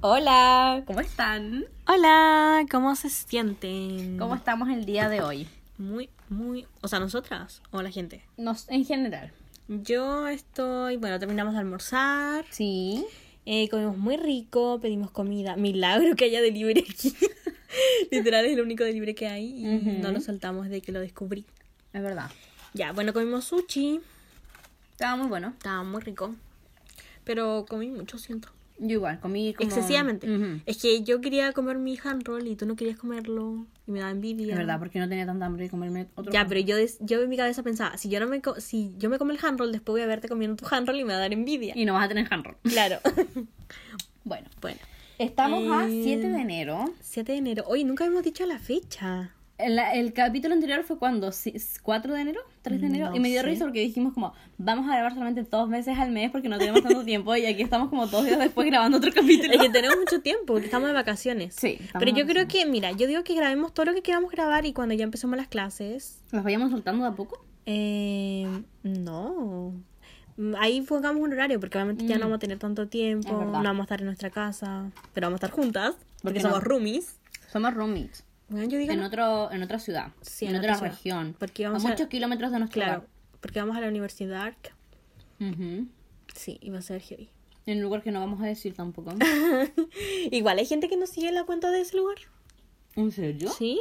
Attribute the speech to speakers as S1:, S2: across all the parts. S1: Hola, ¿cómo están?
S2: Hola, ¿cómo se sienten?
S1: ¿Cómo estamos el día de hoy?
S2: Muy, muy... O sea, nosotras o la gente.
S1: Nos, en general.
S2: Yo estoy... Bueno, terminamos de almorzar.
S1: Sí.
S2: eh, comimos muy rico, pedimos comida. Milagro que haya delivery aquí. Literal es el único delivery que hay y
S1: Ujú.
S2: no nos saltamos de que lo descubrí.
S1: Es verdad.
S2: Ya, bueno, comimos sushi.
S1: Estaba muy bueno.
S2: Estaba muy rico. Pero comí mucho, siento.
S1: Yo igual, comí como...
S2: Excesivamente.
S1: Ujú.
S2: Es que yo quería comer mi hand roll y tú no querías comerlo y me daba envidia.
S1: Es verdad, porque no tenía tanta hambre de comerme otro.
S2: Ya,
S1: pan.
S2: pero yo, des- yo en mi cabeza pensaba, si yo no me co- si yo me como el hand roll, después voy a verte comiendo tu hand roll y me va a dar envidia.
S1: Y no vas a tener hand roll.
S2: Claro.
S1: Bueno.
S2: bueno,
S1: Estamos a
S2: Eh.
S1: 7 de enero.
S2: 7 de enero. Oye, nunca hemos dicho la fecha.
S1: El, el capítulo anterior fue cuando, ¿Sí? ¿4 de enero? ¿3 de enero?
S2: No
S1: y me dio
S2: sé.
S1: risa porque dijimos como, vamos a grabar solamente dos veces al mes porque no tenemos tanto tiempo y aquí estamos como dos días después grabando otro capítulo.
S2: Es que tenemos mucho tiempo, porque estamos de vacaciones.
S1: Sí, estamos
S2: Pero
S1: de
S2: yo creo que, mira, yo digo que grabemos todo lo que queramos grabar y cuando ya empezamos las clases,
S1: ¿Los vayamos soltando de a poco?
S2: eh, no. Mm, Ahí pongamos un horario, porque obviamente ya no vamos a tener tanto tiempo,
S1: Mm. Es
S2: no
S1: verdad.
S2: vamos a estar en nuestra casa, pero vamos a estar juntas, porque
S1: Porque
S2: somos
S1: no.
S2: roomies.
S1: Somos roommates.
S2: Bueno, yo digo,
S1: en
S2: no-
S1: otro en otra ciudad
S2: Sí,
S1: en,
S2: en
S1: otra,
S2: otra ciudad.
S1: región
S2: Porque
S1: a
S2: vamos a-
S1: muchos kilómetros de nuestro
S2: Claro,
S1: hogar
S2: porque vamos a la universidad.
S1: Ujú.
S2: Sí, y va a ser heavy.
S1: en un lugar que no vamos a decir tampoco
S2: Igual hay gente que nos sigue en la cuenta de ese lugar.
S1: en serio
S2: ¿Sí?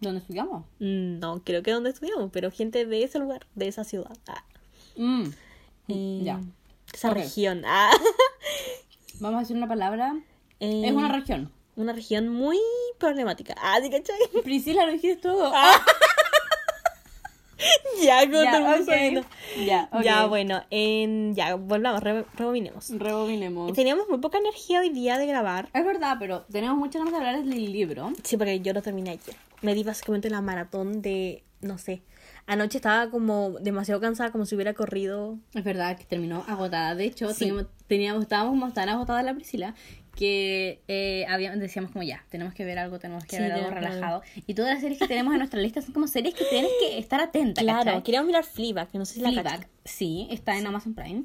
S1: dónde estudiamos
S2: No, creo que donde estudiamos, pero gente de ese lugar, de esa ciudad. Ah.
S1: Mm.
S2: Eh,
S1: ya
S2: Esa
S1: Ok.
S2: región. Ah.
S1: vamos a decir una palabra
S2: Eh,
S1: es una región
S2: una región muy problemática. Ah, ¿sí cachai?
S1: Priscila lo dijiste todo
S2: Ah, ya, como todo el
S1: Ah, ya
S2: mundo
S1: ok.
S2: sabiendo.
S1: ya ok.
S2: Ya, bueno, en- ya, volvamos, re- rebobinemos.
S1: rebobinemos
S2: Teníamos muy poca energía hoy día de grabar.
S1: es verdad pero tenemos muchas ganas de hablar del libro
S2: Sí, porque yo lo terminé ayer. Me di básicamente la maratón de, no sé, anoche estaba como demasiado cansada, como si hubiera corrido.
S1: es verdad que terminó agotada de hecho
S2: Sí.
S1: teníamos, teníamos- estábamos como tan agotada la Priscila que eh, había- decíamos como ya tenemos que ver algo tenemos que
S2: Sí,
S1: ver algo
S2: tenemos que ver
S1: relajado y todas las series que tenemos en nuestra lista son como series que tienes que estar atenta
S2: Claro,
S1: ¿cachai?
S2: queríamos mirar Fleabag, que no sé si la
S1: Fleabag,
S2: cachaste.
S1: sí está en Amazon Prime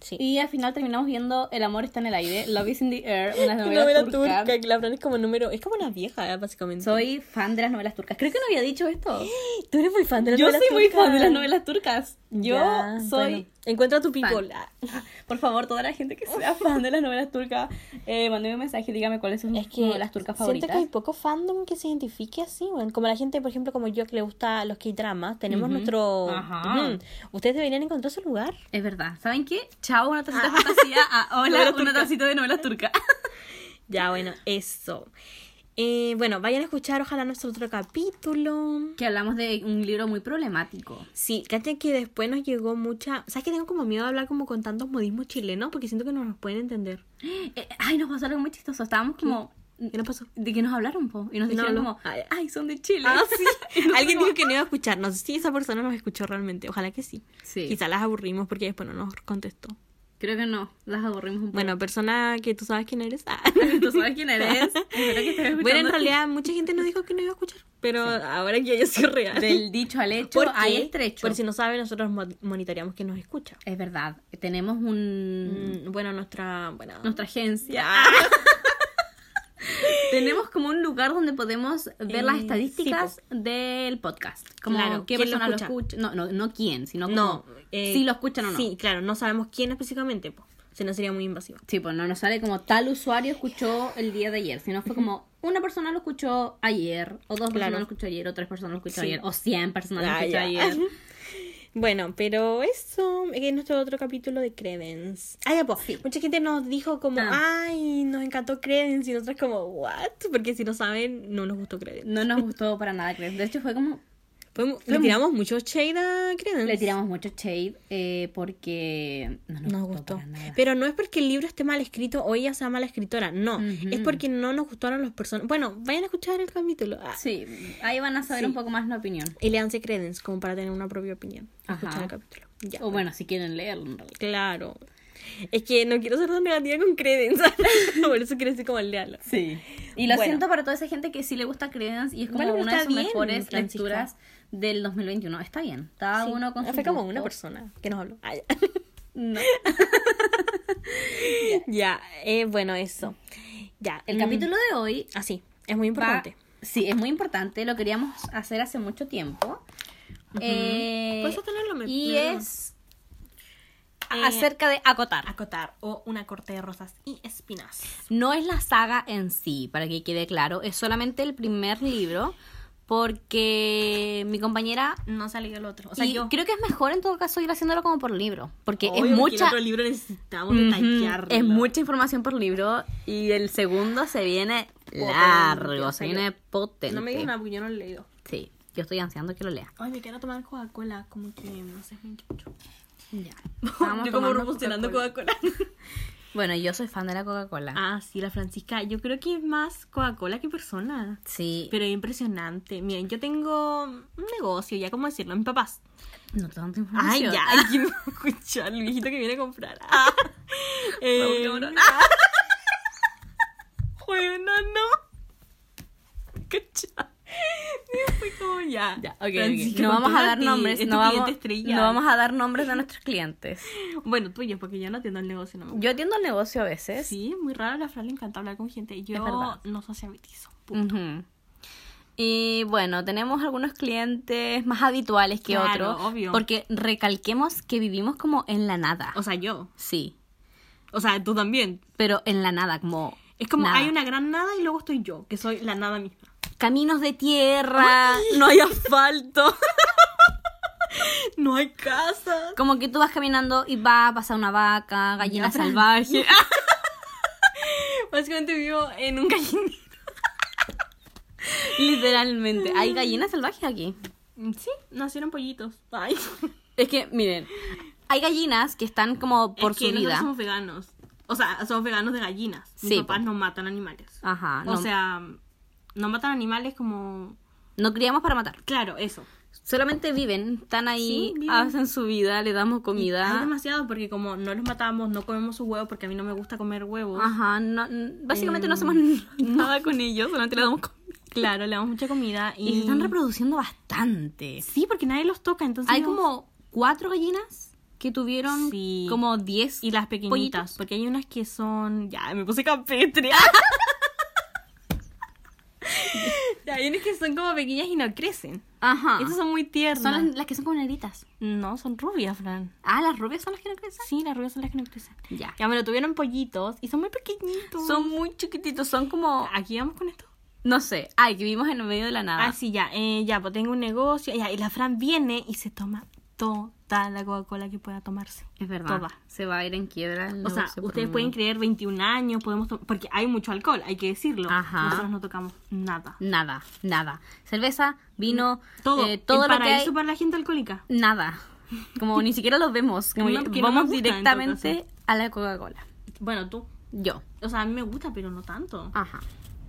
S2: Sí.
S1: y al final terminamos viendo El amor está en el aire Love is in the air una novela,
S2: novela
S1: turca.
S2: turca, que la Fran es como número, es como una vieja, eh, básicamente.
S1: soy fan de las novelas turcas creo que no había dicho esto
S2: Tú eres muy fan de las
S1: yo soy
S2: novelas
S1: muy
S2: turcas.
S1: fan de las novelas turcas yo
S2: Ya,
S1: soy
S2: bueno, encuentra a tu people.
S1: fan.
S2: Ah,
S1: Por favor, toda la gente que sea fan de las novelas turcas, eh, mándeme un mensaje y dígame cuáles son
S2: Es
S1: sus
S2: que
S1: novelas turcas
S2: siento
S1: favoritas.
S2: que hay poco fandom que se identifique así, weón. Como la gente, por ejemplo, como yo que le gusta los K-dramas, tenemos
S1: Ujú.
S2: nuestro.
S1: Ajá.
S2: Ujú. Ustedes deberían encontrar su lugar.
S1: Es verdad. ¿Saben qué? Chao, una tacita de fantasía. A hola, una
S2: Novela Ah. turca.
S1: tacita de novelas turcas.
S2: Ya, bueno, eso. Eh, bueno, vayan a escuchar, ojalá, nuestro otro capítulo.
S1: que hablamos de un libro muy problemático.
S2: Sí, caché que después nos llegó mucha. ¿Sabes que tengo como miedo de hablar como con tantos modismos chilenos? Porque siento que no nos pueden entender.
S1: Eh, ay, nos pasó algo muy chistoso. Estábamos como...
S2: ¿Qué nos pasó?
S1: De que nos hablaron, po. Y nos
S2: No,
S1: dijeron
S2: no. Ah,
S1: como... Ay, son de Chile.
S2: Alguien dijo que no iba a escuchar. No sé si esa persona nos escuchó realmente. Ojalá que sí.
S1: Sí.
S2: Quizá las aburrimos porque después no nos contestó.
S1: Creo que no. Las aburrimos un poco.
S2: Bueno, persona que tú sabes quién eres. Ah.
S1: Tú sabes quién eres. Espero que estés
S2: Bueno, en
S1: escuchando.
S2: realidad mucha gente nos dijo que no iba a escuchar. Pero ahora que yo soy real.
S1: Del dicho al hecho,
S2: Porque,
S1: hay estrecho.
S2: Por si no sabe, nosotros mo- monitoreamos que nos escucha.
S1: Es verdad. Tenemos un...
S2: Mm, Bueno, nuestra. Bueno.
S1: nuestra Ah. agencia. Tenemos como un lugar donde podemos ver
S2: Eh,
S1: las
S2: sí,
S1: estadísticas del podcast. Como
S2: Claro,
S1: qué
S2: ¿quién lo
S1: persona lo
S2: escucha?
S1: escucha. No, no, no quién, sino como
S2: No. eh,
S1: si lo escuchan o no.
S2: Sí,
S1: Sí.
S2: claro, no sabemos quién específicamente, po. Si no sería muy invasivo.
S1: pues no nos sale como tal usuario escuchó el día de ayer, sino fue como una persona lo escuchó ayer, o dos
S2: Claro.
S1: personas lo escuchó ayer, o tres personas lo escuchó
S2: Sí.
S1: ayer, o cien personas lo
S2: Ah,
S1: escuchó
S2: ya.
S1: ayer.
S2: Bueno, pero eso es nuestro otro capítulo de Credence. Ah, ya, pues,
S1: Sí.
S2: mucha gente nos dijo como,
S1: Ah.
S2: ay, nos encantó Credence, y nosotros como, what? Porque si no saben, no nos gustó Credence.
S1: No nos gustó para nada, creo. De hecho fue como
S2: Fue mu- le tiramos mucho shade a Credence.
S1: le tiramos mucho shade eh, porque no nos,
S2: Nos
S1: gustó.
S2: gustó.
S1: para nada.
S2: Pero no es porque el libro esté mal escrito o ella sea mala escritora, no.
S1: Ujú.
S2: Es porque no nos gustaron los personajes. Bueno, vayan a escuchar el capítulo. Ah.
S1: Sí, ahí van a saber
S2: Sí.
S1: un poco más la opinión.
S2: Y leanse Credence como para tener una propia opinión.
S1: Ajá.
S2: Escuchar el capítulo. Ya.
S1: O bueno, si quieren leerlo en realidad.
S2: Claro. Es que no quiero ser tan negativa con Credence. Por eso quiero decir como lealo.
S1: Sí. Y lo
S2: Bueno.
S1: siento para toda esa gente que sí le gusta Credence y es como
S2: Bueno, pero
S1: una de
S2: está
S1: sus
S2: bien,
S1: mejores
S2: Francisca.
S1: lecturas del 2021. Está bien. Cada
S2: Sí.
S1: uno con
S2: Ah,
S1: su
S2: Fue como una
S1: gusto.
S2: persona que nos habló. Ah, ya.
S1: No.
S2: ya, eh, bueno, eso. Ya.
S1: El
S2: mm,
S1: capítulo de hoy
S2: Así. Es muy importante.
S1: va- Sí, es muy importante. Lo queríamos hacer hace mucho tiempo. Eh,
S2: Puedes sostenerlo, me-
S1: Y
S2: me da igual.
S1: es
S2: Eh,
S1: acerca de acotar.
S2: Acotar o una corte de rosas y espinas.
S1: No es la saga en sí, para que quede claro. Es solamente el primer libro. Porque mi compañera.
S2: No salió el otro. O sea,
S1: y
S2: yo.
S1: creo que es mejor en todo caso ir haciéndolo como por libro. Porque
S2: Obvio,
S1: es
S2: el
S1: mucha.
S2: otro libro necesitamos
S1: Ujú,
S2: detallarlo.
S1: Es mucha información por libro. Y el segundo se viene
S2: Potente,
S1: largo, se
S2: salió.
S1: viene potente.
S2: No me digas nada porque yo no lo he leído.
S1: Sí, yo estoy ansiando que lo lea.
S2: Ay, me quiero tomar Coca-Cola, como que no sé, me enchucho.
S1: Ya.
S2: Yo como revolucionando Coca-Cola.
S1: Bueno, yo soy fan de la Coca-Cola.
S2: ah, sí, la Francisca. Yo creo que es más Coca-Cola que persona.
S1: Sí.
S2: Pero es impresionante. Miren, yo tengo un negocio, ya como decirlo, a mis papás.
S1: no tanta
S2: Ay,
S1: información.
S2: ya, hay que escuchar el viejito que viene a comprar. Ah. Eh,
S1: cabrón.
S2: ah. Bueno, no. Cacha. Fue como ya.
S1: Ya, ok, ok.
S2: Francisca,
S1: No vamos a dar
S2: contúrate,
S1: nombres,
S2: es
S1: no
S2: tu cliente
S1: vamos,
S2: estrella.
S1: no vamos a dar nombres de nuestros clientes.
S2: Bueno, tuyos, porque yo no atiendo el negocio. No me gusta.
S1: Yo atiendo el negocio a veces.
S2: Sí, muy raro. A la Fran le encanta hablar con gente. Yo
S1: Es verdad.
S2: no sociabilizo. pu-
S1: Ujú. Y bueno, tenemos algunos clientes más habituales que
S2: Claro,
S1: otros.
S2: obvio.
S1: Porque recalquemos que vivimos como en la nada.
S2: O sea, yo.
S1: sí,
S2: O sea, tú también.
S1: pero en la nada, como.
S2: Es como
S1: nada.
S2: hay una gran nada y luego estoy yo, que soy la nada misma.
S1: Caminos de tierra, no hay asfalto.
S2: No hay casas.
S1: Como que tú vas caminando y va a pasar una vaca, gallina
S2: Ya, Fran.
S1: salvaje.
S2: Básicamente vivo en un gallinero.
S1: Literalmente. Hay gallinas salvajes aquí.
S2: Mm, Sí, nacieron pollitos. Ay.
S1: Es que, miren, hay gallinas que están como por
S2: Es que
S1: su
S2: nosotros
S1: vida.
S2: somos veganos. O sea, somos veganos de gallinas. Mis
S1: Sí,
S2: papás
S1: po.
S2: no matan animales.
S1: Ajá.
S2: o
S1: No,
S2: sea, no matan animales como...
S1: no criamos para matar.
S2: Claro, eso.
S1: Solamente viven, están ahí,
S2: Sí, viven.
S1: hacen su vida, le damos
S2: Hay
S1: comida.
S2: demasiado porque como no los matamos, no comemos sus huevos porque a mí no me gusta comer huevos.
S1: Ajá. no- n- básicamente no
S2: Em,
S1: hacemos nada con ellos, solamente le damos comida.
S2: Claro, le damos mucha comida y...
S1: Y se están reproduciendo bastante.
S2: Sí, porque nadie los toca, entonces...
S1: Hay
S2: no-
S1: como cuatro gallinas que tuvieron
S2: Sí.
S1: como diez.
S2: Y las pequeñitas,
S1: pollitos.
S2: porque hay unas que son... Ya, me puse campetria. Ya, hay unas que son como pequeñas y no crecen.
S1: Ajá.
S2: Estas son muy tiernas.
S1: Ah. Son las, las que son como negritas.
S2: No, son rubias, Fran.
S1: Ah, las rubias son las que no crecen.
S2: Sí, las rubias son las que no crecen.
S1: Ya.
S2: Ya me lo tuvieron pollitos y son muy pequeñitos.
S1: Son muy chiquititos, son como,
S2: Aquí vamos con esto.
S1: no sé, ay, que vivimos en el medio de la nada.
S2: Ah, sí, ya. eh, ya, pues tengo un negocio. ya, y la Fran viene y se toma toda la Coca-Cola que pueda tomarse.
S1: es verdad.
S2: Toda.
S1: Se va a ir en quiebra. el
S2: O sea,
S1: negocio por
S2: ustedes
S1: un-
S2: pueden creer 21 años, podemos to- porque hay mucho alcohol, hay que decirlo.
S1: Ajá.
S2: Nosotros no tocamos nada.
S1: Nada, nada. Cerveza, vino,
S2: Mm, Todo,
S1: eh, todo
S2: el
S1: lo que
S2: paraíso
S1: hay,
S2: para la gente alcohólica.
S1: nada. Como ni siquiera los vemos. Como
S2: No,
S1: que
S2: porque no
S1: vamos
S2: me gusta, en todo
S1: directamente a la Coca-Cola.
S2: Bueno, tú.
S1: Yo.
S2: O sea, a mí me gusta, pero no tanto.
S1: Ajá.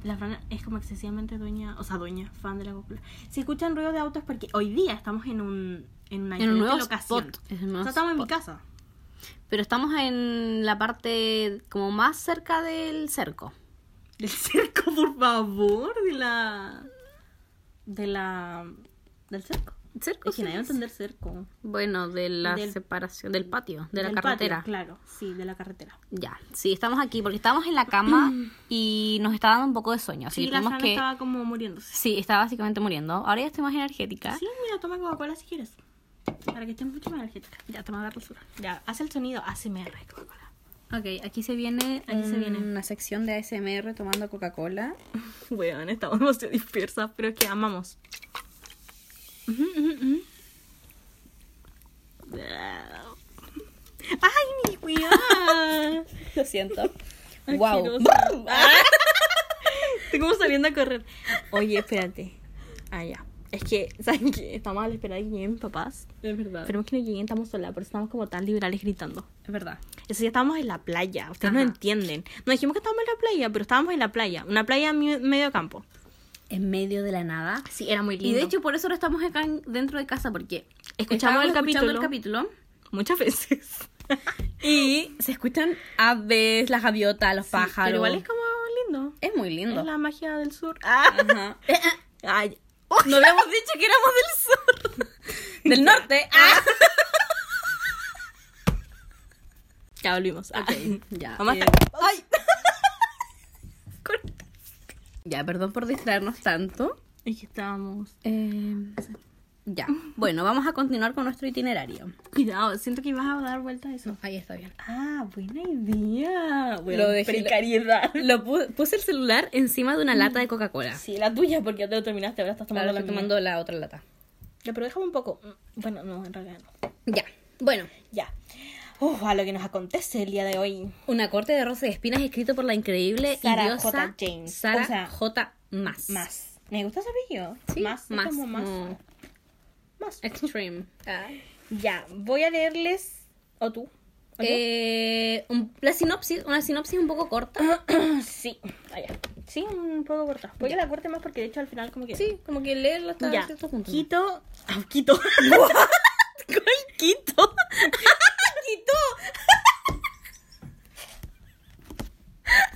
S2: La Fran es como excesivamente dueña, o sea, dueña, fan de la Coca-Cola. Si escuchan ruido de autos porque hoy día estamos en un en una
S1: En un
S2: diferente
S1: nuevo
S2: locación.
S1: spot, en un
S2: o
S1: nuevo
S2: sea, estamos en mi
S1: spot.
S2: casa.
S1: Pero estamos en la parte como más cerca del cerco.
S2: Del cerco, por favor, de la de la del cerco.
S1: ¿Cerco?
S2: Es que nadie va a entender cerco.
S1: Bueno, de la
S2: Del-
S1: separación, del patio, de la
S2: Del
S1: carretera.
S2: patio, claro, sí, de la carretera.
S1: Ya, sí, estamos aquí porque estábamos en la cama y nos estaba dando un poco de sueño. Así
S2: Sí,
S1: que
S2: la
S1: tuvimos
S2: Fran
S1: que.
S2: estaba como muriéndose.
S1: Sí, estaba básicamente muriendo. Ahora ya estoy más energética.
S2: Sí, mira, toma Coca-Cola si quieres. Para que estés mucho más energética. Ya, toma la basura. Ya, haz el sonido ASMR, Coca-Cola.
S1: Ok, aquí se viene,
S2: Aquí se viene.
S1: Mm, una sección de ASMR tomando Coca-Cola.
S2: Weón, estamos demasiado dispersas, pero es que amamos. Ujú, ujú, ujú. ¡Ay, mi weón!
S1: Lo siento.
S2: Asquerosa. Estoy como saliendo a correr. Oye, espérate. Ah, ya. Es que, ¿saben qué? Estamos a la espera de que lleguen mis papás.
S1: Es verdad.
S2: Esperemos que no lleguen, estamos solas, pero estamos como tan liberales gritando.
S1: es verdad.
S2: Eso ya estábamos en la playa, ustedes no
S1: Ajá.
S2: entienden. Nos dijimos que estábamos en la playa, pero estábamos en la playa, una playa mi- medio campo.
S1: En medio de la nada.
S2: Sí, era muy
S1: Y de hecho, por eso ahora estamos acá en- dentro de casa porque
S2: Escuchamos el
S1: estábamos escuchando
S2: capítulo.
S1: el capítulo.
S2: muchas veces.
S1: Y se escuchan aves, las gaviotas, los pájaros.
S2: Pero igual es como lindo.
S1: Es Eh, muy lindo.
S2: Es la magia del sur. Ah.
S1: Ajá.
S2: Ay.
S1: No habíamos dicho que éramos del sur. Del norte. Ah.
S2: Ya volvimos. Ah.
S1: Ya.
S2: Vamos a
S1: eh,
S2: estar-
S1: Ya, perdón por distraernos tanto.
S2: Es que estábamos.
S1: Eh, ya. Bueno, vamos a continuar con nuestro itinerario.
S2: Cuidado, siento que ibas a dar vuelta a eso.
S1: Ahí está bien.
S2: Ah, buena idea. Bueno,
S1: Lo dejé-
S2: precariedad.
S1: Lo pu- puse el celular encima de una lata de Coca-Cola.
S2: Ah. Sí, la tuya, porque ya te lo terminaste, ahora estás tomando
S1: Claro,
S2: la
S1: estoy
S2: mía.
S1: tomando la otra lata.
S2: Ya, pero déjame un poco. Mm. Bueno, no, en realidad no.
S1: Ya. Bueno,
S2: Ya. Uf, a lo que nos acontece el día de hoy.
S1: una corte de roces de espinas escrito por la increíble
S2: Sarah
S1: idiosa
S2: J. James.
S1: Sarah
S2: O sea,
S1: J. Más.
S2: Más. Me gusta ese apellido.
S1: Sí,
S2: Más. Mm. Eh. es
S1: más,
S2: como más.
S1: como Ah.
S2: Más.
S1: Extreme.
S2: Ya, voy a leerles. ¿O tú? ¿O yo?
S1: Eh, un- la sinopsis, una sinopsis un poco corta.
S2: sí. Allá. Sí, un poco corta. Voy a la corte más porque de hecho al final como que.
S1: Sí, como que leerla hasta
S2: Ya.
S1: cierto punto.
S2: Quito. Ah, Quito.
S1: ¿Cuál Quito?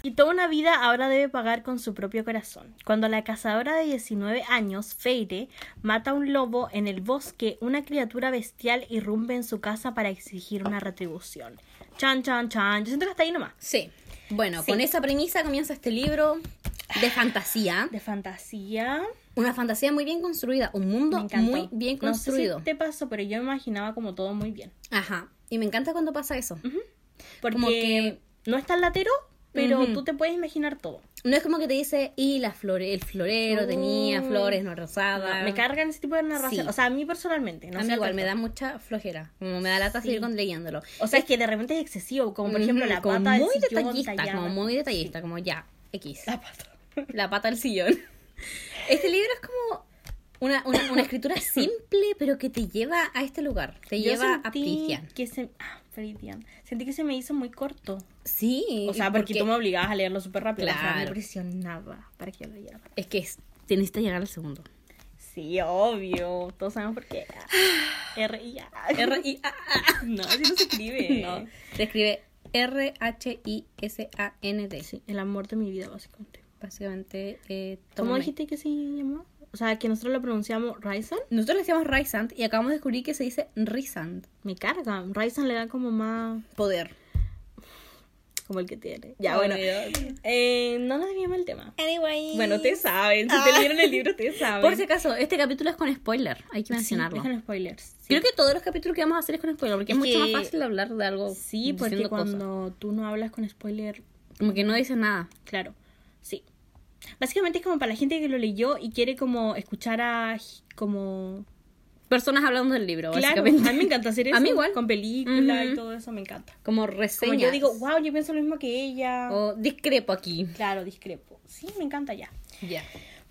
S2: Quitó una vida, ahora debe pagar con su propio corazón. Cuando la cazadora de 19 años, Feire, mata a un lobo en el bosque, una criatura bestial irrumpe en su casa para exigir una retribución. Chan, chan, chan. Yo siento que hasta ahí nomás.
S1: Sí. Bueno,
S2: Sí.
S1: con esa premisa comienza este libro de fantasía.
S2: De fantasía.
S1: Una fantasía muy bien construida, un
S2: Me
S1: mundo
S2: encantó.
S1: muy bien
S2: No sé si
S1: construido.
S2: te pasó, pero yo me imaginaba como todo muy bien.
S1: Ajá. Y me encanta cuando pasa eso.
S2: Porque
S1: Como que-
S2: no es tan latero, pero
S1: Ujú.
S2: tú te puedes imaginar todo.
S1: No es como que te dice, y la flore, el florero tenía
S2: Mm.
S1: flores no rosadas.
S2: No, me cargan ese tipo de narración.
S1: Ah, Sí.
S2: O sea, a mí personalmente. No
S1: a mí
S2: sé al
S1: igual me da
S2: resto.
S1: mucha flojera. Como me da lata
S2: Sí.
S1: seguir con leyéndolo.
S2: O sea, es que de repente es excesivo. Como por ejemplo
S1: Ujú,
S2: la
S1: como
S2: pata del
S1: muy
S2: sillón
S1: detallista,
S2: tallada.
S1: como muy detallista, como ya, X.
S2: La pata.
S1: La pata del sillón. Este libro es como una, una, una escritura simple, pero que te lleva a este lugar. Te
S2: Yo
S1: lleva a
S2: sentí
S1: Pritian.
S2: Que se... Ah, Pritian. Sentí que se me hizo muy corto.
S1: Sí.
S2: O sea, porque, tú me obligabas a leerlo súper rápido. O sea, me
S1: Claro.
S2: presionaba para que yo lo leyera.
S1: Es que es, te necesitas llegar al segundo.
S2: Sí, obvio. Todos saben por qué. R y A.
S1: Ah. R I A A.
S2: No, así no se escribe.
S1: No. Se escribe R H I S A N D.
S2: Sí, el amor de mi vida, básicamente.
S1: Básicamente, eh,
S2: ¿Cómo
S1: tómame.
S2: dijiste que se llamó? O sea, que nosotros lo pronunciamos Ryzen.
S1: Nosotros le decíamos Rysand y acabamos de descubrir que se dice Rysand.
S2: Me carga. Ryzen le da como más.
S1: Poder.
S2: como el que tiene. Ya,
S1: Oh,
S2: bueno.
S1: Dios.
S2: Eh, no nos desviamos el tema.
S1: Anyway.
S2: Bueno, ustedes saben. Si te leyeron el libro, ustedes saben.
S1: Ah. Por si acaso, este capítulo es con spoiler, hay que
S2: Sí,
S1: mencionarlo.
S2: es con spoilers. Sí,
S1: Creo que todos los capítulos que vamos a hacer es con spoiler, porque es,
S2: Es
S1: mucho
S2: que-
S1: más fácil hablar de algo.
S2: Sí, porque
S1: diciendo cosas.
S2: cuando tú no hablas con spoiler,
S1: Como que no dices nada.
S2: claro. Sí. Básicamente es como para la gente que lo leyó y quiere como escuchar a g- como
S1: Personas hablando del libro,
S2: Claro, a mí
S1: básicamente.
S2: me encanta hacer eso.
S1: A mí igual.
S2: Con películas y
S1: Ujú.
S2: todo eso, me encanta.
S1: Como
S2: Como
S1: reseñas.
S2: yo digo, wow, yo pienso lo mismo que ella.
S1: O discrepo aquí.
S2: Claro, discrepo. Sí, me encanta ya.
S1: Ya.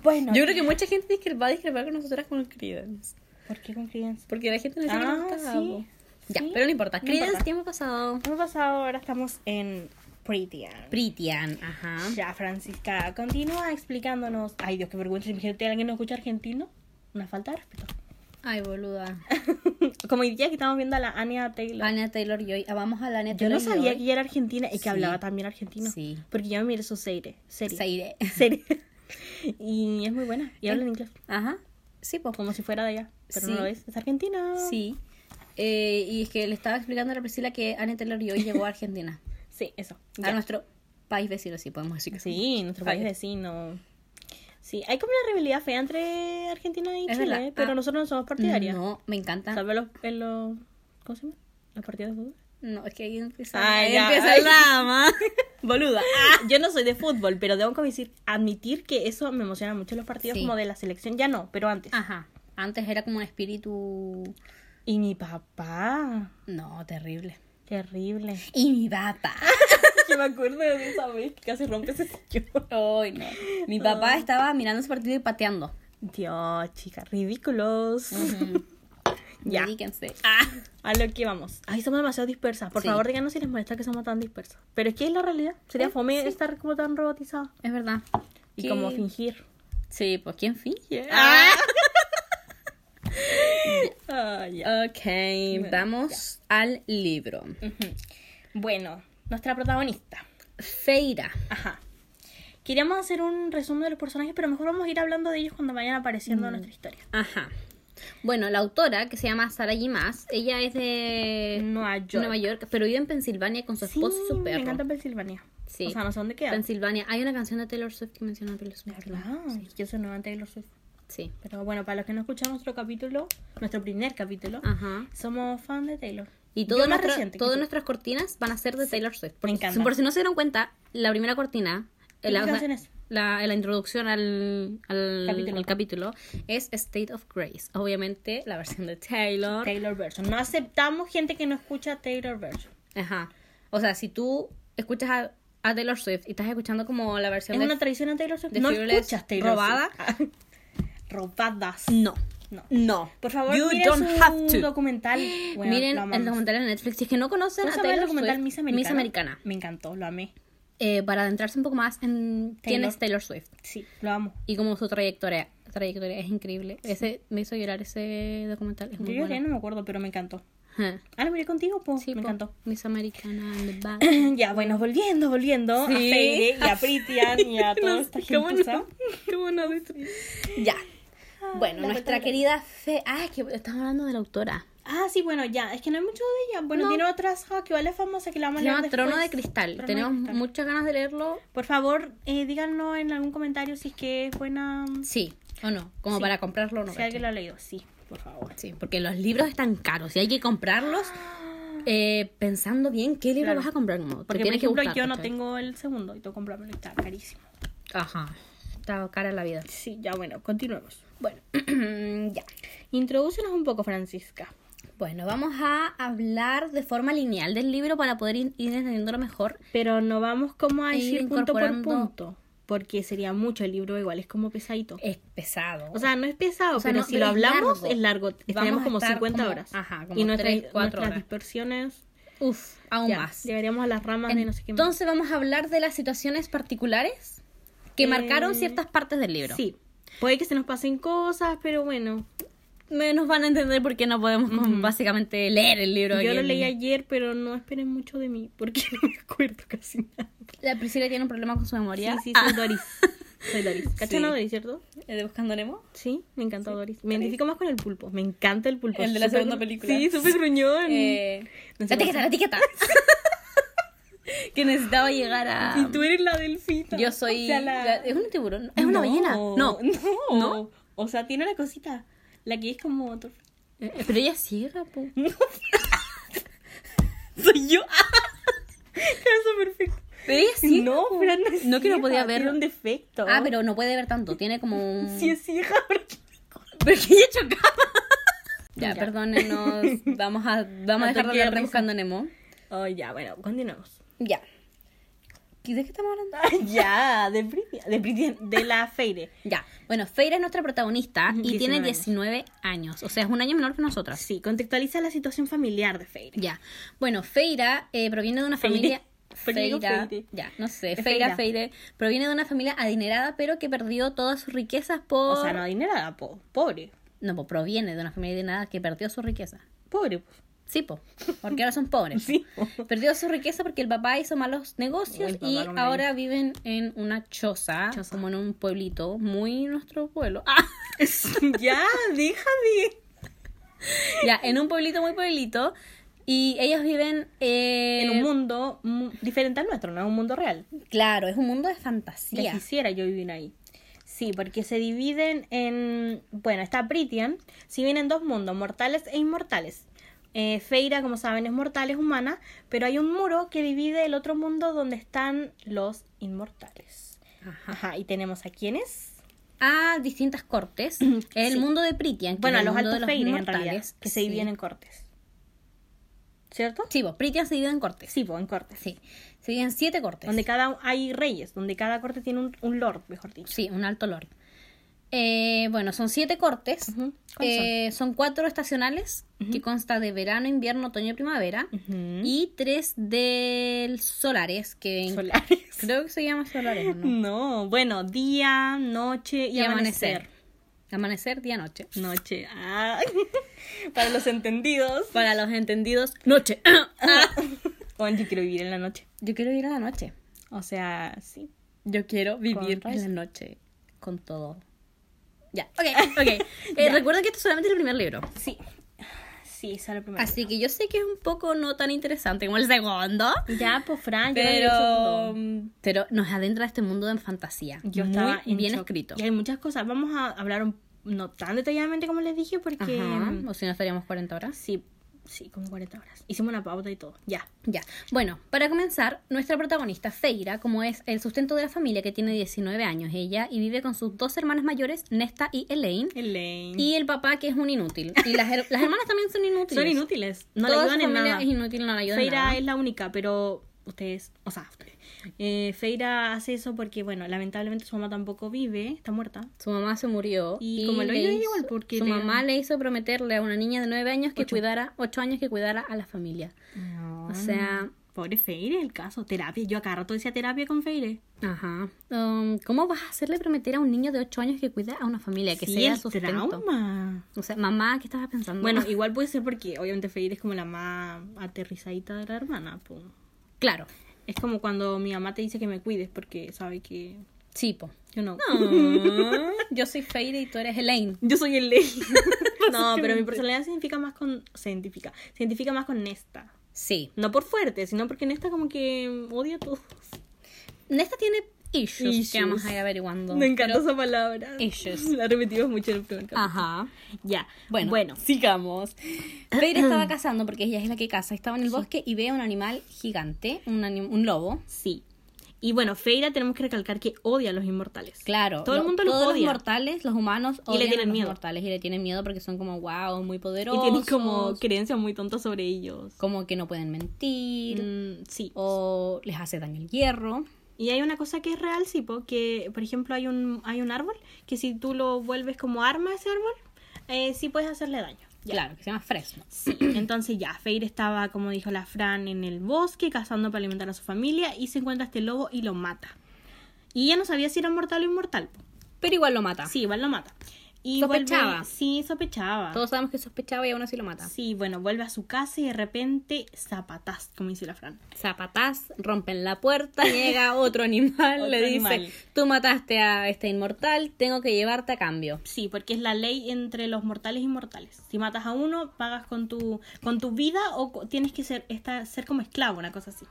S2: Bueno,
S1: Yo creo que mucha gente discre- va a discrepar con nosotras con Credence.
S2: ¿por qué con Creedence?
S1: Porque la gente no dice que
S2: Ah,
S1: nos gustaba,
S2: sí,
S1: po. Ya,
S2: sí.
S1: pero no importa.
S2: No
S1: Credence,
S2: importa.
S1: tiempo pasado.
S2: Hemos pasado, ahora estamos en Pretty Anne.
S1: Pritian, ajá.
S2: Ya, Francisca, continúa explicándonos. Ay, Dios, qué vergüenza. Imagínate a alguien no escucha argentino. Una falta de respeto.
S1: Ay, boluda.
S2: Como hoy día que estamos viendo a la Anya Taylor.
S1: Anya Taylor Joy. Ah, vamos a la Anya
S2: yo
S1: Taylor
S2: no sabía que
S1: Joy.
S2: ella era argentina y que
S1: Sí.
S2: hablaba también argentino.
S1: Sí.
S2: Porque yo me miré su serie. Serie.
S1: Zaire.
S2: Serie. y es muy buena. Y habla en inglés.
S1: Ajá. Sí, pues.
S2: Como si fuera de allá. Pero
S1: Sí.
S2: no lo es. Es argentina.
S1: Sí. Eh, y es que le estaba explicando a la Priscila que Anne Taylor y hoy llegó a Argentina.
S2: Sí, eso.
S1: A
S2: Ya.
S1: nuestro país vecino, sí, podemos decir que
S2: Sí, nuestro
S1: Ah,
S2: país
S1: ya.
S2: vecino. Sí, hay como una rivalidad fea entre Argentina y
S1: Es
S2: Chile,
S1: verdad.
S2: pero
S1: Ah.
S2: nosotros no somos partidarios.
S1: No, me encanta.
S2: Salvo los, en los. ¿Cómo se llama? Los partidos de fútbol.
S1: No, es que ahí empieza,
S2: Ay,
S1: ahí
S2: Ah, ya,
S1: empieza
S2: ay.
S1: el drama. Boluda.
S2: Ah, Yo no soy de fútbol, pero tengo que decir- admitir que eso me emociona mucho los partidos
S1: Sí.
S2: como de la selección. Ya no, pero antes.
S1: Ajá. Antes era como un espíritu.
S2: Y mi papá.
S1: No, terrible.
S2: Terrible.
S1: Y mi papá.
S2: Yo me acuerdo de esa vez que casi rompe ese sillón.
S1: Ay, no. Mi papá estaba mirando su partido y pateando.
S2: Dios, chica, ridículos. Ya.
S1: Dedíquense. Ah.
S2: A lo que vamos. Ay, somos demasiado dispersas. Por
S1: Sí.
S2: favor, díganos si les molesta que somos tan dispersas. Pero es que es la realidad. Sería
S1: Eh,
S2: fome
S1: sí.
S2: estar como tan robotizada.
S1: Es verdad.
S2: Y
S1: ¿Qué?
S2: como fingir.
S1: Sí, pues ¿quién finge?
S2: Ah. Ah,
S1: Ok, vamos al libro.
S2: Bueno, nuestra protagonista.
S1: Feira.
S2: Ajá. Queríamos hacer un resumen de los personajes, pero mejor vamos a ir hablando de ellos cuando vayan apareciendo
S1: Mm.
S2: en nuestra historia.
S1: Ajá. Bueno, la autora, que se llama Sarah G. Maas, ella es de
S2: Nueva Mm, York.
S1: Nueva York, pero vive en Pensilvania con Eh, su esposo y su
S2: me
S1: perro.
S2: encanta Pensilvania.
S1: Sí.
S2: O sea, no sé dónde queda.
S1: Pensilvania. Hay una canción de Taylor Swift que menciona a Taylor Swift.
S2: ¿Verdad? Yo soy nueva en Taylor Swift.
S1: Sí.
S2: Pero bueno, para los que no escucharon nuestro capítulo, nuestro primer capítulo,
S1: Ajá.
S2: somos fan de Taylor.
S1: Ah. Y
S2: Yo
S1: todo
S2: más
S1: nuestra-
S2: reciente que
S1: todas
S2: tú.
S1: nuestras cortinas van a ser de Taylor Swift. Por,
S2: encanta.
S1: Por si no se dieron cuenta, la primera cortina,
S2: ¿Qué
S1: la,
S2: canción es?
S1: la- la introducción al, al-
S2: Capítulo.
S1: al capítulo, es State of Grace. Obviamente, la versión de Taylor.
S2: Taylor version. No aceptamos gente que no escucha Taylor version.
S1: Ajá. O sea, si tú escuchas a, a Taylor Swift y estás escuchando como la
S2: Es
S1: versión de...
S2: una traición a Taylor Swift.
S1: de
S2: No
S1: Fearless
S2: escuchas Taylor
S1: robada.
S2: Swift. Robadas.
S1: No.
S2: No.
S1: No.
S2: Por favor,
S1: You
S2: miren
S1: don't
S2: su
S1: have to.
S2: documental. Bueno,
S1: Miren
S2: lo amamos.
S1: el documental de Netflix. Si es que no conocen
S2: ¿Cómo
S1: a
S2: se llama el
S1: Taylor
S2: documental
S1: Swift,
S2: Miss Americana?
S1: Miss Americana.
S2: Me encantó, lo amé.
S1: Eh, para adentrarse un poco más en quién
S2: Taylor.
S1: es Taylor Swift.
S2: Sí, lo amo.
S1: y como su trayectoria trayectoria es increíble ese me hizo llorar ese documental es
S2: Yo
S1: muy
S2: lloré,
S1: bueno
S2: no me acuerdo, pero me encantó.
S1: Ajá.
S2: Ah, lo miré contigo, po.
S1: sí,
S2: me
S1: po.
S2: encantó.
S1: Miss Americana and the Bad
S2: Ya, bueno, volviendo, volviendo
S1: Sí.
S2: a Feire y a Pritian y a toda
S1: No
S2: esta
S1: sé, ¿cómo
S2: gentuza.
S1: no? ¿Cómo no? ya bueno
S2: Ah, la
S1: nuestra
S2: cuestión-
S1: querida fe ah es que estamos hablando de la autora
S2: Ah, sí, bueno, ya, es que no hay mucho de ella. Bueno,
S1: No.
S2: tiene otras ah, que vale famosa que la vamos a
S1: se
S2: leer
S1: llama Trono de
S2: después.
S1: Cristal
S2: Trono de
S1: tenemos
S2: Cristal.
S1: muchas ganas de leerlo
S2: Por favor, eh, díganos en algún comentario si es que es buena.
S1: sí o no como
S2: Sí.
S1: para comprarlo o no
S2: si
S1: ¿cachai?
S2: alguien lo ha leído, sí, por favor.
S1: sí porque los libros están caros y hay que comprarlos eh, pensando bien qué libro
S2: Ah. Claro.
S1: vas a comprar como, te
S2: Porque, por
S1: tiene que
S2: ejemplo,
S1: gustar,
S2: yo no
S1: ¿cachai?
S2: tengo el segundo y tengo que comprarlo, está carísimo.
S1: ajá está cara la vida
S2: Sí, ya, bueno, continuemos.
S1: Bueno, ya.
S2: Introdúcenos un poco, Francisca.
S1: Bueno, vamos a hablar de forma lineal del libro para poder ir ir entendiéndolo mejor.
S2: Pero no vamos como a
S1: E ir
S2: decir punto por
S1: incorporando-
S2: punto, porque sería mucho el libro, igual es como pesadito.
S1: Es pesado.
S2: O sea, no es pesado,
S1: O sea,
S2: pero
S1: no,
S2: si
S1: pero
S2: lo
S1: es
S2: hablamos
S1: largo.
S2: es largo. Tenemos
S1: a
S2: como
S1: estar
S2: 50
S1: como-
S2: horas.
S1: ajá, como
S2: y nuestras,
S1: tres, cuatro
S2: nuestras
S1: horas.
S2: dispersiones
S1: uff, aún
S2: ya,
S1: más.
S2: Llegaríamos a las ramas de no sé qué más.
S1: Entonces vamos a hablar de las situaciones particulares que
S2: Eh,
S1: marcaron ciertas partes del libro.
S2: Sí. Puede que se nos pasen cosas, pero bueno.
S1: Menos van a entender por qué no podemos como, básicamente leer el libro.
S2: yo
S1: y
S2: lo
S1: el-
S2: leí ayer, pero no esperen mucho de mí, porque no me acuerdo casi nada.
S1: La Priscila tiene un problema con su memoria.
S2: Sí, sí,
S1: Ah,
S2: soy Doris. Soy Doris. ¿Cachan
S1: Sí.
S2: a Doris, cierto?
S1: ¿De Buscando Nemo?
S2: Sí, me encanta Doris. Me identifico más con el pulpo. Me encanta el pulpo.
S1: El de la
S2: Súper-
S1: segunda película.
S2: Sí, súper gruñón.
S1: Eh,
S2: Mm. No
S1: la
S2: sé
S1: etiqueta,
S2: cómo
S1: la etiqueta. que necesitaba llegar a...
S2: Y tú eres la delfita.
S1: um, Yo soy.
S2: O sea, la-
S1: la- es un tiburón. Es una
S2: No,
S1: ballena. No.
S2: no.
S1: ¿No?
S2: O sea, tiene la cosita. La que es como otro.
S1: Eh, eh, Pero ella es ciega, po.
S2: Soy yo. Eso perfecto.
S1: Pero ella es ciega.
S2: no,
S1: po.
S2: Fran, es
S1: No, que no
S2: ciega,
S1: podía ver.
S2: Tiene un defecto.
S1: Ah, pero mm. no puede ver tanto. Tiene como un.
S2: Si es hija,
S1: Porque ella chocaba. Ya,
S2: Ya.
S1: perdónenos. Vamos a, vamos a dejar de
S2: Ataque de
S1: hablar de
S2: risa.
S1: buscando Nemo.
S2: Oh, ya, bueno, continuamos.
S1: Ya. ¿Y ¿De qué estamos hablando?
S2: ya, de Britia. De Britia, de la Feire.
S1: Ya. Bueno, Feira es nuestra protagonista y
S2: 19
S1: tiene
S2: años.
S1: 19 años. O sea, es un año menor que nosotras.
S2: Sí, contextualiza la situación familiar de Feire.
S1: Ya. Bueno, Feira eh, proviene de una
S2: Feire.
S1: familia.
S2: ¿Por qué digo
S1: Feira,
S2: Feire?
S1: ya, no sé,
S2: Es
S1: Feira,
S2: Feira.
S1: Feire, proviene de una familia adinerada, pero que perdió todas sus riquezas por...
S2: O sea, no adinerada, po- pobre.
S1: No, po, proviene de una familia adinerada que perdió su riqueza.
S2: Pobre, po.
S1: Sí, po, porque ahora son pobres.
S2: Sí.
S1: Perdió su riqueza porque el papá hizo malos negocios
S2: Uy, papá
S1: y
S2: con una
S1: ahora viven en una choza,
S2: Choza.
S1: como en un pueblito, muy nuestro pueblo. ¡Ah!
S2: ya, déjame.
S1: ya, en un pueblito muy pueblito. Y ellos viven... eh,
S2: en un mundo mu- diferente al nuestro, no es un mundo real.
S1: Claro, es un mundo de
S2: Ya
S1: fantasía.
S2: quisiera yo vivir ahí. Sí, porque se dividen en. Bueno, está Britian. Si bien en dos mundos, mortales e inmortales. Eh, Feira, como saben, es mortal, es humana. Pero hay un muro que divide el otro mundo donde están los inmortales.
S1: Ajá.
S2: Ajá, y tenemos a quienes.
S1: a distintas cortes. El mundo de Pritian. que
S2: Bueno, a
S1: es el
S2: los
S1: mundo de
S2: altos Feira, en
S1: inmortales,
S2: realidad. Que
S1: sí.
S2: se dividen en cortes. ¿Cierto?
S1: Sí, vos, Pritian se divide en cortes.
S2: Sí, po, en cortes.
S1: Sí. Se dividen siete cortes.
S2: Donde cada hay reyes, donde cada corte tiene un, un lord, mejor dicho.
S1: Sí, un alto lord. Eh, bueno, son siete cortes.
S2: Ujú. ¿Cuáles son?
S1: Eh, son? cuatro estacionales, que consta de verano, invierno, otoño y primavera.
S2: Ujú.
S1: Y tres del solares, que en-
S2: Solares.
S1: creo que se llama solares, ¿o ¿no?
S2: No, bueno, día, noche y, amanecer.
S1: Amanecer, día, noche.
S2: Noche. Ah, para los entendidos.
S1: Para los entendidos, noche.
S2: Oye, yo quiero vivir en la noche.
S1: Yo quiero ir a la noche.
S2: O sea, sí.
S1: Yo quiero vivir
S2: Con
S1: en la
S2: razón.
S1: noche con todo. Ya, ok, ok. Eh, Recuerden que esto es solamente el primer libro.
S2: Sí. Sí, sale el primer
S1: Así que yo sé que es un poco no tan interesante como el segundo.
S2: libro. Ya, pues Fran, yo no leí el
S1: Pero,
S2: segundo.
S1: pero nos adentra a este mundo de fantasía.
S2: Yo
S1: Muy
S2: estaba en
S1: bien
S2: shock.
S1: escrito.
S2: Y hay muchas cosas. Vamos a hablar un- no tan detalladamente como les dije, porque
S1: Ajá,
S2: mm,
S1: O si no estaríamos 40 horas.
S2: sí, sí, como 40 horas. Hicimos una pauta y todo. Ya.
S1: Ya. Bueno, para comenzar, nuestra protagonista, Feira, como es el sustento de la familia que tiene 19 años ella y vive con sus dos hermanas mayores, Nesta y Elaine,
S2: Elaine.
S1: y el papá que es un inútil. Y las, her- las hermanas también son inútiles.
S2: Son inútiles. No
S1: Toda
S2: le
S1: su
S2: ayudan en
S1: familia
S2: nada.
S1: es inútil, no le ayudan en
S2: Feira
S1: nada.
S2: es la única, pero ustedes, o sea, ustedes. Eh, Feira hace eso porque, bueno, lamentablemente su mamá tampoco vive, está muerta.
S1: Su mamá se murió.
S2: Y como el
S1: le
S2: hoyo es
S1: hizo-
S2: igual, porque
S1: Su
S2: le-
S1: mamá le hizo prometerle a una niña de nueve años que
S2: Ocho. Ah.
S1: cuidara, ocho años que cuidara a la familia. O sea,
S2: Pobre Feire, el caso. Terapia. Yo acá rato decía terapia con Feire.
S1: ajá. Um, ¿Cómo vas a hacerle prometer a un niño de ocho años que cuida a una familia? Que
S2: Sí,
S1: sea
S2: el
S1: sustento.
S2: trauma.
S1: O sea, mamá, ¿qué estabas pensando? Ah,
S2: Bueno, igual puede ser porque obviamente Feire es como la más aterrizadita de la hermana. po.
S1: claro.
S2: Es como cuando mi mamá te dice que me cuides porque sabe que
S1: Sí, po.
S2: yo no. Ah.
S1: Yo soy Feire y tú eres Elaine.
S2: Yo soy el ley. no, pero mi personalidad significa más con... Se identifica. Se identifica más con Nesta.
S1: Sí.
S2: No por fuerte, sino porque Nesta como que odia a todos.
S1: Nesta tiene issues, que
S2: Issues.
S1: vamos a ir averiguando.
S2: Me encanta
S1: pero-
S2: esa palabra.
S1: Ellos.
S2: La repetimos mucho en el primer capítulo.
S1: Ajá.
S2: Ya.
S1: Bueno, sigamos. Feira estaba cazando porque ella es la que caza. Estaba en el bosque y ve a un animal gigante, un, ani- un lobo.
S2: Sí. Y bueno, Feira tenemos que recalcar que odia a los inmortales.
S1: Claro,
S2: Todo el
S1: lo-
S2: mundo los
S1: todos
S2: odia.
S1: los mortales, los humanos,
S2: Y le
S1: odian
S2: tienen
S1: a los
S2: miedo.
S1: mortales y le tienen miedo porque son como wow, muy
S2: y
S1: poderosos.
S2: tienen como creencias muy tontas sobre ellos.
S1: como que no pueden mentir
S2: Mm, sí.
S1: o les hace daño el hierro.
S2: Y hay una cosa que es real, sí, po, que por ejemplo hay un, hay un árbol que si tú lo vuelves como arma a ese árbol, eh, sí puedes hacerle daño. Ya.
S1: Claro, que se llama fresno.
S2: Sí, entonces ya, Feir estaba, como dijo la Fran, en el bosque cazando para alimentar a su familia y se encuentra este lobo y lo mata. Y ella no sabía si era mortal o inmortal. po.
S1: Pero igual lo mata.
S2: Sí, igual lo mata. Y
S1: Sospechaba.
S2: vuelve- sí, sospechaba.
S1: Todos sabemos que sospechaba y aún así lo mata.
S2: Sí, bueno, vuelve a su casa y de repente zapatás, como dice la Fran.
S1: Zapatás, rompen la puerta, llega otro animal, le
S2: Otro
S1: dice,
S2: animal.
S1: tú mataste a este inmortal, tengo que llevarte a cambio.
S2: Sí, porque es la ley entre los mortales y inmortales. Si matas a uno, pagas con tu, con tu vida o co- tienes que ser, estar, ser como esclavo, una cosa así.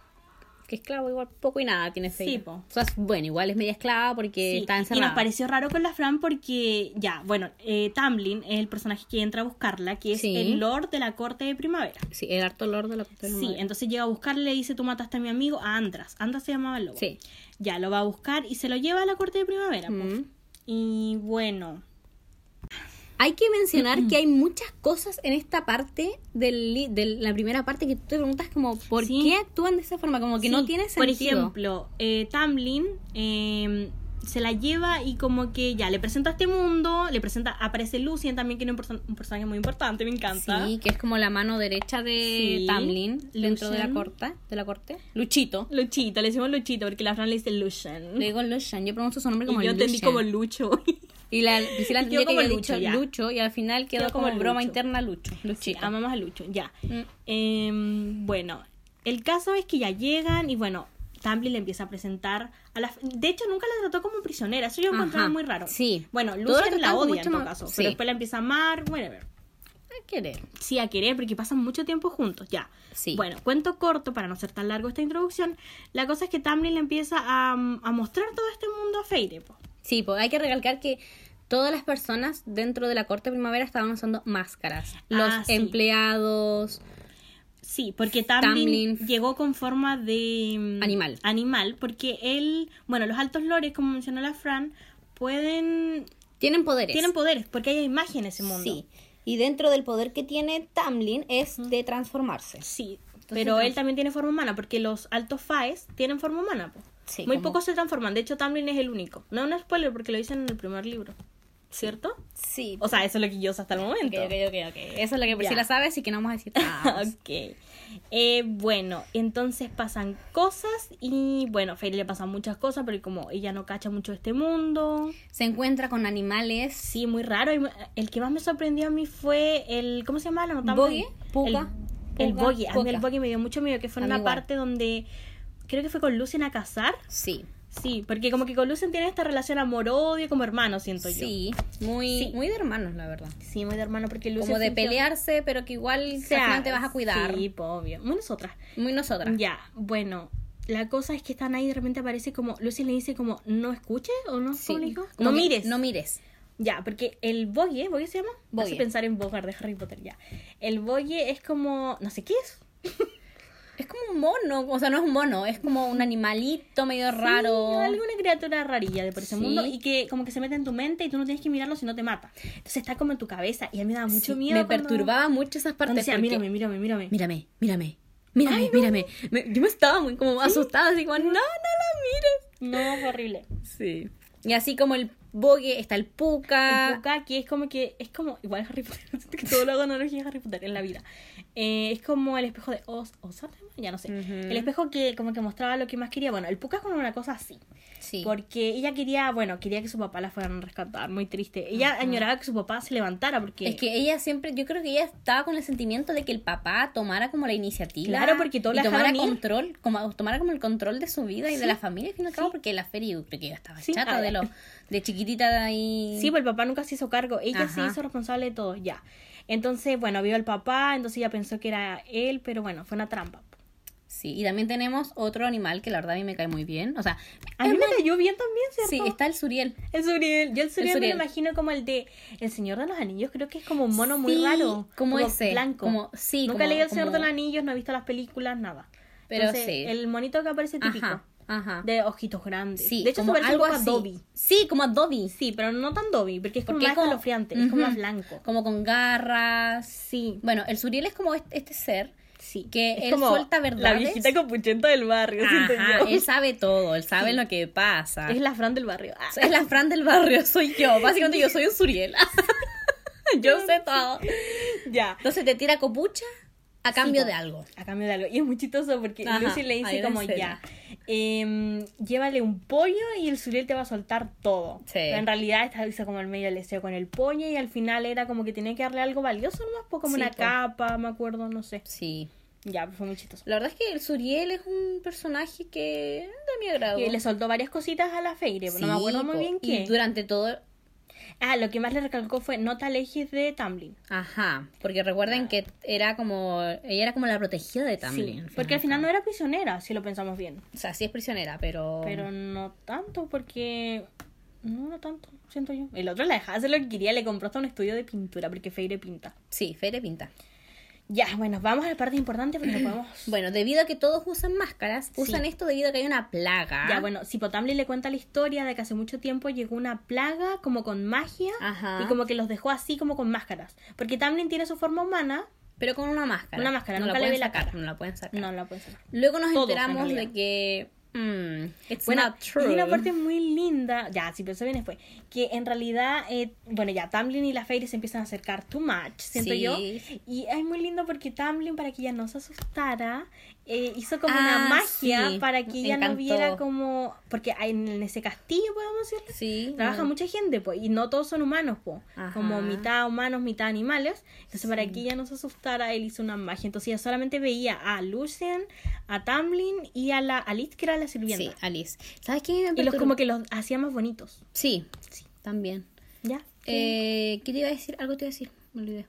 S1: Que esclavo igual poco y nada tiene fe.
S2: Sí, po.
S1: O sea, bueno, igual es media esclava porque
S2: Sí,
S1: está
S2: Y
S1: encerrada.
S2: nos pareció raro con la Fran porque, ya, bueno, eh, Tamlin es el personaje que entra a buscarla, que es
S1: Sí.
S2: el lord de la corte de primavera.
S1: Sí, el harto olor de la cultura
S2: Sí,
S1: humana.
S2: entonces llega a buscarle y le dice, tú mataste a mi amigo, a Andras. Andras se llamaba el lobo.
S1: Sí.
S2: Ya, lo va a buscar y se lo lleva a la corte de primavera. po.
S1: Mm.
S2: Y bueno,
S1: Hay que mencionar que hay muchas cosas en esta parte del li- de la primera parte que tú te preguntas como por
S2: Sí.
S1: qué actúan de esa forma, como que no
S2: Sí,
S1: tiene sentido.
S2: Por ejemplo, eh, Tamlin eh, se la lleva y como que ya le presenta este mundo, le presenta, aparece Lucien también, que era un, perso- un personaje muy importante, me encanta.
S1: Sí, que es como la mano derecha de
S2: Sí.
S1: Tamlin dentro de la
S2: Lucien.
S1: corte, de la corte. Luchito.
S2: Luchito, le decimos Luchito porque la Fran le dice Lucien.
S1: Le digo Lucien, yo pronuncio su nombre
S2: Y
S1: como
S2: yo entendí
S1: Lucien.
S2: como Lucho.
S1: Y la Priscila
S2: Y
S1: entendía
S2: quedó
S1: que
S2: como
S1: había
S2: Lucho,
S1: dicho
S2: ya.
S1: Lucho y al final quedó,
S2: Quedó
S1: como,
S2: como
S1: broma
S2: Lucho.
S1: interna Lucho.
S2: Sí,
S1: Luchito.
S2: amamos a Lucho, ya.
S1: Mm.
S2: Em, bueno, el caso es que ya llegan y bueno, Tamlin le empieza a presentar a la... De hecho, nunca la trató como prisionera, eso yo encontraba
S1: Ajá,
S2: muy raro.
S1: sí.
S2: Bueno,
S1: Todo lo
S2: Lucien la
S1: trataban
S2: odia en
S1: mucho
S2: todo
S1: más-
S2: caso,
S1: sí.
S2: pero después la empieza a amar, bueno,
S1: Hay que leer.
S2: sí a querer porque pasan mucho tiempo juntos, ya.
S1: Sí.
S2: Bueno, cuento corto para no ser tan largo esta introducción. La cosa es que Tamlin le empieza a, a mostrar todo este mundo a Feire. po.
S1: Sí, pues hay que recalcar que todas las personas dentro de la corte primavera estaban usando máscaras. Los
S2: Ah, sí.
S1: empleados.
S2: Sí, porque Tamlin,
S1: Tamlin.
S2: llegó con forma de mm,
S1: Animal.
S2: Animal, porque él, bueno, los altos lores, como mencionó la Fran, pueden
S1: Tienen poderes.
S2: tienen poderes, porque hay magia en ese mundo.
S1: Sí. Y dentro del poder que tiene Tamlin es de transformarse.
S2: Sí, pero él también tiene forma humana, porque los altos faes tienen forma humana. po.
S1: Sí,
S2: Muy
S1: como-
S2: pocos se transforman, de hecho Tamlin es el único. No es un spoiler porque lo dicen en el primer libro, ¿cierto?
S1: Sí.
S2: O sea, eso es lo que yo sé hasta el
S1: ok,
S2: momento.
S1: ok, ok, ok. Eso es lo que Priscila
S2: Ya.
S1: sabe, así que no vamos a decir nada. más.
S2: Ok. Eh, bueno, entonces pasan cosas y bueno, a Fairy le pasan muchas cosas, pero como ella no cacha mucho este mundo.
S1: Se encuentra con animales.
S2: Sí, muy raro. y mu- El que más me sorprendió a mí fue el. ¿Cómo se llama? ¿Lo notamos?
S1: ¿Bogie? ¿Puca?
S2: El, el
S1: ¿Puca?
S2: bogie. A mí el
S1: Puca.
S2: bogie me dio mucho miedo, que fue
S1: A
S2: en
S1: mí
S2: una
S1: igual.
S2: parte donde. Creo que fue con Lucien a cazar.
S1: Sí.
S2: Sí, porque como que con Lucien tiene esta relación amor-odio como hermano, siento yo.
S1: Sí, muy,
S2: Sí.
S1: muy de hermanos, la verdad.
S2: Sí, muy de hermano, porque Lucien...
S1: Como de
S2: funciona-
S1: pelearse, pero que igual
S2: O sea,
S1: al final te vas a cuidar.
S2: Sí, po, obvio. Muy nosotras.
S1: Muy nosotras.
S2: Ya, bueno. La cosa es que están ahí y de repente aparece como... Lucien le dice como, no escuches o no,
S1: Sí.
S2: ¿cómo le dijo?
S1: Como
S2: No
S1: que
S2: mires.
S1: No mires.
S2: Ya, porque el bogie, ¿bogie se llama? Me hace
S1: Bogie.
S2: pensar en Bogart de Harry Potter, ya. El bogie es como, no sé qué es.
S1: Es como un mono, o sea, no es un mono, es como un animalito medio raro.
S2: Sí, alguna criatura rarilla de por ese
S1: Sí.
S2: mundo y que como que se mete en tu mente y tú no tienes que mirarlo si no te mata. Entonces está como en tu cabeza y a mí me daba mucho
S1: Sí,
S2: miedo.
S1: Me
S2: cuando-
S1: perturbaba mucho esas
S2: cuando
S1: partes.
S2: decía,
S1: porque-
S2: mírame, mírame, mírame.
S1: mírame, mírame, mírame, mírame. Me- yo me estaba muy como asustada, así como, no, no la
S2: No, fue horrible.
S1: mires. Sí. Y así como el bogue, está el puca.
S2: El Puka aquí es como que es como igual Harry Potter, siento que todo lo hago analogía a Harry Potter en la vida. Eh, es como el espejo de Oz, Oz, ya no sé.
S1: Ujú.
S2: El espejo que como que mostraba lo que más quería. Bueno, el Puka es como una cosa así.
S1: Sí.
S2: Porque ella quería, bueno, quería que su papá la fueran a rescatar, muy triste. Ella añoraba que su papá se levantara porque...
S1: Es que ella siempre, yo creo que ella estaba con el sentimiento de que el papá tomara como la iniciativa.
S2: Claro, porque todo
S1: y
S2: la
S1: tomara
S2: dejaban ir.
S1: control, como, tomara como el control de su vida y
S2: Sí.
S1: de la familia, al fin y al cabo,
S2: Sí.
S1: porque la feria yo creo que ella estaba
S2: Sí,
S1: chata
S2: a
S1: de
S2: ver.
S1: lo, de chiquitita de ahí.
S2: Sí, pues el papá nunca se hizo cargo, ella se
S1: Ajá.
S2: hizo responsable de todo, ya. Entonces, bueno, vio al papá, entonces ella pensó que era él, pero bueno, fue una trampa.
S1: Sí, y también tenemos otro animal que la verdad a mí me cae muy bien. O sea, em,
S2: A mí me cayó bien también, ¿cierto?
S1: sí, está el suriel.
S2: El Suriel. Yo el Suriel,
S1: Suriel.
S2: me lo imagino como el de El Señor de los Anillos. Creo que es como un mono muy
S1: Sí,
S2: raro.
S1: como ese,
S2: Blanco.
S1: como- sí,
S2: Nunca
S1: como-
S2: leí El Señor de
S1: como-
S2: los Anillos, no he visto las películas, nada.
S1: Pero
S2: Entonces,
S1: sí.
S2: El monito que aparece típico.
S1: Ajá, ajá.
S2: De ojitos grandes.
S1: sí,
S2: de hecho,
S1: como
S2: se parece
S1: algo
S2: un poco
S1: así.
S2: a Dobby.
S1: Sí, como a Dobby.
S2: Sí, pero no tan Dobby, porque es como
S1: Porque
S2: más
S1: es como-
S2: escalofriante. Es como más
S1: Ujú.
S2: blanco.
S1: Como con garras.
S2: Sí.
S1: Bueno, el suriel es como este, este ser
S2: Sí.
S1: que
S2: Es
S1: él
S2: como
S1: suelta
S2: La
S1: verdades.
S2: viejita copuchenta del barrio. siento
S1: Ajá,
S2: yo.
S1: él sabe todo, él sabe lo que pasa.
S2: Es la Fran del barrio. Ah.
S1: Es la Fran del barrio, soy yo. Básicamente yo soy un Suriel. yo sé todo.
S2: Ya.
S1: Entonces te tira copucha a cambio
S2: po.
S1: de algo.
S2: a cambio de algo. Y es muy chistoso porque
S1: Ajá,
S2: Lucy le
S1: ahí
S2: dice
S1: la
S2: como
S1: escena.
S2: ya, em, llévale un pollo y el Suriel te va a soltar todo.
S1: Sí.
S2: Pero en realidad está hizo como el medio deseo con el pollo y al final era como que tenía que darle algo valioso nomás, po, como
S1: Sí,
S2: una
S1: po.
S2: capa, me acuerdo, no sé.
S1: Sí.
S2: Ya, pues fue muy chistoso.
S1: La verdad es que el Suriel es un personaje que de mi agrado.
S2: Y le soltó varias cositas a la Feire, no me acuerdo
S1: Sí,
S2: muy
S1: po.
S2: bien
S1: Y
S2: qué.
S1: durante todo...
S2: Ah, lo que más le recalcó fue no te alejes de Tamlin.
S1: Ajá, porque recuerden que era como... Ella era como la protegida de
S2: Sí,
S1: Tamlin.
S2: porque al final no era prisionera, si lo pensamos bien.
S1: O sea, sí es prisionera, pero...
S2: Pero no tanto, porque. No, no tanto, siento yo. El otro la dejaba hacer lo que quería, le compró hasta un estudio de pintura, porque Feire pinta.
S1: Sí, Fere pinta.
S2: Ya, bueno, vamos a la parte importante porque no podemos.
S1: Bueno, debido a que todos usan máscaras, usan esto debido a que hay una plaga.
S2: Ya, bueno, Cipotamli le cuenta la historia de que hace mucho tiempo llegó una plaga, como con magia,
S1: Ajá.
S2: y como que los dejó así, como con máscaras. Porque Tamlin tiene su forma humana,
S1: Pero con una máscara.
S2: Una máscara,
S1: no
S2: nunca
S1: la
S2: le
S1: pueden
S2: ve la
S1: sacar,
S2: cara.
S1: No la pueden sacar.
S2: no la puede sacar.
S1: Luego nos
S2: Todos, en
S1: enteramos
S2: realidad.
S1: de que. mm, it's
S2: Bueno,
S1: not true.
S2: y una parte muy linda, ya, si pienso bien después, que en realidad, eh, bueno, ya Tamlin y la Fairy se empiezan a acercar too much, siento
S1: Sí.
S2: yo. Y es muy lindo porque Tamlin, para que ella no se asustara, eh, hizo como una
S1: Ah,
S2: magia
S1: sí,
S2: para que
S1: me
S2: ella no
S1: encantó.
S2: viera como... Porque hay en en ese castillo, podemos decirlo,
S1: Sí.
S2: trabaja
S1: no.
S2: mucha gente, pues, y no todos son humanos, pues,
S1: Ajá.
S2: como mitad humanos, mitad animales. Entonces, para que ella no se asustara, él hizo una magia. Entonces, ella solamente veía a Lucien, a Tamlin y a la a Liz, que era la sirvienta.
S1: Sí, Alice. ¿Sabes quién me
S2: Y los
S1: perturbó?
S2: como que los hacía más bonitos.
S1: Sí, sí, también.
S2: ¿Ya?
S1: Eh, ¿Qué te iba a decir? Algo te iba a decir. Me olvidé.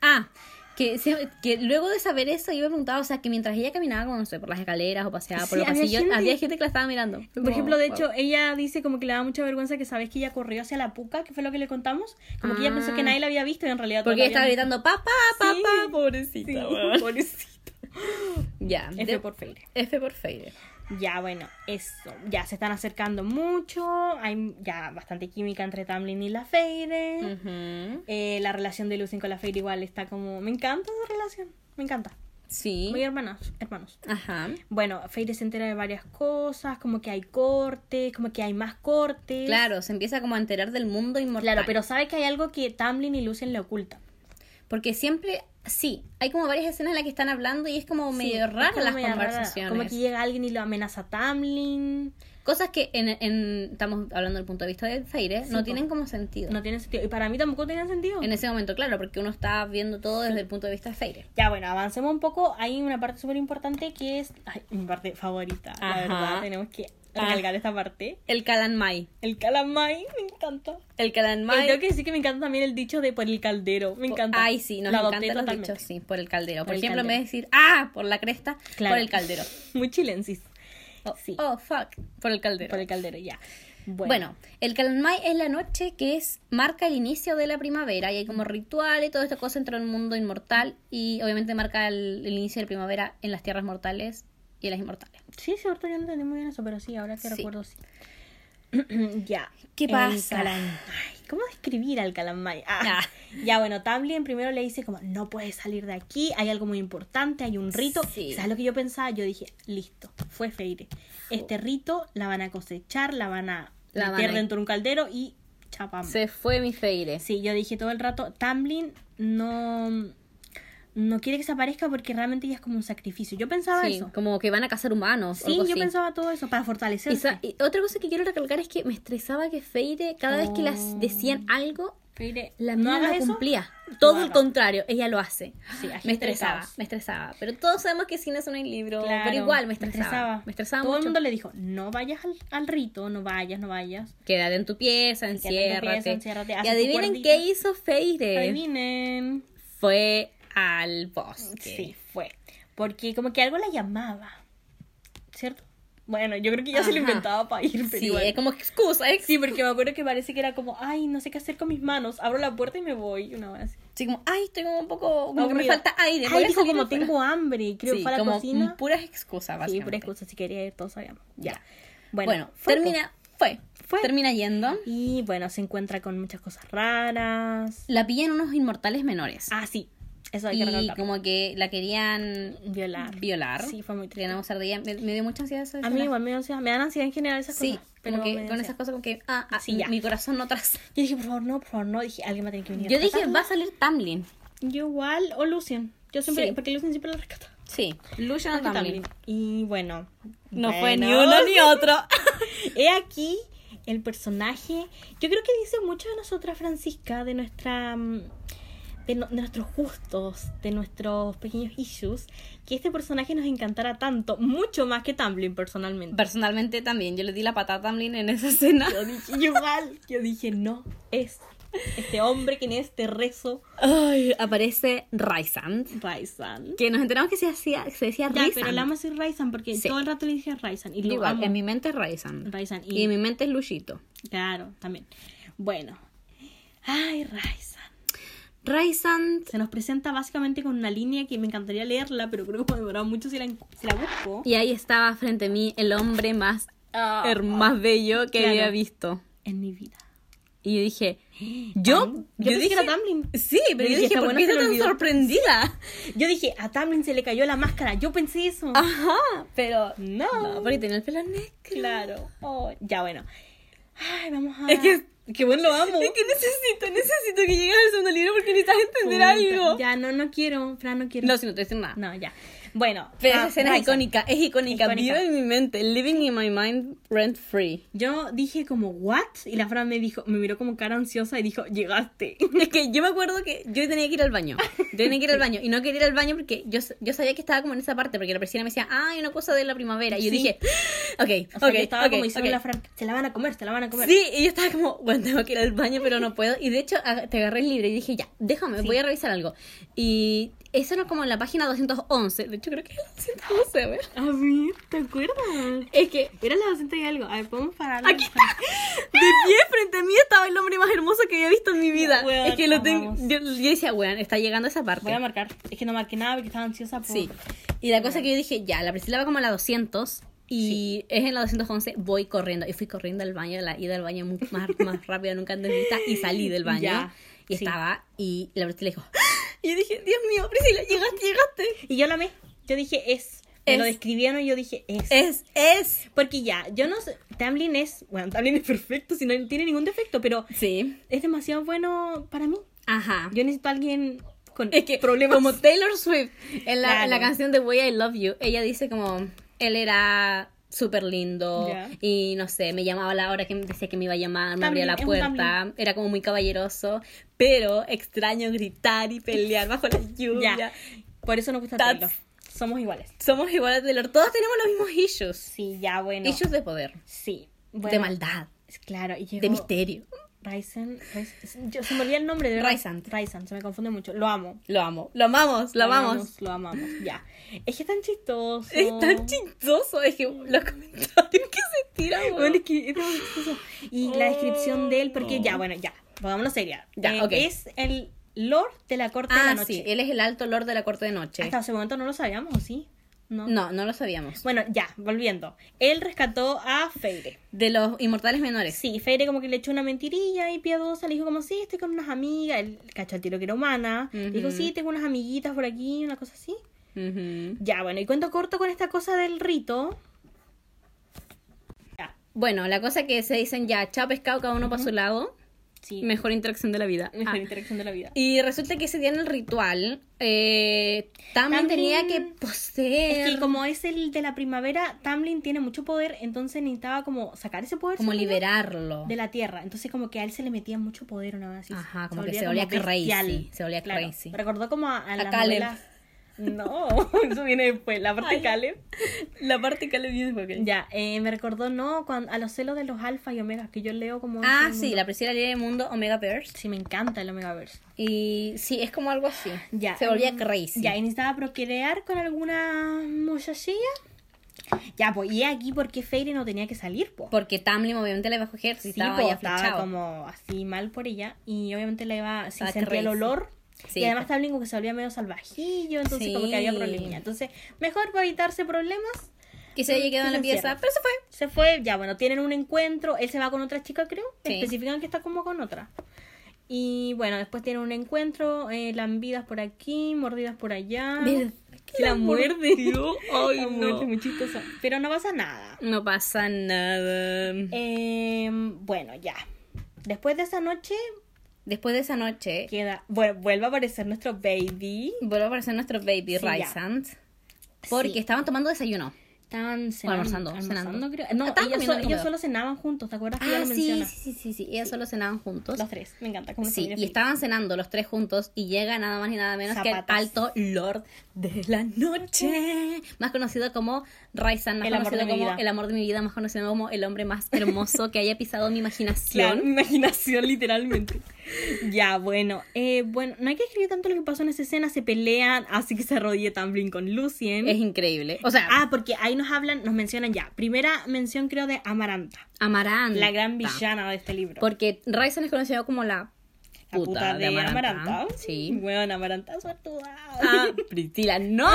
S1: Ah. Que, se- que luego de saber eso, yo me preguntaba, o sea, que mientras ella caminaba, como, no sé, por las escaleras o paseaba
S2: Sí,
S1: por los
S2: había
S1: pasillos,
S2: gente-
S1: había gente que la estaba mirando.
S2: Por
S1: Como,
S2: ejemplo, de
S1: wow.
S2: hecho, ella dice como que le da mucha vergüenza que sabes que ella corrió hacia la puca, que fue lo que le contamos. Como que ella pensó que
S1: Ah.
S2: nadie la había visto y en realidad todos
S1: porque ella estaba
S2: la habían
S1: gritando, papá, papá,
S2: Sí.
S1: pobrecita,
S2: visto.
S1: weón".
S2: Pobrecita.
S1: Ya,
S2: F
S1: de-
S2: por Feire.
S1: F por Feire.
S2: Ya, bueno, eso. Ya se están acercando mucho. Hay ya bastante química entre Tamlin y la Feire.
S1: Mm.
S2: Eh, la relación de Lucien con la Feire igual está como... Me encanta esa relación. Me encanta.
S1: Sí.
S2: Muy hermanas, hermanos.
S1: Ajá.
S2: Bueno, Feire se entera de varias cosas, como que hay cortes, como que hay más cortes.
S1: Claro, se empieza como a enterar del mundo inmortal.
S2: Claro, pero sabe que hay algo que Tamlin y Lucien le ocultan.
S1: Porque siempre, sí, hay como varias escenas en las que están hablando y es como
S2: Sí,
S1: medio
S2: es
S1: raro
S2: como
S1: las
S2: medio rara,
S1: conversaciones.
S2: Como que llega alguien y lo amenaza a Tamlin.
S1: Cosas que, en, en- estamos hablando del punto de vista de Feire,
S2: Sí,
S1: no
S2: po.
S1: tienen como sentido.
S2: No tiene sentido. Y para mí tampoco tenía sentido.
S1: En ese momento, claro, porque uno está viendo todo desde el punto de vista de Feire.
S2: Ya, bueno, avancemos un poco. Hay una parte súper importante que es ay, mi parte favorita. La
S1: Ajá.
S2: verdad, tenemos que para cargar esta parte.
S1: El calamai.
S2: El calamay, me encanta.
S1: El
S2: Yo
S1: calamai.
S2: Tengo que decir que me encanta también el dicho de por el caldero. Me encanta.
S1: Ay, sí, nos
S2: Lo adopté
S1: encantan los
S2: totalmente.
S1: dichos, sí, por el caldero. Por,
S2: Por el
S1: ejemplo,
S2: caldero.
S1: en vez de decir, ah, por la cresta,
S2: Claro.
S1: por el caldero.
S2: Muy chilensis.
S1: Oh,
S2: Sí.
S1: oh, fuck, por el caldero.
S2: Por el caldero, ya. Bueno.
S1: Bueno, el Calamai es la noche que es marca el inicio de la primavera y hay como rituales y toda esta cosa entre el mundo inmortal y obviamente marca el, el inicio de la primavera en las tierras mortales y en las inmortales.
S2: Sí, sí, ahorita yo no entendí muy bien eso, pero sí, ahora que
S1: Sí.
S2: recuerdo, sí. ya.
S1: ¿Qué
S2: El
S1: pasa?
S2: calam- Ay, ¿Cómo describir al calamay? Ah.
S1: Ah.
S2: Ya, bueno, Tamlin primero le dice como, no puedes salir de aquí, hay algo muy importante, hay un rito.
S1: Sí.
S2: ¿Sabes lo que yo pensaba? Yo dije, listo, fue Feire. Este rito la van a cosechar, la van a
S1: La van
S2: meter
S1: a-
S2: dentro de un caldero y chapam.
S1: Se fue mi feire.
S2: Sí, yo dije todo el rato, Tamlin no... No quiere que se aparezca porque realmente ya es como un sacrificio. Yo pensaba
S1: Sí,
S2: eso.
S1: como que van a cazar humanos.
S2: Sí,
S1: algo
S2: yo
S1: así.
S2: pensaba todo eso para
S1: Y,
S2: fortalecerse.
S1: sa- y otra cosa que quiero recalcar es que me estresaba que Feire, cada vez que las decían algo,
S2: Oh. Feire,
S1: la
S2: ¿no
S1: mía
S2: hagas
S1: lo
S2: eso?
S1: cumplía. Todo
S2: No
S1: el
S2: hagas.
S1: contrario, ella lo hace.
S2: Sí, agita
S1: me
S2: el
S1: estresaba,
S2: caos.
S1: me estresaba. Pero todos sabemos que cine no hay libro.
S2: Claro,
S1: pero igual me estresaba. Me estresaba,
S2: Todo el
S1: mucho.
S2: mundo le dijo, no vayas al, al rito, no vayas, no vayas.
S1: Quédate en tu pieza,
S2: en tu pieza,
S1: enciérrate.
S2: enciérrate, haz
S1: y
S2: tu
S1: adivinen
S2: cuerdita.
S1: qué hizo Feire.
S2: Adivinen.
S1: Fue al bosque.
S2: Sí, fue. Porque como que algo la llamaba. ¿Cierto? Bueno, yo creo que ya se lo
S1: Ajá.
S2: inventaba para ir, pero
S1: Sí,
S2: igual.
S1: es como excusa, ¿eh?
S2: Sí, porque me acuerdo que parece que era como, ay, no sé qué hacer con mis manos, abro la puerta y me voy. Una hora así.
S1: Sí, como, ay, estoy como un poco. Como que me
S2: Aburrida.
S1: falta aire. voy
S2: Ay,
S1: a
S2: dijo
S1: salir
S2: como
S1: afuera.
S2: tengo hambre, creo que
S1: Sí,
S2: fue a la
S1: como
S2: cocina.
S1: puras excusas,
S2: Sí,
S1: básicamente.
S2: pura excusa, si quería ir, todos sabíamos.
S1: Ya.
S2: Bueno,
S1: Bueno,
S2: fue, po.
S1: termina. Fue.
S2: Fue.
S1: Termina yendo.
S2: Y bueno, se encuentra con muchas cosas raras.
S1: La pillan unos inmortales menores.
S2: Ah, sí, eso hay que
S1: y
S2: recalcar.
S1: como que la querían
S2: Violar.
S1: violar.
S2: Sí, fue muy triste.
S1: Querían abusar de ella. Me, me dio mucha ansiedad eso. de
S2: A mí
S1: violar.
S2: igual me, da ansiedad- me dan ansiedad en general esas
S1: Sí,
S2: cosas.
S1: como que
S2: me da
S1: con
S2: ansiedad.
S1: esas cosas como que ah, ah,
S2: Sí, ya.
S1: mi corazón no traza.
S2: Yo dije, por favor, no, por favor, no. Dije, alguien va a tener que venir. a
S1: Yo dije,
S2: rescatarla.
S1: va a salir Tamlin.
S2: Yo igual, o Lucien. Yo siempre,
S1: Sí. Ah,
S2: porque Lucien siempre la rescata.
S1: Sí, Lucian Tamlin.
S2: Y bueno.
S1: No fue ni
S2: bueno,
S1: uno ni otro.
S2: He aquí el personaje. Yo creo que dice mucho de nosotras, Francisca, de nuestra. mm, De, no- de nuestros gustos, de nuestros pequeños issues, que este personaje nos encantara tanto, mucho más que Tamblin personalmente.
S1: Personalmente también, yo le di la patada a Tamlin en esa escena.
S2: Yo dije, igual, yo dije, no, es este hombre que en este rezo,
S1: Ay, aparece Raizand.
S2: Raisan.
S1: Que nos enteramos que se, hacía, se decía
S2: Ya,
S1: Raizand.
S2: pero la amo decir Raisan porque
S1: Sí.
S2: todo el rato le dije Raisan y lo
S1: Igual,
S2: amo.
S1: en mi mente es Raizand.
S2: Raizand, y-
S1: Y... en mi mente es Luchito.
S2: Claro, también. Bueno, ay, Raisan.
S1: Raizand.
S2: se nos presenta básicamente con una línea que me encantaría leerla, pero creo que me demorado mucho si la, si la busco.
S1: Y ahí estaba frente a mí el hombre más,
S2: Ah.
S1: her- más bello que
S2: Claro.
S1: había visto.
S2: En mi vida.
S1: Y yo dije, yo,
S2: Tam- yo pensé que era Tamlin.
S1: Sí, pero yo,
S2: Yo dije,
S1: dije,
S2: esta
S1: ¿por
S2: buena
S1: qué
S2: se
S1: está
S2: le
S1: tan
S2: olvidó".
S1: sorprendida?
S2: Yo dije, a Tamlin se le cayó la máscara. Yo pensé eso.
S1: Ajá, pero
S2: No.
S1: Ah. no, porque tenía el pelo negro.
S2: Claro. Oh, ya, bueno. Ay, vamos a.
S1: Es que-
S2: Qué bueno, lo amo.
S1: Es que necesito, necesito que llegues al segundo libro porque necesitas entender
S2: Puta,
S1: algo.
S2: Ya, no, no quiero. Fran, no quiero.
S1: No, si no te dicen nada.
S2: No, ya. Bueno.
S1: Pero esa
S2: ah,
S1: escena es
S2: Ryzen.
S1: icónica, es icónica,
S2: Icónica.
S1: vive en mi mente, living in my mind rent free.
S2: Yo dije como, ¿what? Y la Fran me dijo, me miró como cara ansiosa y dijo, llegaste.
S1: Es que yo me acuerdo que yo tenía que ir al baño. Yo tenía que ir al baño y no quería ir al baño porque yo, yo sabía que estaba como en esa parte porque la persona me decía, ah, hay una cosa de la primavera. Y yo
S2: Sí.
S1: dije, ok,
S2: O sea,
S1: ok,
S2: yo estaba
S1: ok,
S2: como diciendo
S1: ok.
S2: la Fran, se la van a comer, se la van a comer.
S1: Sí, y yo estaba como, bueno, tengo que ir al baño, pero no puedo. Y de hecho, ag- te agarré el libro y dije, ya, déjame, voy a revisar algo. Y eso era como en la página 211. De hecho, creo que es la 211, a ver.
S2: A ver, ¿te acuerdas?
S1: Es que
S2: Era la docente y algo. A ver, podemos parar.
S1: Aquí está. de pie frente a mí estaba el hombre más hermoso que había visto en mi vida.
S2: Weón,
S1: es que lo tengo.
S2: amamos.
S1: Yo, yo decía, weón, está llegando esa parte.
S2: Voy a marcar. Es que no marqué nada porque estaba ansiosa. Por...
S1: Sí. Y la cosa que yo dije, ya, la Priscila va como a la 200 y es en la 211, voy corriendo. Y fui corriendo al baño, la ida al baño mu- más, más rápida nunca antes vista y salí del baño.
S2: Ya,
S1: Y
S2: sí.
S1: estaba, y la Priscila dijo, ¡Ah! y yo dije, Dios mío, Priscila, llegaste, llegaste.
S2: Y yo la amé. Yo dije es. Me
S1: Es.
S2: lo describieron y yo dije es.
S1: Es, es.
S2: Porque ya, yo no sé. Tamlin es. Bueno, Tamlin es perfecto, si no tiene ningún defecto, pero
S1: Sí.
S2: es demasiado bueno para mí.
S1: Ajá.
S2: Yo necesito a alguien con
S1: es que,
S2: problemas.
S1: como Taylor Swift, en la, en la
S2: Claro.
S1: canción de Way I Love You, ella dice como, él era súper lindo
S2: Ya.
S1: y no sé, me llamaba a la hora que me decía que me iba a llamar, me abría
S2: También,
S1: la
S2: es un
S1: puerta, era como muy caballeroso, pero extraño gritar y pelear bajo la lluvia.
S2: ya. Por eso no gusta
S1: That's-
S2: Taylor. Somos iguales.
S1: Somos iguales de Lord. Todos tenemos los mismos issues.
S2: Sí, ya, bueno.
S1: Issues de poder,
S2: Sí.
S1: de
S2: bueno,
S1: maldad,
S2: Claro, y llegó...
S1: de misterio.
S2: Ryzen, Ryzen- yo se me olvida el nombre de verdad.
S1: Ryzen.
S2: Ryzen, se me confunde mucho. Lo amo.
S1: Lo amo, lo amamos, lo amamos.
S2: Lo amamos, ya. Es que es tan chistoso.
S1: Es tan chistoso, es que los comentarios que se tiran.
S2: Bueno, es que es tan chistoso. Y
S1: Oh.
S2: la descripción de él, porque ya, bueno, ya. Pongámonos seria.
S1: Ya,
S2: Eh,
S1: ok.
S2: Es el Lord de la Corte de la
S1: Ah,
S2: Noche.
S1: sí, él es el alto lord de la corte de noche.
S2: Hasta ese momento no lo sabíamos, ¿o ¿sí? No.
S1: No, no lo sabíamos.
S2: Bueno, ya, volviendo. Él rescató a Feire.
S1: De los inmortales menores.
S2: Sí, Feire como que le echó una mentirilla y piadosa le dijo como, sí, estoy con unas amigas. Él cachó el tiro que era humana. Le dijo,
S1: Ujú.
S2: sí, tengo unas amiguitas por aquí, una cosa así.
S1: Ujú.
S2: Ya, bueno, y cuento corto con esta cosa del rito. Ya,
S1: Bueno, la cosa que se dicen ya, chao pescado, cada uno para su lado.
S2: sí.
S1: Mejor interacción de la vida.
S2: Mejor
S1: Ah.
S2: interacción de la vida.
S1: Y resulta que ese día en el ritual, eh, Tamlin
S2: Tamlin-
S1: tenía que poseer
S2: Es que como es el de la primavera, Tamlin tiene mucho poder, entonces necesitaba como sacar ese poder
S1: como
S2: ¿sí?
S1: liberarlo.
S2: de la tierra. Entonces como que a él se le metía mucho poder una vez así.
S1: Ajá, como que se volvía crazy, se volvía crazy.
S2: Recordó como a, a, las
S1: Caleb.
S2: novelas- No, eso viene después, la parte de Caleb.
S1: la parte que le dio
S2: Ya, eh, me recordó, no, cuan- a los celos de los alfa y omegas, que yo leo como...
S1: Ah,
S2: ese
S1: sí,
S2: mundo.
S1: la priscila líder del mundo, Omega Bears.
S2: Sí, me encanta el omegaverse.
S1: Y sí, es como algo así.
S2: Ya.
S1: Se volvía
S2: mm,
S1: crazy.
S2: Ya, y necesitaba procrear con alguna muchachilla. Ya, pues, y aquí porque Feire no tenía que salir, pues.
S1: Porque Tamlin obviamente le bajó ejército
S2: Sí,
S1: y estaba
S2: po,
S1: ya
S2: estaba
S1: flechado.
S2: como así mal por ella. Y obviamente le iba, si
S1: Estaba
S2: sentía
S1: crazy.
S2: el olor.
S1: Sí,
S2: y además
S1: po.
S2: también como que se volvía medio salvajillo, entonces como que había
S1: Sí.
S2: problemilla. Entonces, mejor para evitarse problemas,
S1: Y se había quedado en la
S2: Se encierra.
S1: pieza, pero se fue.
S2: se fue, ya bueno, tienen un encuentro, él se va con otra chica, creo,
S1: Sí.
S2: especifican que está como con otra. Y bueno, después tienen un encuentro, eh, lambidas por aquí, mordidas por allá.
S1: ¿Verdad que
S2: Ah, La
S1: la
S2: muerde.
S1: mordió? Ay,
S2: La
S1: no.
S2: muerde, muy chistosa. Pero no pasa nada.
S1: No pasa nada.
S2: Em, bueno, ya. Después de esa noche,
S1: Después de esa noche,
S2: queda vu- vuelve a aparecer nuestro baby
S1: volvió a aparecer nuestro baby
S2: Sí, ya.
S1: Rysand. Porque
S2: Sí.
S1: estaban tomando desayuno.
S2: estaban
S1: almorzando,
S2: cenando,
S1: cenando.
S2: creo. no
S1: Estaban
S2: ellos,
S1: comiendo
S2: so-
S1: en el
S2: ellos
S1: comedor.
S2: solo cenaban juntos te acuerdas que ya
S1: Ah,
S2: lo
S1: sí, sí,
S2: menciona
S1: sí, sí, sí. Ellos solo cenaban juntos.
S2: los tres me encanta como
S1: Sí, y estaban cenando los tres juntos y llega nada más y nada menos que
S2: Zapatas.
S1: el alto lord de la noche, más conocido como Raisan, más
S2: El amor
S1: conocido
S2: de mi
S1: como
S2: vida.
S1: el amor de mi vida, más conocido como el hombre más hermoso que haya pisado mi
S2: la
S1: imaginación.
S2: imaginación literalmente ya bueno eh, bueno no hay que escribir tanto lo que pasó en esa escena se pelean así que se arrodilla Tamblin con Lucien
S1: Es increíble. O sea,
S2: ah porque ahí nos hablan nos mencionan ya primera mención creo de Amaranta
S1: Amaranta.
S2: la gran villana de este libro
S1: Porque Raisan es conocido como la puta,
S2: la puta de, Amaranta.
S1: Sí.
S2: bueno Amaranta suertuda
S1: Ah, Priscila, no.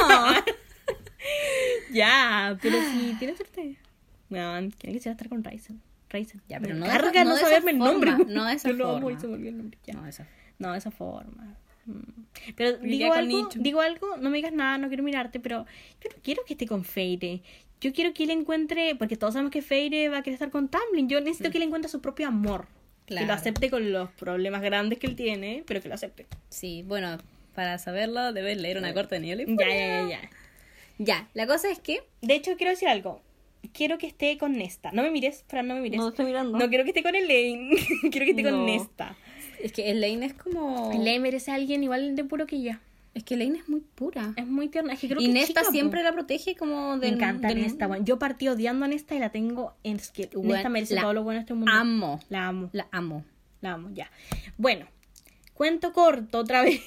S2: Ya, pero si tiene suerte. No, tiene que ser a estar con Ryzen. Ryzen.
S1: Ya, pero
S2: Me
S1: no de
S2: carga
S1: esa-
S2: no,
S1: no de esa
S2: saberme el
S1: forma,
S2: nombre.
S1: no de esa
S2: Yo lo amo y
S1: forma.
S2: se me olvidó el nombre. Ya.
S1: No, eso.
S2: No, de esa forma. Mm. Pero
S1: Iría
S2: digo
S1: con
S2: algo,
S1: Nicho.
S2: digo algo, no me digas nada, no quiero mirarte, pero yo no quiero que esté con Feire. Yo quiero que él encuentre, porque todos sabemos que Feire va a querer estar con Tamlin. Yo necesito que él encuentre su propio amor. Que lo
S1: Claro.
S2: acepte con los problemas grandes que él tiene, pero que lo acepte.
S1: Sí, bueno, para saberlo debes leer una corte de nieve.
S2: Ya, ya, ya, ya.
S1: Ya, la cosa es que
S2: De hecho, quiero decir algo. Quiero que esté con Nesta. No me mires, Fran, no me mires.
S1: estoy mirando.
S2: No quiero que esté con Elaine. quiero que esté
S1: No.
S2: con Nesta.
S1: Es que Elaine es como.
S2: Elaine merece a alguien igual de puro que ella.
S1: Es que Elaine es muy pura.
S2: Es muy tierna. Es que creo
S1: Y
S2: que es
S1: Nesta
S2: chica, po.
S1: siempre la protege como
S2: Me
S1: del.
S2: encanta
S1: del-
S2: Nesta. Bueno, yo partí odiando a Nesta y la tengo en es que
S1: Bueno,
S2: Nesta merece
S1: la
S2: todo lo bueno de este mundo.
S1: Amo.
S2: La amo.
S1: La amo.
S2: La amo, ya. Bueno, cuento corto otra vez.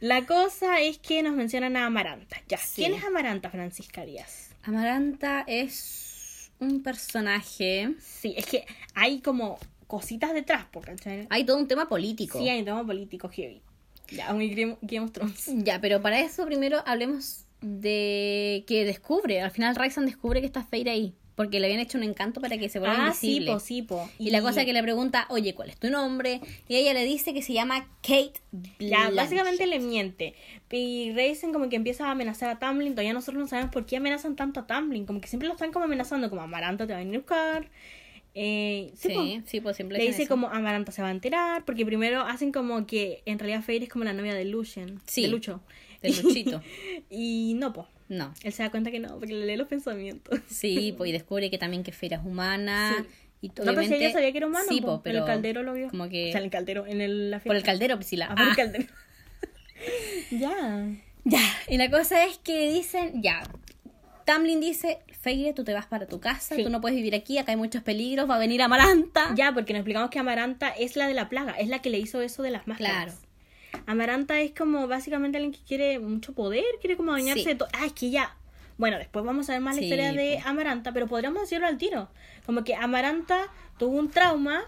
S2: la cosa es que nos mencionan a Amaranta. Ya.
S1: Sí.
S2: ¿Quién es Amaranta, Francisca Díaz?
S1: Amaranta es un personaje.
S2: Sí, es que hay como cositas detrás, por ¿cachai?
S1: Hay todo un tema político.
S2: Sí, hay un tema político heavy. Ya, un Game Game of Thrones.
S1: Ya, pero para eso primero hablemos de que descubre. Al final Ryzen descubre que está Feira ahí. Porque le habían hecho un encanto para que se vuelva
S2: Ah, sí,
S1: invisible.
S2: po, sí, po.
S1: Y la cosa que le pregunta, oye, ¿cuál es tu nombre? Y ella le dice que se llama Kate
S2: Ya,
S1: Blanchett.
S2: básicamente le miente. Y Raisin como que empieza a amenazar a Tamlin. Todavía nosotros no sabemos por qué amenazan tanto a Tamlin. Como que siempre lo están como amenazando, como Amaranta te va a venir a buscar. Eh, sí, po.
S1: Sí, sí, pues siempre
S2: Le
S1: dicen
S2: dice
S1: eso.
S2: como Amaranta se va a enterar, porque primero hacen como que en realidad Fairy es como la novia de Lucien.
S1: Sí.
S2: De Lucho.
S1: De Luchito.
S2: Y no, po.
S1: No.
S2: Él se da cuenta que no, porque le lee los pensamientos.
S1: Sí, po, y descubre que también que Fera es humana.
S2: Sí.
S1: Y
S2: No, pero si
S1: obviamente-
S2: ella sabía que era humano,
S1: Sí,
S2: po,
S1: po, pero
S2: el caldero lo vio.
S1: como que-
S2: O sea, en el caldero, en el- la
S1: Por el pues, Ah.
S2: fiesta.
S1: caldero, Priscila.
S2: Ah, por el
S1: Ah,
S2: caldero. ya.
S1: Ya, y la cosa es que dicen, ya, Tamlin dice, Feire, tú te vas para tu casa,
S2: Sí.
S1: tú no puedes vivir aquí, acá hay muchos peligros, va a venir Amaranta.
S2: Ya, porque nos explicamos que Amaranta es la de la plaga, es la que le hizo eso de las máscaras. Claro. Amaranta es como básicamente alguien que quiere mucho poder, quiere como dañarse
S1: Sí.
S2: de todo. Ah, es que ya. Bueno, después vamos a ver más la
S1: Sí, pues.
S2: historia de Amaranta, pero podríamos decirlo al tiro. Como que Amaranta tuvo un trauma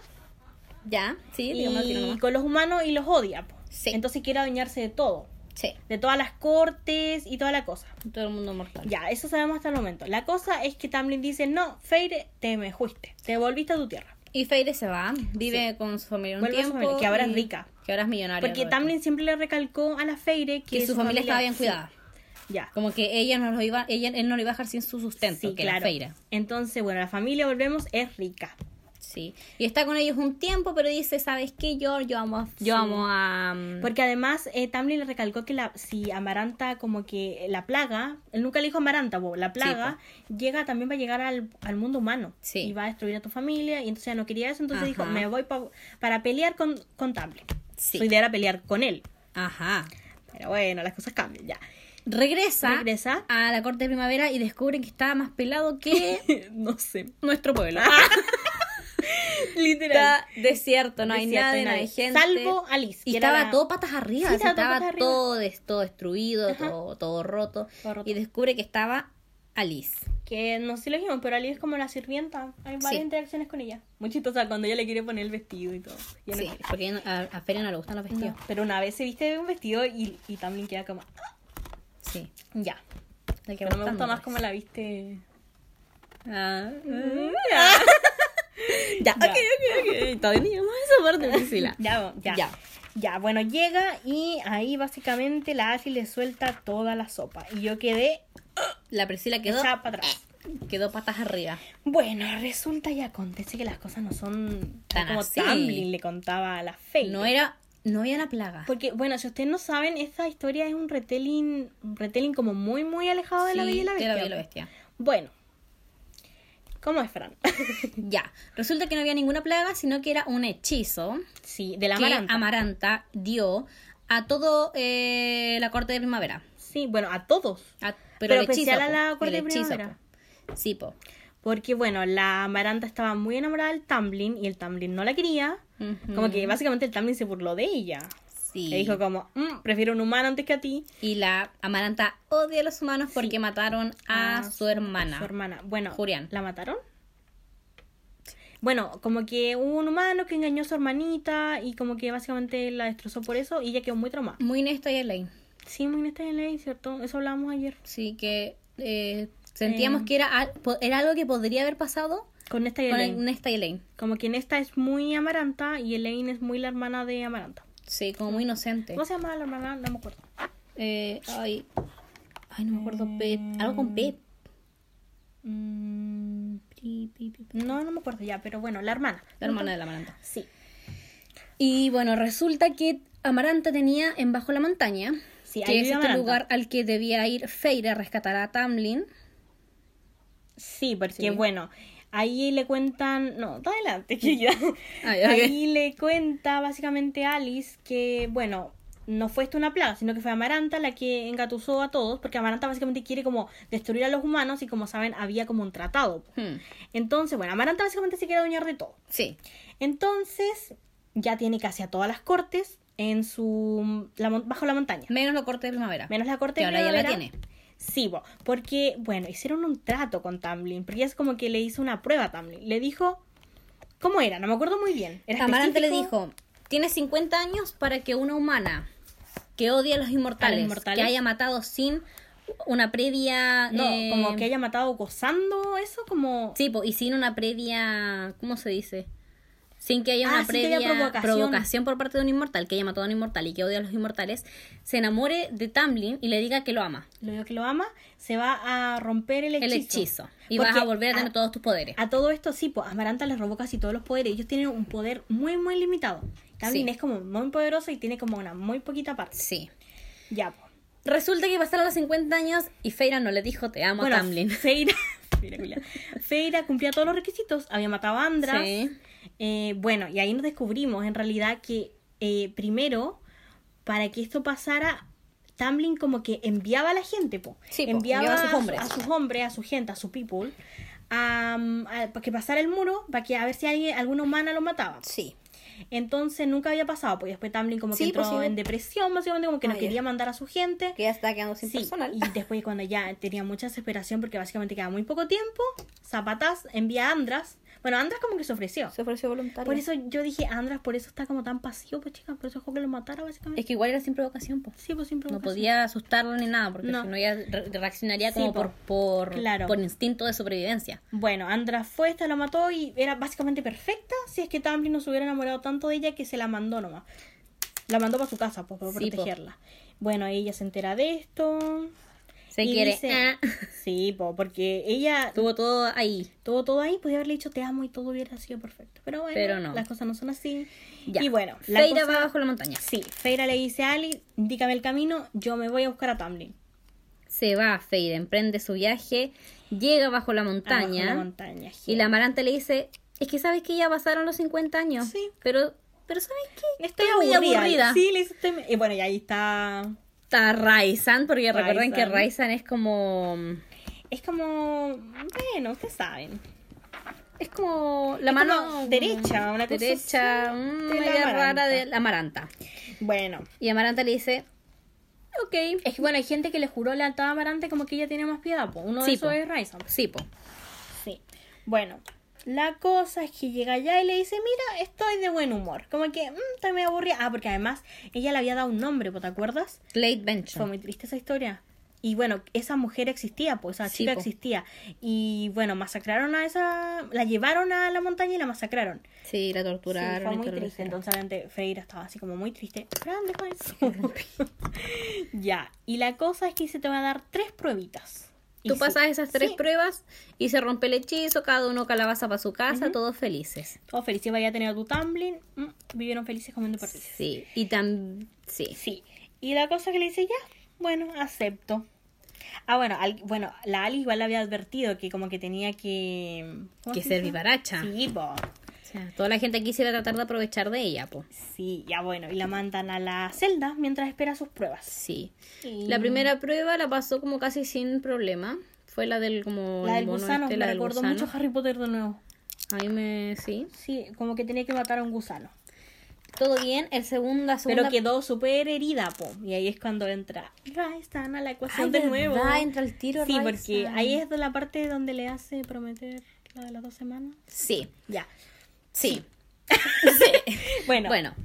S1: Ya, sí, digamos que
S2: y
S1: nomás.
S2: con los humanos y los odia. po.
S1: Sí.
S2: Entonces quiere adueñarse de todo,
S1: Sí,
S2: de todas las cortes y toda la cosa.
S1: todo el mundo mortal.
S2: Ya, eso sabemos hasta el momento. La cosa es que Tamlin dice, no, Feire, te me fuiste, te volviste a tu tierra.
S1: Y Feire se va, vive con su familia un
S2: Vuelve a su
S1: tiempo.
S2: familia, que ahora es
S1: y-
S2: rica.
S1: Que ahora es millonaria.
S2: Porque
S1: todo esto.
S2: Tamlin siempre le recalcó a la Feire que,
S1: Que su familia estaba bien
S2: sí,
S1: cuidada.
S2: Ya.
S1: Como que ella no lo iba, ella, él no lo iba a dejar sin su sustento,
S2: Sí,
S1: que
S2: claro.
S1: era Feire.
S2: Entonces, bueno, la familia, volvemos, es rica.
S1: Sí. Y está con ellos un tiempo, pero dice, ¿sabes qué? Yo, yo amo, a- yo
S2: Sí.
S1: amo a... mm,
S2: Porque además, eh, Tamlin le recalcó que la, si Amaranta, como que eh, la plaga, él nunca le dijo Amaranta, bo, la plaga, llega también va a llegar al, al mundo humano.
S1: Sí.
S2: Y va a destruir a tu familia. Y entonces ya no quería eso, entonces dijo,
S1: Ajá.
S2: me voy pa- para pelear con, con Tamlin.
S1: Sí.
S2: Su idea era pelear con él.
S1: Ajá.
S2: Pero bueno, las cosas cambian ya.
S1: Regresa,
S2: Regresa.
S1: a la corte de primavera y descubren que está más pelado que
S2: no sé.
S1: nuestro pueblo.
S2: Ah, Literal.
S1: está desierto, no hay
S2: Desierto,
S1: nada,
S2: hay
S1: no hay
S2: nadie.
S1: gente.
S2: Salvo Alice,
S1: Y
S2: que era
S1: estaba
S2: la-
S1: todo patas arriba, así,
S2: Sí, estaba todo
S1: estaba
S2: patas arriba.
S1: todo, des- todo destruido,
S2: Ajá.
S1: todo, todo roto.
S2: Todo roto.
S1: Y descubre que estaba Alice.
S2: Que no sé si lo dijimos, pero Ali es como la sirvienta. Hay varias
S1: Sí.
S2: interacciones con ella. Muy chistosa cuando ella le quiere poner el vestido y todo. Ella no
S1: Sí,
S2: quiere.
S1: porque ella no- a, a Feria no le gustan los vestidos.
S2: No, Pero una vez se viste de un vestido y, y también queda como. "Ah,
S1: Sí.
S2: Ya.
S1: Le quedó
S2: Pero me gusta
S1: gustando,
S2: más
S1: parece.
S2: como la viste.
S1: Ah,
S2: Ya,
S1: ok, ok, ok. Todavía no llegamos a esa parte, Priscila.
S2: Ya, ya.
S1: Ya.
S2: Ya, bueno, llega y ahí básicamente la Ashley le suelta toda la sopa. Y yo quedé
S1: La Priscila quedó,
S2: echada para atrás.
S1: quedó patas arriba.
S2: Bueno, resulta y acontece que las cosas no son
S1: Tan
S2: como
S1: así.
S2: Tamlin le contaba a la Faye.
S1: No era, no había una plaga.
S2: Porque, bueno, si ustedes no saben, esta historia es un retelling, un retelling como muy, muy alejado de la
S1: Sí,
S2: Bella y la
S1: de
S2: Bestia.
S1: Bella y la Bestia.
S2: Bueno, ¿cómo es Fran?
S1: Ya, resulta que no había ninguna plaga, sino que era un hechizo
S2: sí, de la
S1: que
S2: Amaranta.
S1: Amaranta. dio a todo eh, la corte de primavera.
S2: sí, bueno, a todos.
S1: A-
S2: Pero
S1: pero el hechizo,
S2: especial a
S1: po,
S2: la corte
S1: el
S2: de
S1: hechizo,
S2: primavera.
S1: po. Sí, po.
S2: Porque, bueno, la Amaranta estaba muy enamorada del Tamlin y el Tamlin no la quería.
S1: Ujú.
S2: Como que básicamente el Tamlin se burló de ella.
S1: Mm. Sí.
S2: Le dijo como, "Mm, prefiero un humano antes que a ti.
S1: Y la Amaranta odia a los humanos porque mataron a
S2: Ah,
S1: su hermana.
S2: Su hermana. Bueno,
S1: Jurian.
S2: ¿la mataron? Bueno, como que hubo un humano que engañó a su hermanita y como que básicamente la destrozó por eso y ella quedó muy traumada.
S1: Muy Nesta y Elaine.
S2: Sí, muy en esta ley, ¿cierto? Eso hablábamos ayer
S1: Sí, que eh, sentíamos
S2: Eh.
S1: que era, al- po- era algo que podría haber pasado
S2: con esta y
S1: con
S2: Elaine.
S1: Nesta y Elaine.
S2: Como que Nesta es muy Amaranta y Elaine es muy la hermana de Amaranta.
S1: Sí, como muy inocente.
S2: ¿Cómo se llama la hermana? No me acuerdo.
S1: Eh, ay, ay, no me acuerdo, Pep. Algo con Pep.
S2: Mm, pi, pi, pi, pi. No, no me acuerdo ya, pero bueno, la hermana.
S1: La hermana de la Amaranta.
S2: Sí,
S1: Y bueno, resulta que Amaranta tenía en Bajo la Montaña,
S2: Sí, ahí
S1: que es
S2: vive
S1: este
S2: Amaranta.
S1: lugar al que debía ir Feire a rescatar a Tamlin.
S2: Sí, porque
S1: Sí.
S2: bueno, ahí le cuentan, no, está adelante, que ya.
S1: Ay, ok.
S2: Ahí le cuenta básicamente a Alice que, bueno, no fue esto una plaga, sino que fue Amaranta la que engatusó a todos, porque Amaranta básicamente quiere como destruir a los humanos y como saben, había como un tratado.
S1: Hmm,
S2: Entonces, bueno, Amaranta básicamente se quiere adueñar de todo.
S1: Sí,
S2: Entonces, ya tiene casi a todas las cortes en su la mon- bajo la montaña.
S1: menos la corte de primavera.
S2: Menos la
S1: Que
S2: corte de
S1: ahora ya la
S2: primavera.
S1: tiene.
S2: Sí, bo, porque, bueno, hicieron un trato con Tamlin, porque es como que le hizo una prueba a Tamlin. Le dijo, ¿cómo era? No me acuerdo muy bien. Era
S1: Amaranta le
S2: específico.
S1: dijo, tienes 50 años para que una humana que odia a los inmortales,
S2: inmortales.
S1: que haya matado sin una previa...
S2: No,
S1: eh,
S2: como que haya matado gozando eso, como...
S1: Sí, po, y sin una previa, ¿cómo se dice? Sin que haya
S2: Ah,
S1: una
S2: sin que
S1: previa
S2: haya provocación.
S1: provocación por parte de un inmortal, que haya matado a un inmortal y que odia a los inmortales, se enamore de Tamlin y le diga que lo ama,
S2: Lo digo que lo ama, se va a romper el hechizo.
S1: el hechizo, y
S2: Porque
S1: vas a volver a tener todos tus poderes.
S2: A todo esto, sí, pues Amaranta les robó casi todos los poderes. Ellos tienen un poder muy, muy limitado. Tamlin
S1: Sí.
S2: es como muy poderoso y tiene como una muy poquita parte.
S1: Sí.
S2: Ya, po.
S1: Resulta que pasaron los 50 años y Feira no le dijo te amo a Tamlin.
S2: Feira, Feira, culia. Feira cumplía todos los requisitos. Había matado a Andras.
S1: Sí.
S2: Eh, bueno, y ahí nos descubrimos en realidad que eh, primero, para que esto pasara, Tamlin como que enviaba a la gente, po.
S1: Sí, po,
S2: enviaba,
S1: enviaba
S2: a sus hombres, a
S1: su-
S2: sus hombres, a su gente, a su people, a, a- para que pasara el muro, para que a ver si alguien, alguna humana lo mataba.
S1: Sí.
S2: Entonces nunca había pasado, porque después Tamlin como
S1: Sí,
S2: que entró
S1: pues, sí.
S2: en depresión, básicamente como que
S1: Ah,
S2: no
S1: ya.
S2: quería mandar a su gente.
S1: Que ya está quedando sin
S2: Sí,
S1: personal.
S2: y después cuando ya tenía mucha desesperación porque básicamente quedaba muy poco tiempo, Zapatas envía a Andras. Bueno, Andras como que se ofreció.
S1: Se ofreció voluntario.
S2: Por eso yo dije, Andras, por eso está como tan pasivo, pues chicas, por eso dejó que lo matara básicamente.
S1: Es que igual era sin provocación, po.
S2: Sí, pues siempre
S1: No podía asustarlo ni nada, porque
S2: No.
S1: si no ella re- reaccionaría como
S2: Sí, po.
S1: por, por,
S2: Claro.
S1: por instinto de sobrevivencia.
S2: Bueno, Andras fue, esta lo mató y era básicamente perfecta si es que Tamlin no se hubiera enamorado tanto de ella que se la mandó nomás. La mandó para su casa, pues, para
S1: Sí, po.
S2: protegerla. Bueno, ella se entera de esto.
S1: Se
S2: y
S1: quiere.
S2: dice-
S1: ah.
S2: Sí, po, porque ella
S1: Tuvo todo ahí.
S2: todo todo ahí, podía haberle dicho te amo y todo hubiera sido perfecto. Pero bueno,
S1: Pero no.
S2: las cosas no son así.
S1: Ya.
S2: Y bueno, la
S1: Feira
S2: cosa-
S1: va bajo la montaña.
S2: Sí, Feira le dice a Ali, indícame el camino, yo me voy a buscar a Tamlin.
S1: Se va Feira, emprende su viaje, llega bajo la montaña.
S2: Abajo de la montaña.
S1: Y la amarante le dice, es que sabes que ya pasaron los 50 años.
S2: Sí.
S1: Pero, pero ¿sabes qué?
S2: Estoy
S1: muy
S2: aburrida.
S1: aburrida.
S2: Sí, le dice, "Estoy- Y bueno, y ahí está.
S1: Está Raizan, porque recuerden que
S2: Raizan.
S1: Raizan es como...
S2: Es como. Bueno, ustedes saben.
S1: Es como la
S2: Es
S1: mano mm,
S2: como derecha, una cosa
S1: derecha,
S2: así,
S1: mm,
S2: de la
S1: media rara
S2: Amaranta.
S1: de la Amaranta.
S2: Bueno.
S1: Y Amaranta le dice, ok,
S2: Es que bueno, hay gente que le juró lealtad a Amarante como que ella tiene más piedad, po. Uno
S1: Sí,
S2: de esos
S1: po.
S2: es Raizan.
S1: sí, po.
S2: Sí. Bueno, la cosa es que llega allá y le dice, mira, estoy de buen humor. Como que, "Mm, estoy medio aburrida. Ah, porque además ella le había dado un nombre, po, ¿te acuerdas?
S1: Glade
S2: Fue
S1: Benson.
S2: muy triste esa historia. Y bueno, esa mujer existía, pues esa
S1: Sí,
S2: chica
S1: po.
S2: existía. Y bueno, masacraron a esa... La llevaron a la montaña y la masacraron.
S1: Sí, la torturaron.
S2: Sí, fue
S1: y
S2: muy
S1: todo lo
S2: triste.
S1: hicieron.
S2: Entonces, obviamente, Freira estaba así como muy triste. Fran, deja eso. ya. Y la cosa es que se te va a dar tres pruebitas. Y
S1: Tú
S2: sí,
S1: pasas esas tres
S2: sí,
S1: pruebas y se rompe el hechizo, cada uno calabaza para su casa, todos felices.
S2: Todos felices. Oh, Vaya a tener tu tumbling. Mm, vivieron felices comiendo perdices.
S1: Sí, y tan... Sí.
S2: Sí. Y la cosa que le dice, ya, bueno, acepto. Ah, bueno, al- bueno, la Alice igual le había advertido que como que tenía que... ¿cómo
S1: que
S2: se
S1: ser
S2: dice?
S1: vivaracha.
S2: Sí, po.
S1: O sea, toda la gente aquí se va a tratar de aprovechar de ella, po.
S2: Sí, ya bueno. Y la mandan a la celda mientras espera sus pruebas.
S1: Sí.
S2: Y-
S1: La primera prueba la pasó como casi sin problema. Fue la del como
S2: La
S1: el
S2: del
S1: mono
S2: gusano,
S1: este,
S2: me recordó
S1: gusano.
S2: mucho Harry Potter de nuevo.
S1: A mí me sí.
S2: Sí, como que tenía que matar a un gusano.
S1: Todo bien, el segundo, la segunda
S2: Pero quedó súper herida, po. Y ahí es cuando entra Raistan a la ecuación
S1: Ay,
S2: de
S1: ¿verdad?
S2: nuevo.
S1: entra el tiro
S2: sí,
S1: Raizan.
S2: porque ahí es de la parte donde le hace prometer la de las dos semanas.
S1: Sí.
S2: Ya.
S1: Sí.
S2: Bueno,
S1: Bueno,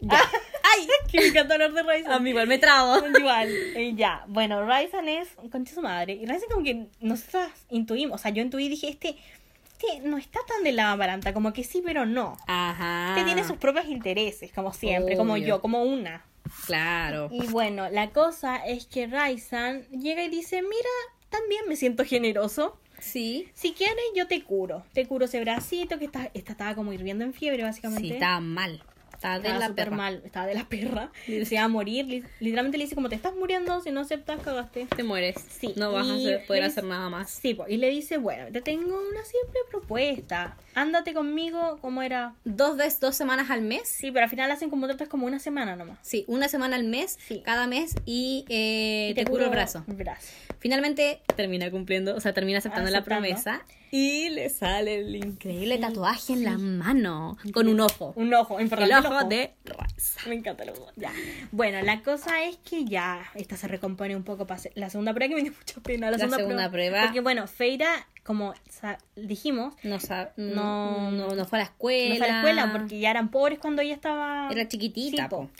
S2: ¡Ay! que me encanta hablar de Ryzen.
S1: a mí igual me trabo.
S2: Igual, eh, ya. Bueno, Ryzen es concha su madre. Y Ryzen como que nosotras intuimos, o sea, yo intuí y dije, este, este no está tan de la baranta, como que sí, pero no.
S1: Ajá.
S2: Este tiene sus propios intereses, como siempre, como
S1: Ah. Obvio.
S2: yo, como una.
S1: Claro.
S2: Y bueno, la cosa es que Ryzen llega y dice, mira, también me siento generoso.
S1: Sí.
S2: Si quieres, yo te curo. Te curo ese bracito que está, esta estaba como hirviendo en fiebre, básicamente.
S1: Sí, estaba mal. Estaba de
S2: Estaba
S1: la
S2: súper
S1: Ah, perra.
S2: mal, estaba de la perra. Se iba a morir. li- Literalmente le dice como te estás muriendo, si no aceptas, cagaste.
S1: Te mueres.
S2: Sí,
S1: No vas a
S2: y
S1: hacer- poder
S2: es-
S1: hacer nada más.
S2: Sí, po, y le dice, bueno, te tengo una simple propuesta. Ándate conmigo, como era.
S1: Dos veces, dos semanas al mes.
S2: Sí, pero al final hacen como tratas como una semana nomás.
S1: Sí, una semana al mes,
S2: Sí.
S1: cada mes, y, eh, te, curo el brazo.
S2: el brazo.
S1: Finalmente termina cumpliendo, o sea, termina aceptando, la
S2: Aceptando.
S1: promesa. Y le sale el increíble tatuaje en la mano, con un ojo.
S2: Un ojo,
S1: el
S2: importante.
S1: ojo, de Raza.
S2: Me encanta el ojo. Ya. Bueno, la cosa es que ya esta se recompone un poco para hacer- la segunda prueba que me dio mucha pena. La,
S1: La
S2: segunda,
S1: segunda
S2: prueba,
S1: prueba.
S2: Porque bueno, Feira, como sa- dijimos,
S1: No, sa-
S2: No.
S1: no, Mm, no, no fue a la escuela.
S2: no fue a la escuela porque ya eran pobres cuando ella estaba
S1: Era chiquitita,
S2: Sí, po.
S1: po.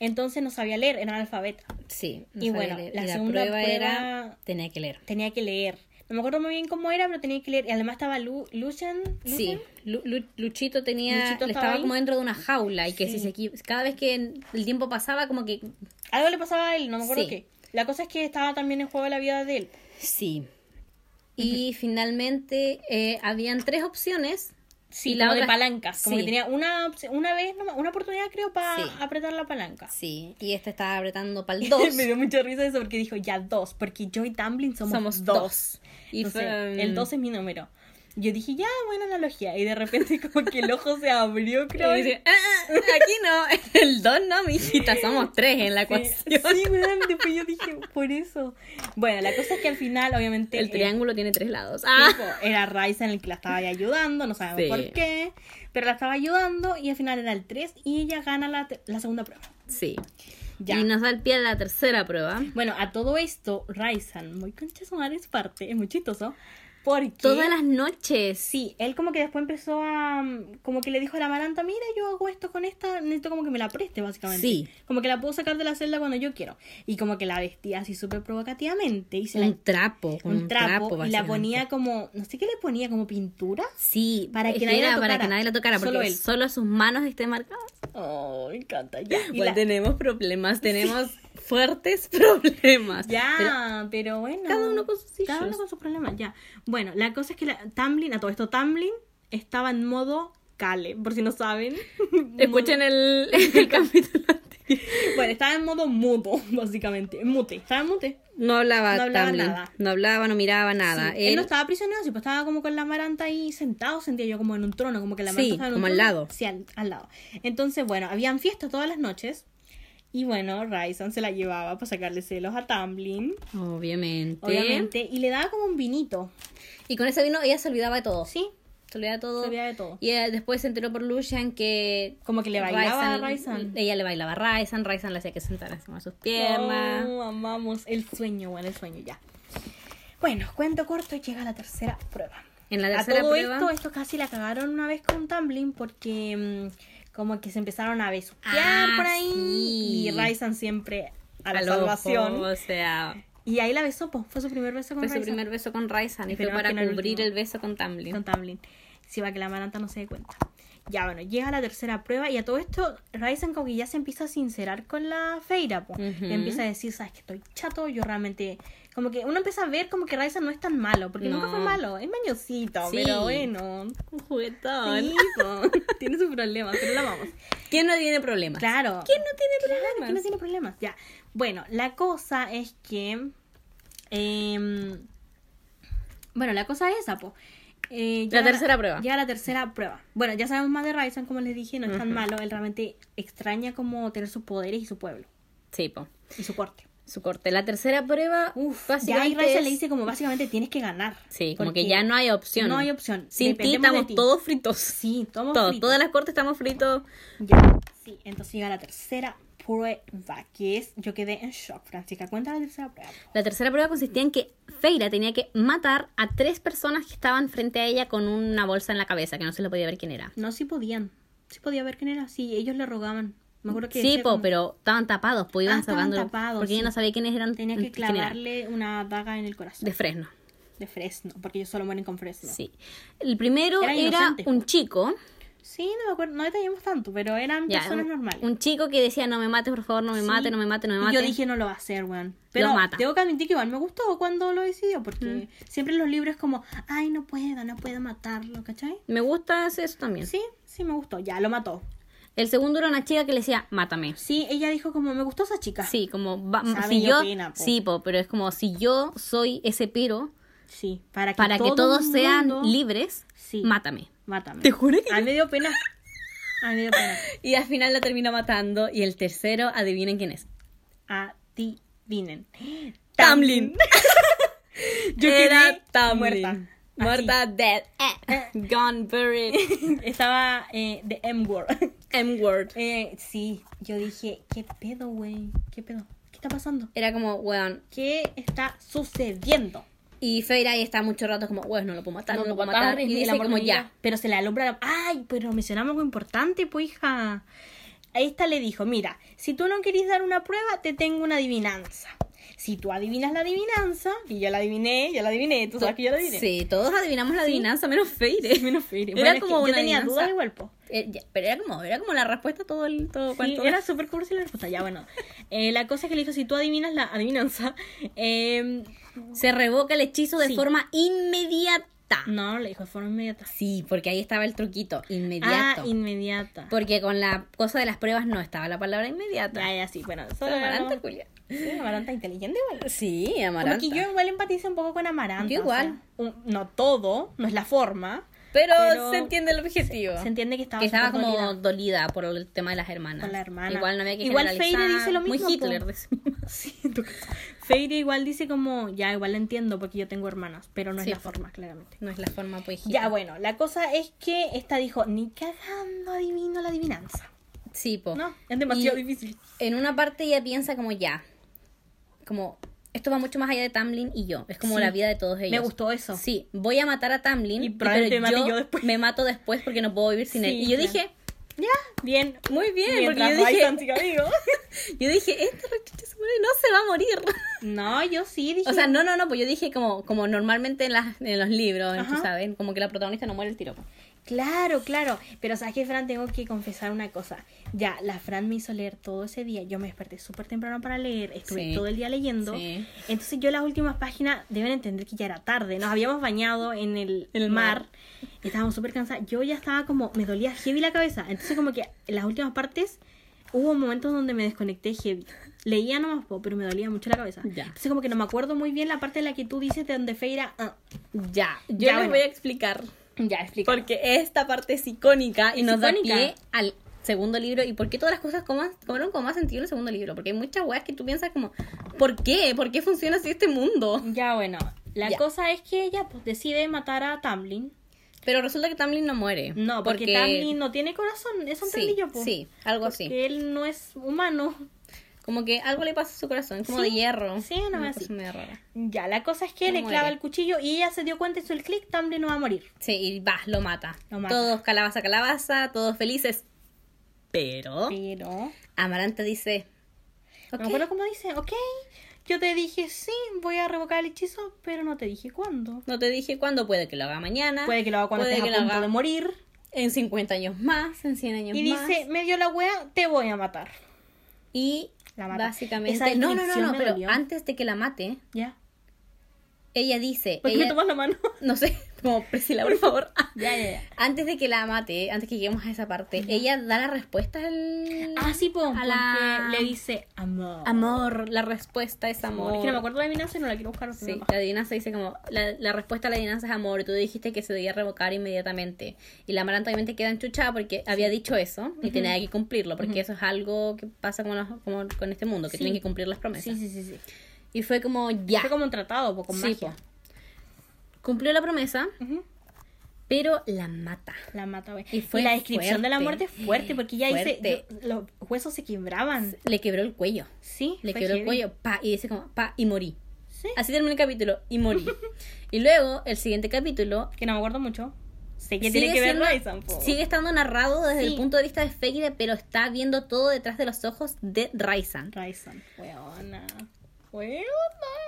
S2: entonces no sabía leer era analfabeta
S1: Sí.
S2: Y
S1: sabía
S2: bueno,
S1: leer.
S2: la segunda prueba-
S1: era, tenía que leer.
S2: tenía que leer no me acuerdo muy bien cómo era pero tenía que leer y además estaba Lu Lucien
S1: Sí,
S2: Lucien.
S1: Lu- Lu- Luchito tenía,
S2: Luchito
S1: le
S2: estaba
S1: estaba
S2: ahí.
S1: como dentro de una jaula y que
S2: Sí.
S1: si se equi- cada vez que el tiempo pasaba como que
S2: algo le pasaba a él no me acuerdo
S1: Sí.
S2: qué la cosa es que estaba también en juego la vida de él
S1: Sí. Y finalmente eh, habían tres opciones.
S2: sí
S1: Y la
S2: como de
S1: otra-
S2: palancas como
S1: sí.
S2: que tenía una opci- una vez nomás- una oportunidad creo para
S1: Sí.
S2: apretar la palanca
S1: Sí. Y este estaba apretando para el 2.
S2: me dio mucha risa eso porque dijo ya dos porque yo y Tamblin somos,
S1: Somos
S2: dos,
S1: dos. Y
S2: Entonces,
S1: fue, um,
S2: el dos es mi número Yo dije, ya, buena analogía. Y de repente como que el ojo se abrió, creo.
S1: Y dice, "Ah, ah, aquí no, el don no, mijita, somos tres en la
S2: Sí,
S1: ecuación.
S2: sí, weón, después yo dije, por eso. Bueno, la cosa es que al final, obviamente,
S1: El
S2: eh,
S1: triángulo tiene tres lados. Ah,
S2: tipo, era Ryzen el que la estaba ahí ayudando, no sabemos
S1: Sí.
S2: por qué, pero la estaba ayudando y al final era el 3 y ella gana la, te- la segunda prueba.
S1: sí.
S2: Ya.
S1: Y nos da el pie a la tercera prueba.
S2: Bueno, a todo esto, Ryzen, muy concha su madre, es parte, es muy chistoso, porque...
S1: Todas las noches.
S2: Sí, él como que después empezó a... mm, Como que le dijo a la Maranta, mira, yo hago esto con esta, necesito como que me la preste, básicamente.
S1: Sí.
S2: Como que la puedo sacar de la celda cuando yo quiero. Y como que la vestía así súper provocativamente y se la...
S1: Un trapo. con
S2: un trapo, y la
S1: básicamente.
S2: ponía como, no sé qué le ponía, como pintura.
S1: Sí,
S2: para
S1: es
S2: que nadie la
S1: era para
S2: tocara.
S1: que nadie la tocara, porque
S2: Solo
S1: solo,
S2: él.
S1: sus manos estén marcadas.
S2: Oh, me encanta. Ya, y
S1: Igual
S2: la-
S1: tenemos problemas, tenemos fuertes problemas.
S2: ya
S1: Pero-
S2: pero, bueno.
S1: cada uno con sus
S2: Cada uno
S1: issues.
S2: con sus problemas, ya. Bueno, la cosa es que la, Tamlin, a todo esto, Tamlin estaba en modo Kale, por si no saben.
S1: escuchen el, el capítulo anterior.
S2: bueno, estaba en modo mudo, básicamente. en Mute, estaba en mute.
S1: No hablaba,
S2: No hablaba
S1: Tamlin.
S2: nada.
S1: No hablaba, no miraba nada.
S2: Sí, Él... no estaba prisionero, sí, pues estaba como con la maranta ahí sentado, sentía yo como en un trono, como que la
S1: Sí,
S2: maranta estaba en un
S1: como al
S2: trono.
S1: lado.
S2: Sí, al, al lado. Entonces, bueno, habían fiestas todas las noches. Y bueno, Ryzen se la llevaba para sacarle celos a Tamlin,
S1: Obviamente.
S2: obviamente, y le daba como un vinito.
S1: Y con ese vino ella se olvidaba de todo.
S2: Sí,
S1: Se olvidaba de todo.
S2: sabía de todo.
S1: Y eh, después se enteró por Lucian que.
S2: Como que le bailaba a
S1: Ryzen- eh,
S2: Ryzen.
S1: Ella le bailaba a Ryzen, Ryzen le hacía que sentara encima de
S2: Oh,
S1: sus piernas.
S2: No, Oh, amamos el sueño, bueno, el sueño ya. Bueno, cuento corto, llega la tercera prueba.
S1: En la
S2: A
S1: tercera
S2: todo
S1: prueba.
S2: esto, esto casi la cagaron una vez con Tumbling porque mm, como que se empezaron a besuquear
S1: Ah,
S2: por ahí
S1: sí.
S2: y Ryzen siempre a la
S1: al ojo,
S2: salvación.
S1: O sea,
S2: Y ahí la besó, po, fue su primer beso con
S1: fue su
S2: Ryzen.
S1: primer beso con Ryzen y fue
S2: Esperemos
S1: para
S2: que no el
S1: cubrir
S2: último.
S1: el beso con Tamlin.
S2: con Tamlin. Si va que la maranta no se dé cuenta. Ya bueno, llega la tercera prueba y a todo esto Ryzen como que ya se empieza a sincerar con la feira, po.
S1: Ujú.
S2: Le empieza a decir, sabes que estoy chato, yo realmente... Como que uno empieza a ver como que Ryzen no es tan malo, porque nunca
S1: No.
S2: fue malo, es mañosito,
S1: Sí.
S2: pero bueno.
S1: Un juguetón.
S2: Sí, po. tiene sus problemas, pero la vamos.
S1: ¿Quién no tiene problemas?
S2: Claro.
S1: ¿Quién no tiene problemas?
S2: Claro, ¿quién no tiene problemas? Ya. Bueno, la cosa es que. em, bueno, la cosa es esa, po. Eh,
S1: La tercera prueba.
S2: Ya la tercera prueba. Bueno, ya sabemos más de Ryzen, como les dije, no es tan
S1: Ujú.
S2: malo. Él realmente extraña como tener sus poderes y su pueblo.
S1: Sí, po.
S2: Y su corte.
S1: Su corte. La tercera prueba, uff,
S2: Ya ahí
S1: básicamente.
S2: Ryzen
S1: es-
S2: le dice como básicamente tienes que ganar.
S1: Sí, como que
S2: porque
S1: ya no hay opción.
S2: No hay opción.
S1: Sin ti
S2: Dependemos de
S1: estamos todos fritos.
S2: Sí, todos
S1: Todos,
S2: fritos.
S1: todas las cortes estamos fritos.
S2: Ya. Sí, entonces llega la tercera prueba, que es, yo quedé en shock, Francisca, cuenta la tercera prueba.
S1: La tercera prueba consistía en que Feira tenía que matar a tres personas que estaban frente a ella con una bolsa en la cabeza, que no se lo podía ver quién era.
S2: No, sí podían, sí podía ver quién era, sí, ellos le rogaban, me acuerdo que...
S1: Sí,
S2: decía
S1: po,
S2: como-
S1: pero estaban tapados, pues
S2: Ah,
S1: iban
S2: estaban
S1: sacándolo,
S2: tapados,
S1: porque
S2: sí.
S1: ella no sabía quiénes eran.
S2: Tenía que
S1: quién era.
S2: clavarle una daga en el corazón,
S1: De Fresno.
S2: de fresno, porque ellos solo mueren con fresno.
S1: Sí. El primero
S2: Eran
S1: era
S2: inocentes,
S1: un chico.
S2: Sí, no me acuerdo, no detallamos tanto, pero eran
S1: ya,
S2: personas
S1: un,
S2: normales.
S1: un chico que decía, no me mates, por favor, no me
S2: Sí.
S1: mate, no me mate, no me
S2: Y
S1: mate.
S2: Yo dije, no lo va a hacer, weón. Pero
S1: mata. Mm.
S2: tengo que admitir que igual me gustó cuando lo decidió, porque siempre en los libros es como, ay, no puedo, no puedo matarlo, ¿cachai?
S1: Me gusta hacer eso también.
S2: Sí, sí me gustó, ya, lo mató.
S1: El segundo era una chica que le decía, mátame.
S2: Sí, ella dijo como, me gustó esa chica.
S1: Sí, como, va-
S2: Saben
S1: si
S2: y
S1: yo...
S2: opinan, po.
S1: Sí, po, pero es como, si yo soy ese pero,
S2: Sí, para que,
S1: para que
S2: todo
S1: todos
S2: el
S1: sean
S2: mundo-
S1: libres,
S2: Sí. Ah.
S1: mátame.
S2: Mátame.
S1: Te juro que-
S2: A mí me dio pena. A mí me dio pena.
S1: Y al final la termina matando y el tercero, adivinen quién es.
S2: Adivinen.
S1: Tamlin.
S2: Yo
S1: era
S2: quedé
S1: Tamlin.
S2: muerta.
S1: Muerta, dead. Eh. Gone, buried.
S2: Estaba eh, de M-Word.
S1: M-word.
S2: Eh, sí, yo dije, ¿qué pedo, güey? ¿Qué pedo? ¿Qué está pasando?
S1: Era como, weón.
S2: ¿Qué está sucediendo?
S1: Y Feira ahí está mucho rato como, weón, no lo puedo matar, no, lo puedo matar. Y
S2: el
S1: dice
S2: amor de
S1: como,
S2: mi
S1: ya.
S2: vida. Pero se la alumbra. la- Ay, pero mencionamos algo importante, pues, hija. A Esta le dijo, mira, si tú no querés dar una prueba, te tengo una adivinanza. Si tú adivinas la adivinanza, y yo la adiviné, yo la adiviné, tú sabes que yo la adiviné.
S1: Sí, todos adivinamos la adivinanza, menos Feire.
S2: Menos Fairy.
S1: Era
S2: Bueno, es que
S1: como
S2: yo
S1: una
S2: tenía
S1: adivinanza.
S2: dudas igual, po.
S1: Eh, ya, pero era como, era como la respuesta a todo el todo
S2: Sí,
S1: cuanto-
S2: era súper cursi la respuesta. Ya, bueno. Eh, la cosa es que le dijo, si tú adivinas la adivinanza, eh,
S1: Se revoca el hechizo de
S2: Sí.
S1: forma inmediata.
S2: No, le dijo de forma inmediata.
S1: Sí, porque ahí estaba el truquito,
S2: Ah,
S1: inmediato.
S2: inmediata.
S1: Porque con la cosa de las pruebas no estaba la palabra inmediata.
S2: Ya, ya, sí, bueno, solo
S1: Estaba
S2: era
S1: barata,
S2: nomás-
S1: Julia.
S2: Sí, Amaranta inteligente igual.
S1: Sí,
S2: Como
S1: Amaranta.
S2: que yo igual empatizo un poco con Amaranta.
S1: Yo
S2: o sea,
S1: igual.
S2: un- no todo, no es la forma.
S1: pero,
S2: pero-
S1: se entiende el objetivo.
S2: Se entiende que estaba,
S1: que estaba
S2: súper
S1: como
S2: dolida.
S1: dolida. por el tema de las hermanas.
S2: Con la hermana.
S1: Igual no había que
S2: Igual
S1: generalizar.
S2: Feire dice lo mismo,
S1: Muy
S2: po.
S1: Hitler. dice.
S2: Sí, en tu caso. Feire igual dice como, ya igual la entiendo porque yo tengo hermanas, pero no es
S1: Sí,
S2: la
S1: po.
S2: forma, claramente.
S1: No es la forma, pues. hijita.
S2: Ya, bueno, la cosa es que esta dijo, ni cagando adivino la adivinanza.
S1: Sí, po.
S2: No, es demasiado
S1: Oh. Y-
S2: difícil.
S1: En una parte ella piensa como ya. Como, esto va mucho más allá de Tamlin y yo. Es como
S2: Sí.
S1: la vida de todos ellos.
S2: Me gustó eso.
S1: Sí, voy a matar a Tamlin.
S2: Y
S1: y-
S2: probablemente me mate yo después.
S1: me mato después porque no puedo vivir sin
S2: Sí,
S1: él. Y yo
S2: claro.
S1: dije,
S2: Bien,
S1: muy bien,
S2: mientras
S1: porque
S2: no
S1: yo
S2: hay
S1: dije,
S2: tan chica amigo.
S1: yo dije, este rechucho se muere, no se va a morir.
S2: No, yo sí dije.
S1: O sea, no, no, no, pues yo dije como, como normalmente en, las, en los libros,
S2: Ajá.
S1: tú sabes, como que la protagonista no muere el tiro. pues.
S2: Claro, claro. Pero sabes que Fran, tengo que confesar una cosa. Ya, la Fran me hizo leer todo ese día. Yo me desperté súper temprano para leer. Estuve
S1: Sí.
S2: todo el día leyendo.
S1: Sí.
S2: Entonces yo las últimas páginas, deben entender que ya era tarde. Nos habíamos bañado en el,
S1: En el
S2: mar.
S1: mar.
S2: Estábamos súper cansadas. Yo ya estaba como, me dolía heavy la cabeza. Entonces como que en las últimas partes hubo momentos donde me desconecté heavy. Leía nomás, po, pero me dolía mucho la cabeza.
S1: Ya.
S2: Entonces como que no me acuerdo muy bien la parte en la que tú dices de donde Feira... ah,
S1: Ya, yo
S2: Ya,
S1: les
S2: bueno.
S1: voy a explicar.
S2: ya, explica.
S1: Porque esta parte es icónica y
S2: Es
S1: nos
S2: icónica.
S1: da pie al segundo libro y por qué todas las cosas coman- cobraron como más sentido en el segundo libro. Porque hay muchas weas que tú piensas como, ¿por qué? ¿Por qué funciona así este mundo?
S2: Ya, bueno. La
S1: Ya.
S2: cosa es que ella pues, decide matar a Tamlin.
S1: Pero resulta que Tamlin no muere.
S2: No, porque, Tamlin no tiene corazón. Es un
S1: Sí,
S2: pelillo, pues.
S1: sí, algo
S2: Porque
S1: así.
S2: él no es humano.
S1: Como que algo le pasa a su corazón, como de
S2: Sí,
S1: hierro.
S2: sí, una
S1: Una
S2: vez
S1: cosa
S2: así.
S1: media rara.
S2: Ya, la cosa es que
S1: No
S2: le
S1: muere.
S2: clava el cuchillo y ella se dio cuenta y su el clic, Tamlin no va a morir.
S1: Sí, y va, lo mata.
S2: Lo mata.
S1: Todos calabaza, calabaza, todos felices. Pero
S2: Pero.
S1: Amaranta dice,
S2: No
S1: "Ok,
S2: me acuerdo cómo dice, ok, yo te dije sí, voy a revocar el hechizo, pero no te dije cuándo.
S1: no te dije cuándo, puede que lo haga mañana,
S2: Puede que lo haga cuando
S1: Ah, puede
S2: estés
S1: que
S2: a
S1: lo
S2: punto
S1: haga
S2: de morir.
S1: en 50 años más, en 100 años
S2: Y
S1: más.
S2: dice, me dio la wea, te voy a matar.
S1: y
S2: La mata. Esa
S1: básicamente, no, no, no,
S2: descripción
S1: no,
S2: me
S1: pero
S2: dolió.
S1: antes de que la mate,
S2: Ya.
S1: ella dice,
S2: ¿Por qué me
S1: ella-
S2: tomas la mano?
S1: no sé, como Priscila, por favor.
S2: ya, ya, ya.
S1: Antes de que la mate, antes que lleguemos a esa parte, ella da la respuesta al
S2: Ah, sí, po,
S1: A la-
S2: porque le dice amor.
S1: amor, la respuesta es amor.
S2: Es que no me acuerdo la adivinanza y no la quiero buscar. porque me
S1: Sí,
S2: da paja.
S1: la adivinanza dice como, la, la respuesta a la adivinanza es amor, y tú dijiste que se debía revocar inmediatamente. Y la Amaranta obviamente queda enchuchada porque había dicho eso y tenía que cumplirlo, porque eso es algo que pasa con, los- como con este mundo, que
S2: Sí.
S1: tienen que cumplir las promesas.
S2: Sí, sí, sí, sí.
S1: Y fue como, ya,
S2: Fue como un tratado, po, con
S1: Sí,
S2: magia.
S1: cumplió la promesa,
S2: Ujú.
S1: pero la mata.
S2: La mata, güey.
S1: Y
S2: Y,
S1: fue
S2: la descripción de la muerte
S1: fuerte.
S2: es fuerte, porque ella dice,
S1: Fuerte.
S2: yo- los huesos se quebraban.
S1: Le quebró el cuello.
S2: Sí,
S1: Le
S2: fue
S1: quebró el
S2: heavy.
S1: cuello, pa, y dice como, pa, y morí.
S2: Sí.
S1: Así terminó el capítulo, y morí. y luego, el siguiente capítulo,
S2: Que no me acuerdo mucho. Sé que
S1: Sigue
S2: tiene que ver
S1: siendo-
S2: Ryzen, po.
S1: Sigue estando narrado desde
S2: Sí.
S1: el punto de vista de Feire, pero está viendo todo detrás de los ojos de Raisan.
S2: Ryzen. Weona. Weona.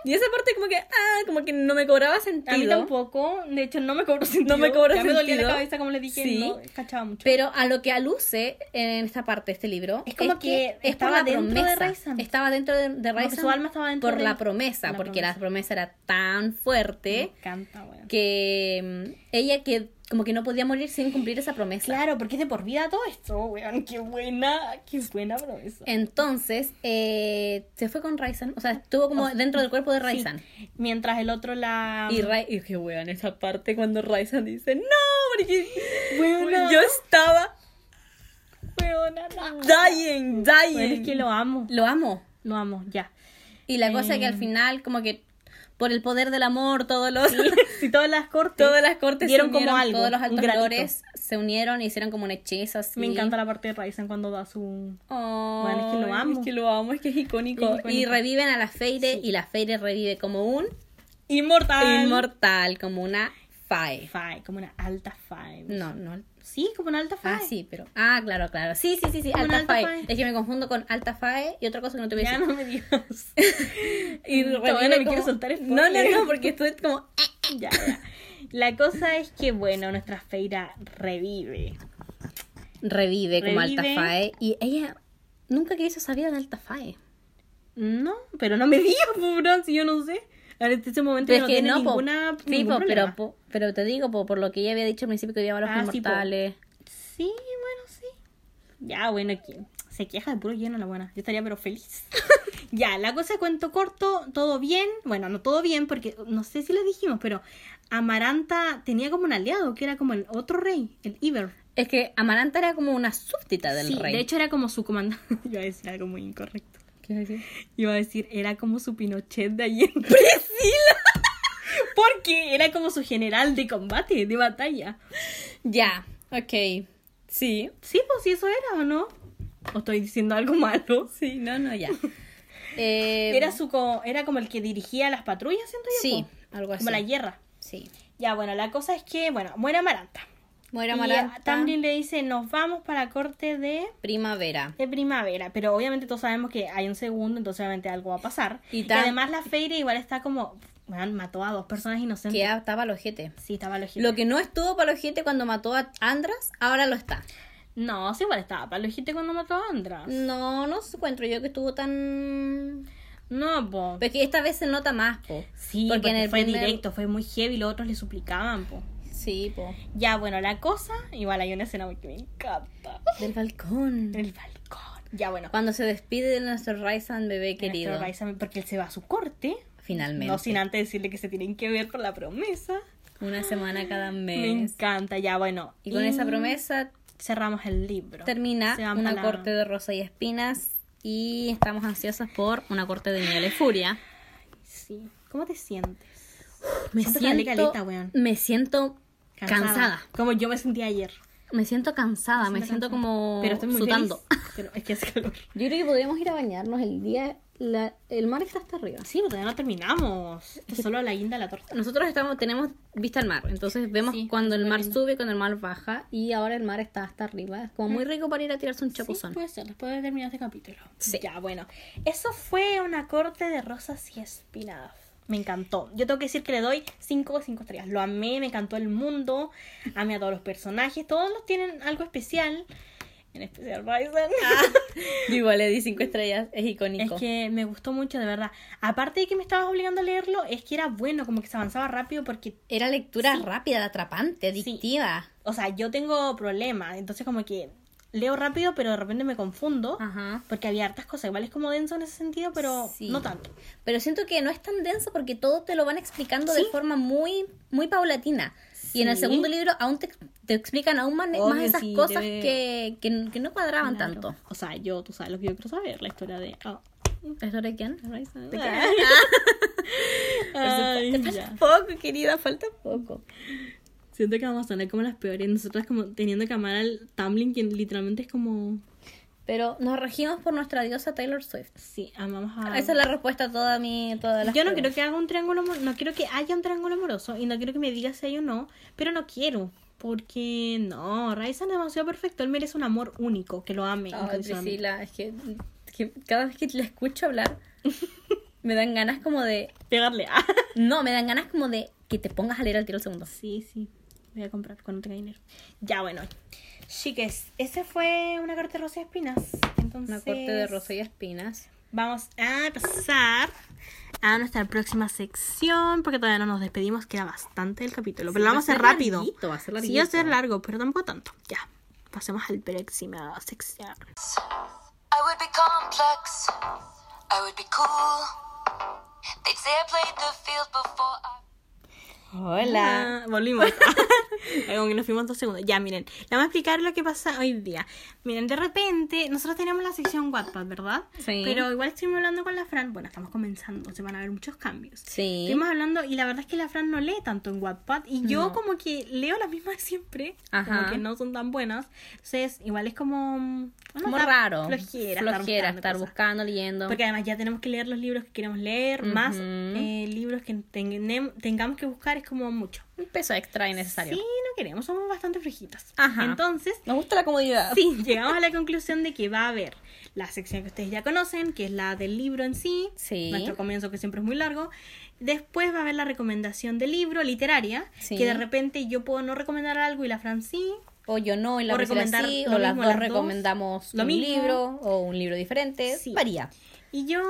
S1: Y esa parte como que, ah, como que no me cobraba sentido.
S2: A mí tampoco. De hecho, no me cobró sentido.
S1: me cobró
S2: ya me dolía la
S1: sentido.
S2: cabeza, como les dije.
S1: Sí.
S2: No, cachaba mucho.
S1: Pero a lo que aluce en esta parte de este libro
S2: Es como que estaba dentro de Raizan.
S1: Estaba dentro de, de
S2: Como que
S1: Raizan
S2: su alma estaba dentro
S1: por
S2: de-
S1: la promesa,
S2: la Mm.
S1: porque la promesa era tan fuerte
S2: Me encanta, weón.
S1: que mm, ella que como que no podía morir sin cumplir esa promesa.
S2: Claro, porque es de por vida todo esto, weón. Qué buena, qué buena promesa.
S1: Entonces, eh, se fue con Raisan, o sea, estuvo como
S2: O-
S1: dentro del cuerpo de
S2: Sí.
S1: Raisan.
S2: Mientras el otro la.
S1: Y, Rai y que weón, esa parte cuando Raisan dice, no, porque
S2: Weona.
S1: yo estaba
S2: Weona, no.
S1: dying, dying.
S2: Weón, es que lo amo.
S1: Lo amo.
S2: Lo amo, ya.
S1: Y la cosa
S2: Em.
S1: que al final, como que por el poder del amor, todos los,
S2: Si todas las cortes.
S1: todas las cortes
S2: Dieron
S1: se
S2: como
S1: unieron,
S2: algo,
S1: todos los
S2: un
S1: altos
S2: granito.
S1: lores se unieron y hicieron como un hechizo así.
S2: Me encanta la parte de Ryzen cuando da su.
S1: Ay,
S2: Bueno, es que lo amo.
S1: Es que lo amo, es que es icónico.
S2: Es icónico.
S1: Y reviven a la Feire y la Feire revive como un
S2: Inmortal.
S1: inmortal, como una Fae.
S2: Five, como una alta five.
S1: No, no,
S2: Sí, como una alta five.
S1: Ah, sí, pero. Ah, claro, claro. Sí, sí, sí, sí.
S2: Como
S1: Alta,
S2: una alta
S1: fae.
S2: fae.
S1: Es que me confundo con alta fae y otra cosa que no te voy a
S2: Ya
S1: decir.
S2: no me digas.
S1: Y
S2: Todavía
S1: revive
S2: no me
S1: como-
S2: quiero soltar
S1: No, no,
S2: spoiler.
S1: no, porque estoy como. eh,
S2: ya, ya. La cosa es que, bueno, nuestra feira revive.
S1: Revive como alta
S2: Revive.
S1: fae. Y ella nunca quiso saber de alta fae.
S2: No, pero no me digas, pobrón, si yo no sé. Ahora, en este momento
S1: Pero
S2: ya
S1: es
S2: no
S1: que no,
S2: tiene
S1: po.
S2: ninguna.
S1: Sí,
S2: ningún
S1: po, pero,
S2: problema.
S1: po- pero te digo, po, por lo que ella había dicho al principio que había malos
S2: Ah, sí, po.
S1: inmortales.
S2: Sí, bueno, sí. Ya, bueno, ¿quién? Se queja de puro lleno la buena. Yo estaría pero feliz. ya, la cosa de cuento corto, todo bien. Bueno, no todo bien porque no sé si les dijimos, pero Amaranta tenía como un aliado que era como el otro rey, el Iber.
S1: Es que Amaranta era como una súbdita del
S2: Sí,
S1: rey.
S2: de hecho era como su comandante. Iba a decir algo muy incorrecto.
S1: ¿Qué iba a decir?
S2: Iba a decir, era como su Pinochet de Allende. Porque era como su general de combate, de batalla.
S1: Ya, ok. Sí.
S2: Sí, pues si eso era o no. O estoy diciendo algo malo.
S1: Sí, no, no, ya. Eh,
S2: Era, su co- era como el que dirigía las patrullas, siento yo.
S1: Sí,
S2: po.
S1: algo así.
S2: Como la guerra.
S1: Sí.
S2: Ya, bueno, la cosa es que, bueno, muere Amaranta.
S1: Muere
S2: Y
S1: Amaranta.
S2: a Tamlin le dice, nos vamos para la corte de,
S1: Primavera.
S2: de primavera. Pero obviamente todos sabemos que hay un segundo, entonces obviamente algo va a pasar.
S1: Y
S2: Y,
S1: Tam-
S2: además la Feire igual está como, man, mató a dos personas inocentes.
S1: Que estaba los ojete.
S2: Sí, estaba lojito.
S1: Lo que no estuvo para los ojete cuando mató a Andras, ahora lo está.
S2: No, sí, igual estaba para lojito cuando mató a Andra.
S1: No, no se encuentro yo que estuvo tan...
S2: No, po.
S1: Pero es que esta vez se nota más, po.
S2: Sí, porque,
S1: porque en el
S2: fue
S1: primer-
S2: directo, fue muy heavy, los otros le suplicaban, po.
S1: Sí, po.
S2: Ya, bueno, la cosa, igual hay una escena que me encanta.
S1: Del balcón.
S2: El balcón. Ya, bueno.
S1: Cuando se despide de nuestro Raizan bebé
S2: nuestro
S1: querido.
S2: Raizame, Porque él se va a su corte.
S1: Finalmente.
S2: No sin antes decirle que se tienen que ver por la promesa.
S1: Una semana cada
S2: Me
S1: mes.
S2: encanta, ya, bueno.
S1: Y con esa promesa
S2: Cerramos el libro.
S1: termina
S2: Se van
S1: una
S2: pa' la-
S1: corte de rosa y espinas. Y estamos ansiosas por una corte de miel y furia.
S2: Sí. ¿Cómo te sientes?
S1: Pues Me
S2: Siento
S1: siento,
S2: que hablé caleta, weón.
S1: me siento cansada.
S2: Como yo me sentía ayer.
S1: Me siento cansada, me siento,
S2: cansada.
S1: como
S2: Pero estoy muy
S1: sudando.
S2: feliz. Pero es que hace calor.
S1: Yo creo que podríamos ir a bañarnos el día. la- el mar está hasta arriba.
S2: Sí, pero todavía no terminamos. Esto es solo la guinda de la torta.
S1: Nosotros estamos, tenemos vista al mar, entonces vemos
S2: Sí,
S1: cuando el
S2: súper
S1: mar
S2: lindo.
S1: sube y cuando el mar baja. Y ahora el mar está hasta arriba. Es como muy rico para ir a tirarse un chapuzón.
S2: Mm. Sí, pues. puede ser, después de terminar este capítulo.
S1: Sí.
S2: Ya, bueno. Eso fue una corte de rosas y espinas. Me encantó. Yo tengo que decir que le doy 5 o 5 estrellas. Lo amé, me encantó el mundo. Amé a todos los personajes. Todos los tienen algo especial. En especial Ryzen.
S1: Ah, Yo igual le di cinco estrellas, es
S2: es
S1: icónico.
S2: que me gustó mucho, de verdad. Aparte de que me estabas obligando a leerlo, es que era bueno, como que se avanzaba rápido porque
S1: Era lectura rápida, atrapante,
S2: Sí.
S1: adictiva.
S2: O sea, yo tengo problemas, entonces como que leo rápido, pero de repente me confundo.
S1: Ajá.
S2: Porque había hartas cosas, igual es como denso en ese sentido, pero
S1: Sí.
S2: no tanto.
S1: Pero siento que no es tan denso porque todo te lo van explicando de
S2: Sí.
S1: forma muy, muy paulatina. Y en el
S2: Sí.
S1: segundo libro aún te, te explican aún más,
S2: Obvio,
S1: más esas
S2: sí,
S1: cosas
S2: debe-
S1: que, que, que no cuadraban
S2: Claro.
S1: tanto.
S2: O sea, yo, tú sabes lo que yo quiero saber, la historia de... ah,
S1: ¿Eso de quién?
S2: ¿de qué? Ay,
S1: Ay,
S2: ya.
S1: falta poco, querida, falta poco.
S2: Siento que vamos a sonar como las peores, nosotras como teniendo que amar al Tamlin, quien literalmente es como...
S1: Pero nos regimos por nuestra diosa Taylor Swift.
S2: Sí, amamos a...
S1: Esa es la respuesta a toda mi, todas las
S2: Yo no quiero
S1: preguntas.
S2: que haga un triángulo amor- no quiero que haya un triángulo amoroso y no quiero que me digas si hay o no, pero no quiero. Porque no, Raizan es demasiado perfecto, él merece un amor único, que lo ame.
S1: Ay,
S2: incondicionalmente.
S1: Priscila, es que, que cada vez que la escucho hablar, me dan ganas como de.
S2: Pegarle. ah.
S1: No, me dan ganas como de que te pongas a leer al tiro el segundo.
S2: Sí, sí. Voy a comprar cuando tenga dinero. Ya, bueno. Chiques, ese fue una corte de rosa y espinas. Entonces,
S1: Una corte de rosa y espinas.
S2: Vamos a pasar a nuestra próxima sección, porque todavía no nos despedimos, queda bastante el capítulo. pero lo
S1: va
S2: vamos
S1: a
S2: a hacer
S1: ser
S2: rápido.
S1: larguito, va a ser
S2: Sí, va a
S1: larguito.
S2: ser largo, pero tampoco tanto. Ya, pasemos al próxima sección.
S3: I would be complex. I would be cool. They'd say I played the field before I.
S1: Hola.
S2: Ah, volvimos. Como que nos fuimos dos segundos. Ya, miren, le vamos a explicar lo que pasa hoy día. Miren, de repente, nosotros teníamos la sección Wattpad, ¿verdad?
S1: Sí.
S2: Pero igual estuvimos hablando con la Fran. Bueno, estamos comenzando, se van a ver muchos cambios.
S1: Sí.
S2: Estuvimos hablando y la verdad es que la Fran no lee tanto en Wattpad y yo
S1: No.
S2: como que leo las mismas siempre,
S1: Ajá.
S2: como que no son tan buenas. Entonces, igual es como... mm, bueno,
S1: Como
S2: da
S1: raro.
S2: Flojera,
S1: Flojera,
S2: buscando
S1: estar
S2: cosas.
S1: buscando, leyendo.
S2: Porque además ya tenemos que leer los libros que queremos leer, más
S1: Ujú.
S2: eh, libros que tenem- tengamos que buscar, es como mucho.
S1: Un peso extra innecesario.
S2: Sí, no queremos, somos bastante frijitas.
S1: Ajá. Ah.
S2: Entonces,
S1: Nos gusta la comodidad.
S2: sí, llegamos a la conclusión de que va a haber la sección que ustedes ya conocen, que es la del libro en sí,
S1: Sí.
S2: nuestro comienzo que siempre es muy largo. Después va a haber la recomendación del libro literaria,
S1: Sí.
S2: que de repente yo puedo no recomendar algo y la Fran sí.
S1: O yo no, y la
S2: O
S1: Priscila
S2: recomendar
S1: sí,
S2: lo
S1: o las
S2: mismo,
S1: dos
S2: las dos.
S1: recomendamos
S2: Lo
S1: un
S2: mismo.
S1: libro o un libro diferente.
S2: Sí.
S1: Varía.
S2: Y yo,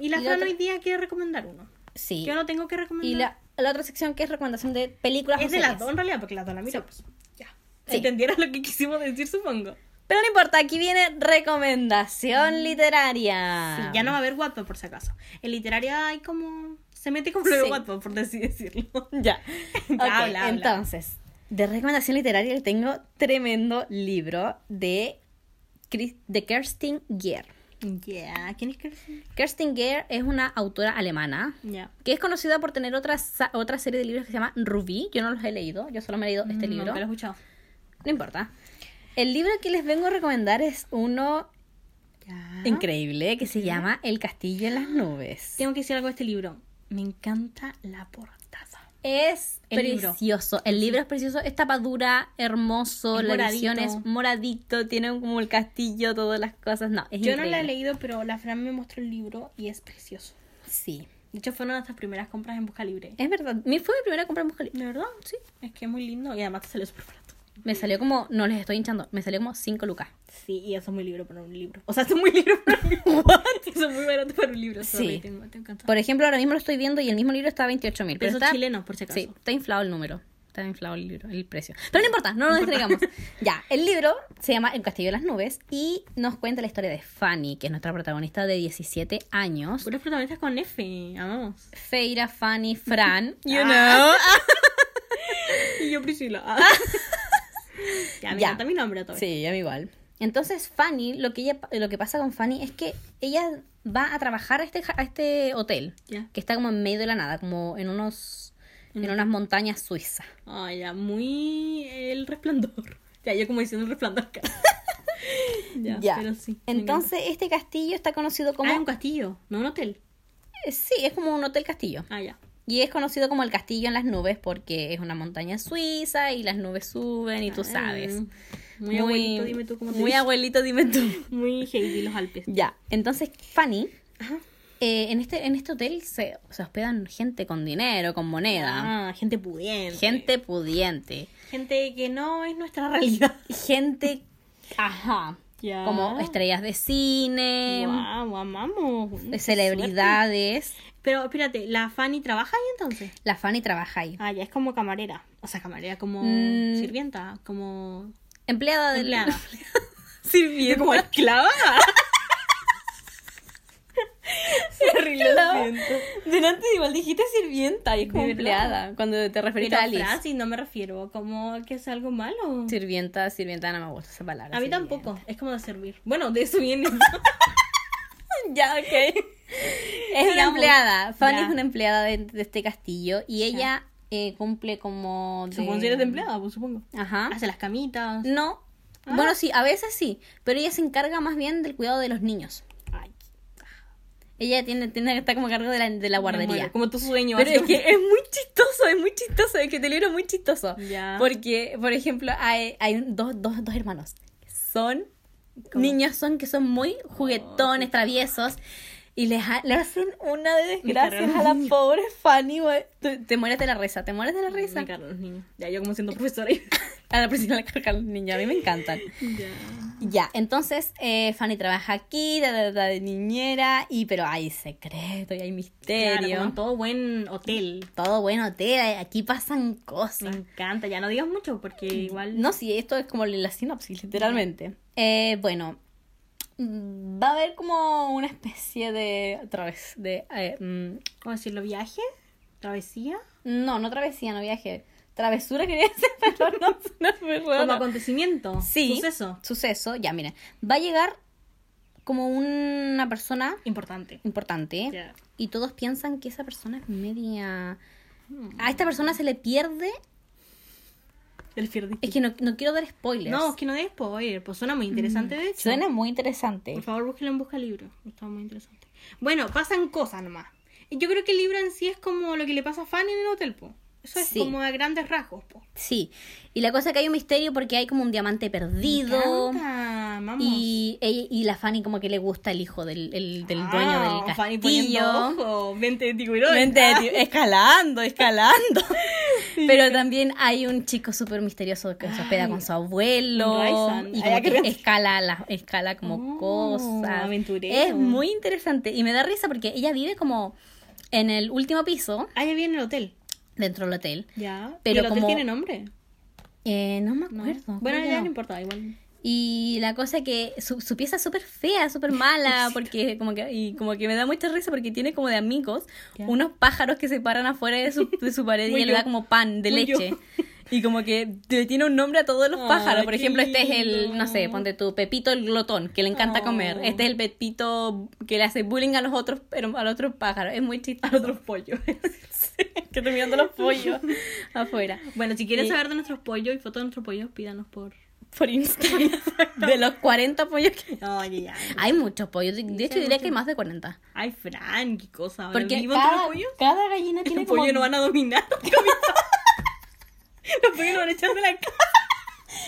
S2: y la
S1: Y la
S2: Fran
S1: otra-
S2: hoy día quiere recomendar uno.
S1: Sí.
S2: Yo no tengo que recomendar.
S1: Y la, la otra sección que es recomendación de películas o
S2: Es de las
S1: series.
S2: dos en realidad, porque las dos la miro. pues, ya.
S1: Sí.
S2: Entendieron lo que quisimos decir, supongo.
S1: Pero no importa, aquí viene recomendación literaria.
S2: Sí, ya no va a haber Wattpad por si acaso. En literaria hay como... Se mete con Flor
S1: Sí.
S2: Wattpad, por así decirlo.
S1: Ya. Ok,
S2: habla, habla.
S1: Entonces, de recomendación literaria le tengo tremendo libro de, Chris- de Kerstin Gier.
S2: Yeah. ¿Quién es Kirsten?
S1: Kerstin Gier es una autora alemana
S2: Ya.
S1: que es conocida por tener otra, sa- otra serie de libros que se llama Rubí. Yo no los he leído, yo solo me he leído este libro.
S2: Mm, No, te lo he escuchado.
S1: No importa. El libro que les vengo a recomendar es uno
S2: Ya.
S1: increíble que se llama El castillo en las nubes.
S2: Tengo que decir algo de este libro. Me encanta la portada.
S1: Es
S2: El libro.
S1: precioso. El libro es precioso. Es tapadura, hermoso.
S2: Es
S1: la
S2: moradito.
S1: edición es moradito. Tiene como el castillo, todas las cosas. No, es
S2: Yo no la he
S1: increíble.
S2: leído, pero la Fran me mostró el libro y es precioso.
S1: Sí.
S2: De hecho, fue una de nuestras primeras compras en Busca Libre.
S1: Es verdad. Mi fue mi primera compra en Buscali-
S2: ¿De verdad? Sí. Es que es muy lindo y además te salió súper barato.
S1: Me salió como, no les estoy hinchando, me salió como 5 lucas.
S2: Sí, y eso es muy libro para un libro. O sea, eso es muy libro para un libro. Eso es muy barato para un libro. Sorry,
S1: Sí.
S2: tengo- tengo cansado.
S1: Por ejemplo, ahora mismo lo estoy viendo y el mismo libro está a 28 mil.
S2: Pesos
S1: está,
S2: chilenos, por si acaso.
S1: Sí, está inflado el número. Está inflado el libro, el precio. Pero no importa, no nos distraigamos. ya, el libro se llama El Castillo de las Nubes y nos cuenta la historia de Fanny, que es nuestra protagonista de 17 años.
S2: Puros protagonistas con F, amamos.
S1: Feira, Fanny, Fran. Ah.
S2: You Y yo Priscila. Ah. ya, me
S1: Ya.
S2: encanta mi nombre a todos.
S1: Sí, a mí igual. Entonces Fanny, lo que, ella, lo que pasa con Fanny es que ella va a trabajar a este, ja- a este hotel,
S2: Ya.
S1: que está como en medio de la nada, como en unos en unas montañas suizas.
S2: Ay, ya, muy el resplandor. Ya, yo como diciendo el resplandor acá. ya,
S1: Ya.
S2: pero sí. me encanta.
S1: Entonces este castillo está conocido como...
S2: Ah, es un castillo, no un hotel.
S1: Eh, Sí, es como un hotel castillo.
S2: Ah, ya.
S1: Y es conocido como el castillo en las nubes porque es una montaña suiza y las nubes suben y tú sabes.
S2: Ah, Muy, abuelito, dime tú cómo te
S1: Muy
S2: dice.
S1: abuelito, dime tú.
S2: Muy Heidi los Alpes.
S1: Ya, entonces Fanny,
S2: Ajá.
S1: eh, en, este, en este hotel se, se hospedan gente con dinero, con moneda,
S2: Ah, gente pudiente.
S1: gente pudiente,
S2: Gente que no es nuestra realidad.
S1: gente, ajá,
S2: Ya.
S1: como estrellas de cine,
S2: Wow, amamos.
S1: de Este, celebridades.
S2: Pero espérate, ¿la Fanny trabaja ahí entonces?
S1: La Fanny trabaja ahí.
S2: Ah, ya es como camarera. O sea, camarera como
S1: Mm.
S2: sirvienta, como
S1: Empleada de
S2: empleada.
S1: Sirviendo.
S2: como esclava. Sorry,
S1: Esclava.
S2: lo siento.
S1: Delante igual dijiste sirvienta y es como
S2: ¿De verdad?
S1: empleada cuando te referiste
S2: Pero
S1: a Alice.
S2: Francis, no me refiero como que es algo malo.
S1: Sirvienta, sirvienta, no me gusta esa palabra.
S2: A mí
S1: sirvienta.
S2: tampoco, es como de servir. Bueno, de eso viene.
S1: Ya, ok. Es una
S2: Sigamos.
S1: empleada. Fanny
S2: pues, Ya.
S1: es una empleada de, de este castillo y ella eh, cumple como.
S2: Supongo que eres de empleada, Ah. pues supongo.
S1: Ajá.
S2: Hace las camitas.
S1: ¿Ah? No. Bueno, sí, a veces sí. Pero ella se encarga más bien del cuidado de los niños.
S2: Ay,
S1: Ella tiene, tiene está como a cargo de la, de la
S2: me
S1: guardería.
S2: muero, Como tu sueño.
S1: Pero es
S2: así.
S1: que es muy chistoso, es muy chistoso, es que te libro es muy chistoso.
S2: Ya.
S1: Porque, por ejemplo, hay, hay un- dos, dos, dos hermanos. que Son niños, son que son muy
S2: Oh.
S1: juguetones, traviesos. Y les ha- le hacen una de desgracias
S2: cargaron
S1: a la
S2: niños.
S1: pobre Fanny, güey. Tú- Te mueres de la risa, te mueres de la
S2: Me
S1: risa.
S2: cargan los niños. Ya, yo como siendo profesora. ahí.
S1: A la persona le cargan los niños, a mí me encantan. Ya, entonces eh, Fanny trabaja aquí, da, da, da, de niñera, y pero hay secreto y hay misterio.
S2: Claro, como en todo buen hotel.
S1: Todo bueno, te, aquí pasan
S2: Me
S1: cosas.
S2: encanta, ya no digas mucho porque igual.
S1: Mm. No, sí, esto es como la sinopsis, literalmente. Eh, bueno, mm, va a haber como una especie de. Otra vez, de. eh, mm,
S2: ¿Cómo decirlo? ¿Viaje? ¿Travesía?
S1: no, no travesía, no viaje. Travesura quería decir, pero no, no fue
S2: Como
S1: raro.
S2: acontecimiento.
S1: Sí.
S2: Suceso.
S1: Suceso, ya, miren. Va a llegar como una persona
S2: Importante.
S1: importante
S2: Ya.
S1: y todos piensan que esa persona es media.
S2: Hmm.
S1: A esta persona se le pierde.
S2: El Firdi.
S1: Es que no, no quiero dar spoilers.
S2: No, es que no de spoiler, pues suena muy interesante de hecho.
S1: Mm, Suena muy interesante.
S2: Por favor, búsquelo en Busca Libro. Está muy interesante. Bueno, pasan cosas nomás. Y Yo creo que el libro en sí es como lo que le pasa a Fanny en el hotel, po. Eso es
S1: Sí.
S2: como a grandes rasgos, po.
S1: Sí, y la cosa es que hay un misterio porque hay como un diamante perdido.
S2: Me encanta, vamos.
S1: Y, ella- y la Fanny como que le gusta el hijo del, el- del dueño
S2: Ah,
S1: del
S2: Fanny poniendo
S1: castillo.
S2: ojo, Vente de tiburón.
S1: Vente,
S2: Ah.
S1: tío, escalando, escalando. Pero también hay un chico súper misterioso que se hospeda con su abuelo
S2: Raisan.
S1: y
S2: Ay,
S1: como
S2: ya
S1: que
S2: creo.
S1: escala, la- escala como
S2: Oh,
S1: cosas.
S2: aventurero.
S1: Es muy interesante y me da risa porque ella vive como en el último piso
S2: Ah, ya viene el hotel.
S1: dentro del hotel.
S2: Ya.
S1: Pero
S2: ¿Y el hotel
S1: como-
S2: tiene nombre?
S1: Eh, no me
S2: No.
S1: acuerdo. creo
S2: Bueno,
S1: que
S2: ya
S1: no.
S2: no importa, igual.
S1: Y la cosa que su, su pieza es súper fea, súper mala, porque como que, y como que me da mucha risa porque tiene como de amigos
S2: Ya.
S1: unos pájaros que se paran afuera de su, de su pared y
S2: Muy
S1: él
S2: yo.
S1: da como pan de
S2: Muy yo.
S1: leche. Y como que te- tiene un nombre a todos los
S2: Ay,
S1: pájaros. Por
S2: qué
S1: ejemplo, este es el, no sé,
S2: lindo. Oh.
S1: ponte tú, Pepito el glotón, que le encanta comer.
S2: Ay.
S1: Este es el Pepito que le hace bullying a los otros, pero a los otros pájaros. Es muy chistoso.
S2: A otros pollos. que estoy mirando los pollos.
S1: afuera.
S2: Bueno, si quieren
S1: Eh,
S2: saber de nuestros pollos y fotos de nuestros pollos, pídanos por.
S1: Por Instagram. de los 40 pollos que...
S2: Oye, ya.
S1: Hay muchos pollos. De de
S2: Sí,
S1: hecho,
S2: hay
S1: diría
S2: muchos.
S1: que hay más de 40.
S2: Ay, Fran, qué cosa. Ahora
S1: Porque
S2: vivo entre
S1: cada,
S2: los pollos.
S1: cada gallina tiene
S2: Los
S1: como...
S2: pollos no van a dominar. los pollos nos van a echar de la casa.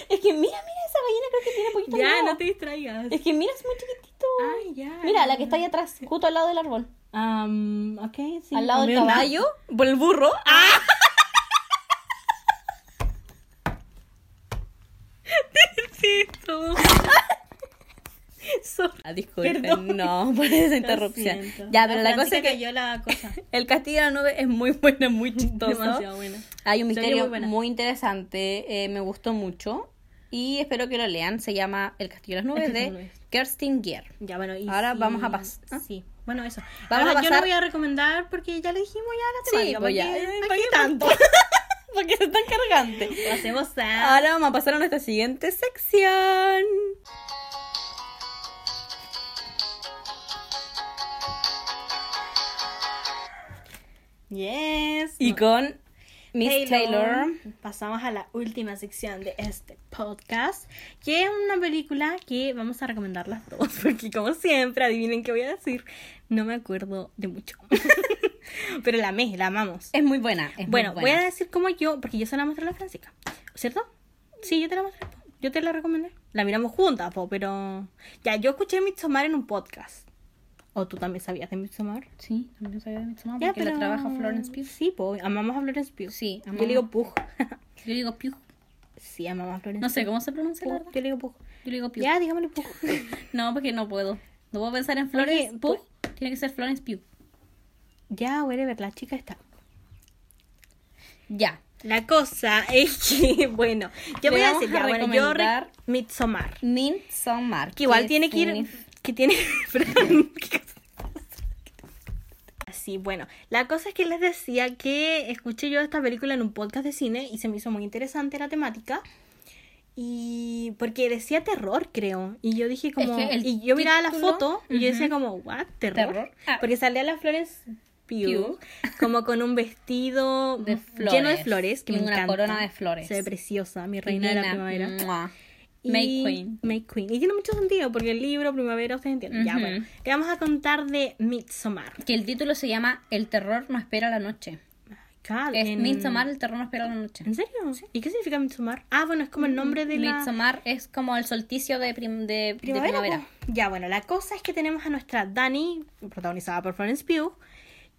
S1: Es que mira, mira, esa gallina creo que tiene pollitos
S2: Ya,
S1: nuevos.
S2: no te distraigas.
S1: Es que mira, es muy chiquitito.
S2: Ay, ya.
S1: Mira, la que está ahí atrás, justo al lado del árbol.
S2: Um, ok, sí.
S1: al lado del
S2: Leonardo.
S1: caballo. Por el burro. ¡Ah!
S2: Sí, tú. Sorry.
S1: Ah, disculpen,
S2: Perdón.
S1: no, por esa interrupción. Ya, pero la cosa es que
S2: yo la cosa.
S1: el castillo de la nube es muy buena, muy
S2: Demasiado
S1: chistoso.
S2: buena.
S1: Hay un
S2: Serie
S1: misterio
S2: muy buena.
S1: muy interesante, eh, me gustó mucho y espero que lo lean. Se llama El castillo de las nubes
S2: El
S1: de
S2: castillo de las nubes.
S1: Kerstin Gier.
S2: Ya, bueno, y
S1: Ahora
S2: si-
S1: vamos a pas- ¿Ah?
S2: Sí, bueno, eso.
S1: Vamos
S2: Ahora
S1: a
S2: yo no
S1: pasar-
S2: voy a recomendar porque ya le dijimos ya la
S1: Sí,
S2: temática.
S1: pues ya,
S2: ¿para qué-
S1: eh,
S2: para
S1: ¿para
S2: qué
S1: qué tanto? Ah. Porque se están cargante.
S2: tanto? Pasemos a...
S1: Ahora vamos a pasar a nuestra siguiente sección.
S2: Yes.
S1: Y
S2: No,
S1: con Miss Taylor.
S2: Pasamos a la última sección de este podcast, que es una película que vamos a recomendar las dos, porque como siempre, adivinen qué voy a decir, no me acuerdo de mucho. Pero la amé, la amamos.
S1: Es muy buena. es muy
S2: Bueno, voy a
S1: buena.
S2: decir como yo, porque yo se la mostré a la Francisca, ¿cierto? Sí, yo te la mostré, po. yo te la recomendé. La miramos juntas, po, pero... Ya, yo escuché Midsommar en un podcast. ¿O tú también sabías de Midsommar?
S1: Sí, también sabía de Midsommar
S2: Ya,
S1: porque la trabaja Florence Pugh.
S2: Sí, po, amamos a Florence Pugh.
S1: Sí,
S2: Yo le digo
S1: amamos.
S2: Pugh.
S1: Yo digo Pugh.
S2: sí, amamos a Florence
S1: No sé cómo se pronuncia la
S2: Pugh.
S1: verdad.
S2: Yo le digo Pugh.
S1: Yo le digo Pugh.
S2: Ya, digámosle Pugh.
S1: No, porque no puedo. No puedo pensar en Florence
S2: Oye,
S1: Pugh. Tiene que ser Florence Pugh.
S2: ya, whatever, la chica está.
S1: Ya.
S2: La cosa es que, bueno,
S1: Le
S2: yo voy a
S1: vamos
S2: decir,
S1: a
S2: ya, bueno, yo re-
S1: recomendar-
S2: Midsommar.
S1: Midsommar.
S2: Que igual tiene que ir.
S1: signif-
S2: Que tiene. Perdón. Así, bueno. La cosa es que les decía que escuché yo esta película en un podcast de cine y se me hizo muy interesante la temática. Y porque decía terror, creo. Y yo dije como.
S1: que el
S2: y yo miraba la
S1: título-
S2: foto y yo decía como, ¿what? ¿Terror?
S1: Terror. Ah.
S2: Porque salía la Flores Pugh,
S1: Pugh.
S2: como con un vestido
S1: De
S2: lleno de
S1: flores.
S2: flores. Que
S1: Y
S2: me
S1: una
S2: encanta.
S1: corona de flores.
S2: Se ve preciosa, mi reina de la
S1: Divina.
S2: primavera.
S1: Mua.
S2: Y-
S1: May Queen.
S2: May Queen. Y tiene mucho sentido porque el libro, primavera, ustedes entienden. Ya,
S1: Ujú.
S2: bueno. Le vamos a contar de Midsommar.
S1: Que el título se llama El terror no espera la noche.
S2: Cal-
S1: Es
S2: en-
S1: Midsommar, el terror no espera la noche.
S2: ¿En serio? ¿Y qué significa Midsommar? Ah, bueno, es como el nombre de la...
S1: Midsommar es como el solsticio de, prim- de- de primavera.
S2: primavera. po. Ya, bueno, la cosa es que tenemos a nuestra Dani, protagonizada por Florence Pugh,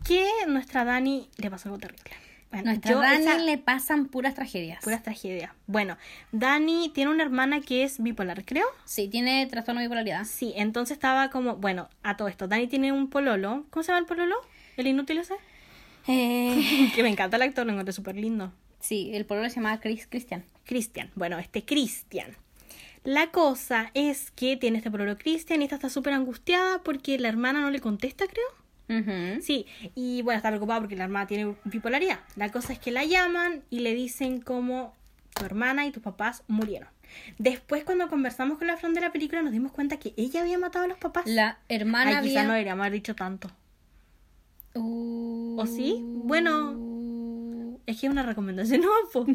S2: que nuestra Dani le pasó algo terrible. Bueno,
S1: Nuestra
S2: yo
S1: Dani
S2: esa-
S1: le pasan puras tragedias.
S2: Puras tragedias. Bueno, Dani tiene una hermana que es bipolar, creo.
S1: Sí, tiene trastorno de bipolaridad.
S2: Sí, entonces estaba como... Bueno, a todo esto, Dani tiene un pololo. ¿Cómo se llama el pololo? ¿El inútil ese? Que me encanta el actor, lo encontré súper lindo.
S1: sí, el pueblo se llamaba Chris Christian.
S2: Cristian, bueno, este Cristian. La cosa es que tiene este pololo Cristian y esta está súper angustiada porque la hermana no le contesta, creo.
S1: Ujú.
S2: Sí, y bueno, está preocupada porque la hermana tiene bipolaridad. La cosa es que la llaman y le dicen como tu hermana y tus papás murieron. Después cuando conversamos con la Fran de la película nos dimos cuenta que ella había matado a los papás.
S1: La hermana
S2: Ay, quizá
S1: había...
S2: no deberíamos haber dicho tanto.
S1: Uh,
S2: ¿O sí? Bueno, es que es una recomendación, no, po.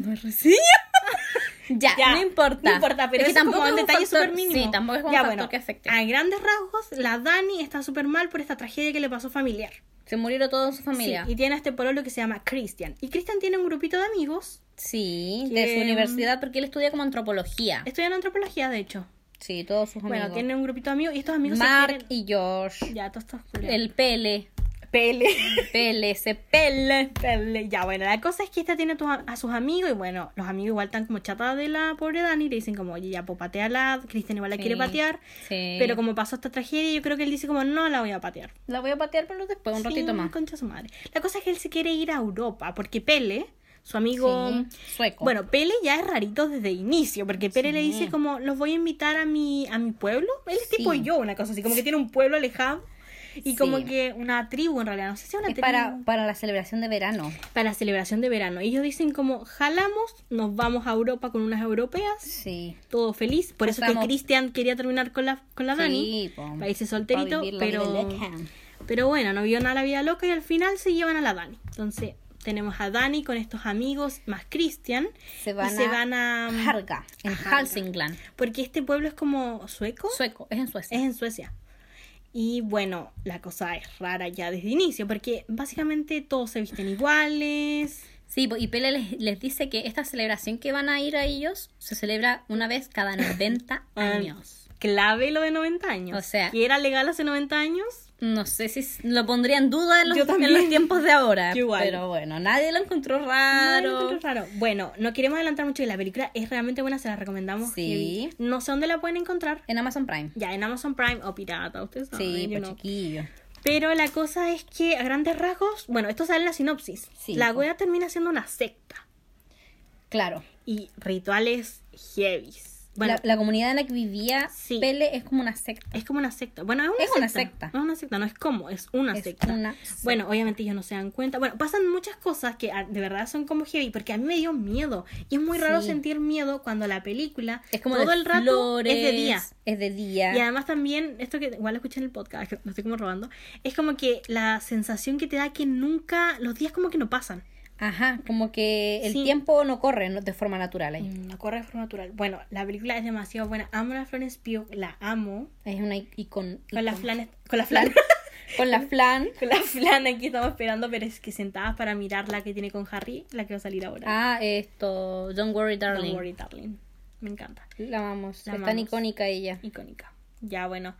S1: Ya,
S2: Ya,
S1: no importa.
S2: No importa, pero
S1: que
S2: es
S1: tampoco
S2: como
S1: es
S2: un detalle
S1: factor-
S2: súper mínimo.
S1: Sí, tampoco es como
S2: Ya,
S1: un factor
S2: bueno,
S1: que afecte.
S2: A grandes rasgos, la Dani está súper mal por esta tragedia que le pasó familiar.
S1: Se murieron toda su
S2: Sí,
S1: familia.
S2: y tiene a este pololo que se llama Christian. Y Christian tiene un grupito de amigos,
S1: Sí,
S2: Que-
S1: de su universidad, porque él estudia como antropología.
S2: estudian antropología, de hecho.
S1: Sí, todos sus amigos.
S2: Bueno, tiene un grupito de amigos y estos amigos
S1: Mark
S2: se quieren...
S1: y George.
S2: Ya, todos estos culiados.
S1: El Pele.
S2: pele.
S1: Pele, ese Pele.
S2: Pele. Ya, bueno, la cosa es que esta tiene a, tus- a sus amigos y bueno, los amigos igual están como chata de la pobre Dani y le dicen como, oye, ya, pues pateala, Christian igual la
S1: Sí,
S2: quiere patear,
S1: sí.
S2: pero como pasó esta tragedia, yo creo que él dice como, no la voy a patear.
S1: La voy a patear, pero después, un
S2: Sí,
S1: ratito más.
S2: concha su madre. La cosa es que él se quiere ir a Europa porque Pele, su amigo...
S1: Sí, sueco.
S2: Bueno, Pele ya es rarito desde el inicio, porque Pele le dice como, los voy a invitar a mi, a mi pueblo. Él es tipo
S1: Sí.
S2: yo, una cosa así, como que tiene un pueblo alejado y
S1: Sí.
S2: como que una tribu en realidad, no sé si es una
S1: es
S2: tribu.
S1: para, para la celebración de verano.
S2: para la celebración de verano. Ellos dicen como, jalamos, nos vamos a Europa con unas europeas,
S1: Sí.
S2: todo feliz. Por eso
S1: Pasamos.
S2: que Cristian quería terminar con la, con la Dani,
S1: Sí, po.
S2: para irse solterito,
S1: Pa' vivir la vida
S2: pero,
S1: loca.
S2: pero bueno, no vio nada la vida loca y al final se llevan a la Dani. Entonces tenemos a Dani con estos amigos, más Cristian,
S1: Se van,
S2: y se
S1: a,
S2: van a...
S1: Harga, en
S2: Harga.
S1: Hälsingland.
S2: Porque este pueblo es como sueco.
S1: Sueco, es en Suecia.
S2: Es en Suecia. Y bueno, la cosa es rara ya desde el inicio, porque básicamente todos se visten iguales.
S1: Sí, po, y Pele les, les dice que esta celebración que van a ir a ellos se celebra una vez cada 90 años.
S2: Clave lo de 90 años.
S1: O sea-
S2: Que era legal hace 90 años.
S1: No sé si s- lo pondría en duda en los,
S2: Yo
S1: en los
S2: también.
S1: tiempos de ahora.
S2: Yo igual.
S1: Pero bueno, nadie lo encontró
S2: Ay, lo
S1: raro.
S2: encuentro raro. Bueno, no queremos adelantar mucho que la película es realmente buena, se la recomendamos.
S1: Sí.
S2: heavy. No sé dónde la pueden encontrar.
S1: En Amazon Prime.
S2: Ya, en Amazon Prime o Pirata, ustedes saben.
S1: Sí,
S2: yo
S1: pues
S2: no-
S1: chiquillo.
S2: Pero la cosa es que a grandes rasgos, bueno, esto sale en la sinopsis.
S1: Sí,
S2: la
S1: po.
S2: wea termina siendo una secta.
S1: Claro.
S2: y rituales heavies. Bueno,
S1: la, la comunidad en la que vivía
S2: Sí.
S1: Pele es como una secta.
S2: es como una secta. Bueno, es una
S1: Es
S2: secta.
S1: una secta.
S2: No es una secta, no es como, es una
S1: Es
S2: secta.
S1: una secta.
S2: Bueno, obviamente ellos no se dan cuenta. Bueno, pasan muchas cosas que ah, de verdad son como heavy, porque a mí me dio miedo. Y es muy raro
S1: Sí.
S2: sentir miedo cuando la película
S1: Es como
S2: todo
S1: de
S2: el rato
S1: flores,
S2: es de día.
S1: Es de día.
S2: Y además también, esto que igual lo escuché en el podcast, que lo estoy como robando, es como que la sensación que te da que nunca, los días como que no pasan.
S1: Ajá, como que el
S2: Sí.
S1: tiempo no corre ¿no? de forma natural ahí.
S2: Mm, No corre de forma natural. Bueno, la película es demasiado buena. Amo a la Florence Pugh, la amo.
S1: Es una i- icon.
S2: Con la
S1: icon-
S2: flan. Con la flan.
S1: Con la flan.
S2: con la flan aquí estamos esperando, pero es que sentadas para mirar la que tiene con Harry, la que va a salir ahora.
S1: Ah, esto. Don't worry,
S2: Don't
S1: darling.
S2: worry, darling. Me encanta.
S1: La amamos.
S2: La
S1: es tan
S2: amamos.
S1: icónica ella.
S2: Icónica. Ya, bueno.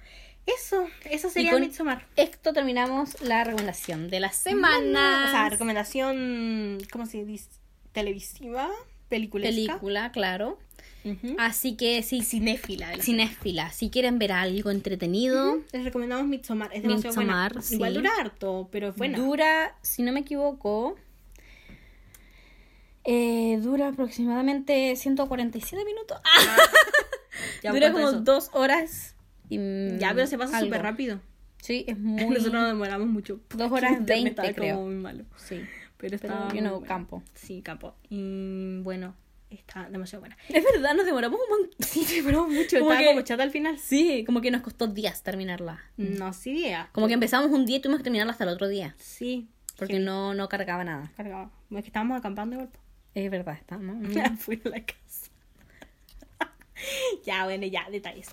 S2: Eso, eso sería
S1: Y con
S2: Midsommar. Mm,
S1: Esto terminamos la recomendación de la semana.
S2: O sea, recomendación, ¿cómo se dice? Televisiva, peliculesca.
S1: película, claro.
S2: Ujú.
S1: Así que sí,
S2: Cinéfila. de la-
S1: cinéfila. Si quieren ver algo entretenido,
S2: Les recomendamos Midsommar. Es demasiado buena.
S1: Midsommar, sí.
S2: Igual dura harto, pero es buena.
S1: dura, si no me equivoco, eh, dura aproximadamente 147 minutos. ¡Ah!
S2: Ya,
S1: dura
S2: ¿cuánto
S1: como
S2: eso?
S1: dos horas. Y, mm,
S2: Ya, pero se pasa
S1: algo.
S2: súper rápido.
S1: Sí, es muy.
S2: Nosotros nos demoramos mucho.
S1: Dos horas
S2: El internet
S1: veinte,
S2: estaba como
S1: creo.
S2: muy malo.
S1: Sí.
S2: Pero
S1: Pero,
S2: está.
S1: you know, campo.
S2: Sí, campo. Y bueno, está demasiado buena.
S1: Es verdad, nos demoramos un montón.
S2: Sí, pero mucho.
S1: Como
S2: Estaba
S1: que-
S2: como chata al final.
S1: Sí, como que nos costó días terminarla.
S2: No, sí, idea.
S1: Como que empezamos un día y tuvimos que terminarla hasta el otro día.
S2: Sí.
S1: Porque no, no cargaba nada.
S2: Cargaba. Es que estábamos acampando de golpe.
S1: Es verdad, está. ¿no?
S2: Fui a la casa. ya, bueno, ya, detalles.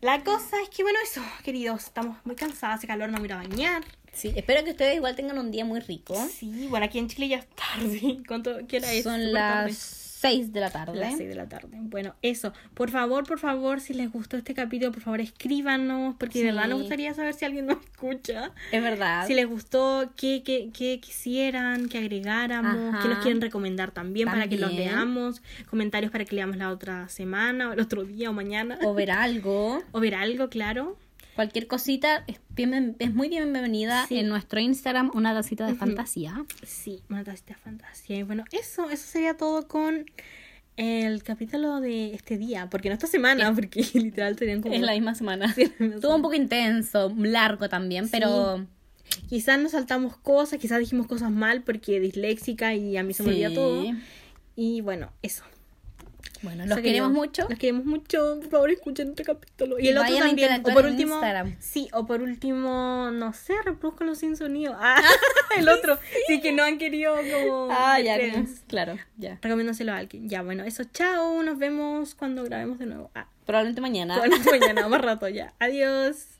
S2: La cosa es que, bueno, eso, queridos. Estamos muy cansadas. Hace calor, no me voy a bañar.
S1: Sí, espero que ustedes igual tengan un día muy rico.
S2: Sí, bueno, aquí en Chile ya es tarde. ¿Cuánto, ¿Qué hora es?
S1: Son
S2: Súper
S1: las
S2: tarde.
S1: 6 de la
S2: A
S1: tarde.
S2: las 6 de la tarde. Bueno, eso. Por favor, por favor, si les gustó este capítulo, por favor escríbanos, porque
S1: Sí.
S2: de
S1: Ah.
S2: verdad nos gustaría saber si alguien nos escucha.
S1: Es verdad.
S2: Si les gustó, qué, qué, qué quisieran que agregáramos,
S1: Ajá.
S2: qué nos quieren recomendar también, para que los
S1: También.
S2: veamos, comentarios para que leamos la otra semana, o el otro día o mañana,
S1: O ver algo,
S2: o ver algo, claro.
S1: cualquier cosita, es, bien- es muy bienvenida
S2: Sí.
S1: en nuestro Instagram, una tacita de fantasía.
S2: Sí, una tacita de fantasía. Y bueno, eso, eso sería todo con el capítulo de este día, porque no esta semana, porque literal serían como...
S1: Eh, Es la misma semana.
S2: Sí, la misma
S1: Estuvo un poco intenso, largo también, pero
S2: Quizás nos saltamos cosas, quizás dijimos cosas mal porque disléxica y a mí se me olvida
S1: Sí.
S2: todo. Y bueno, eso.
S1: bueno,
S2: Eso
S1: los
S2: que
S1: queremos
S2: yo-
S1: mucho.
S2: Los queremos mucho. Por favor, escuchen este capítulo. Y el otro
S1: Vayan a
S2: también. O
S1: interactuar
S2: por
S1: en
S2: último.
S1: Instagram.
S2: Sí, o por último, no sé, reproduzcanlo sin sonido. Ah, el otro. Sí, que no han querido como.
S1: Ah, ya,
S2: Ustedes.
S1: claro, ya.
S2: Recomiéndoselo a alguien. Ya, bueno, eso. Chao. Nos vemos cuando grabemos de nuevo. Ah,
S1: Probablemente mañana.
S2: bueno, mañana, más rato ya. Adiós.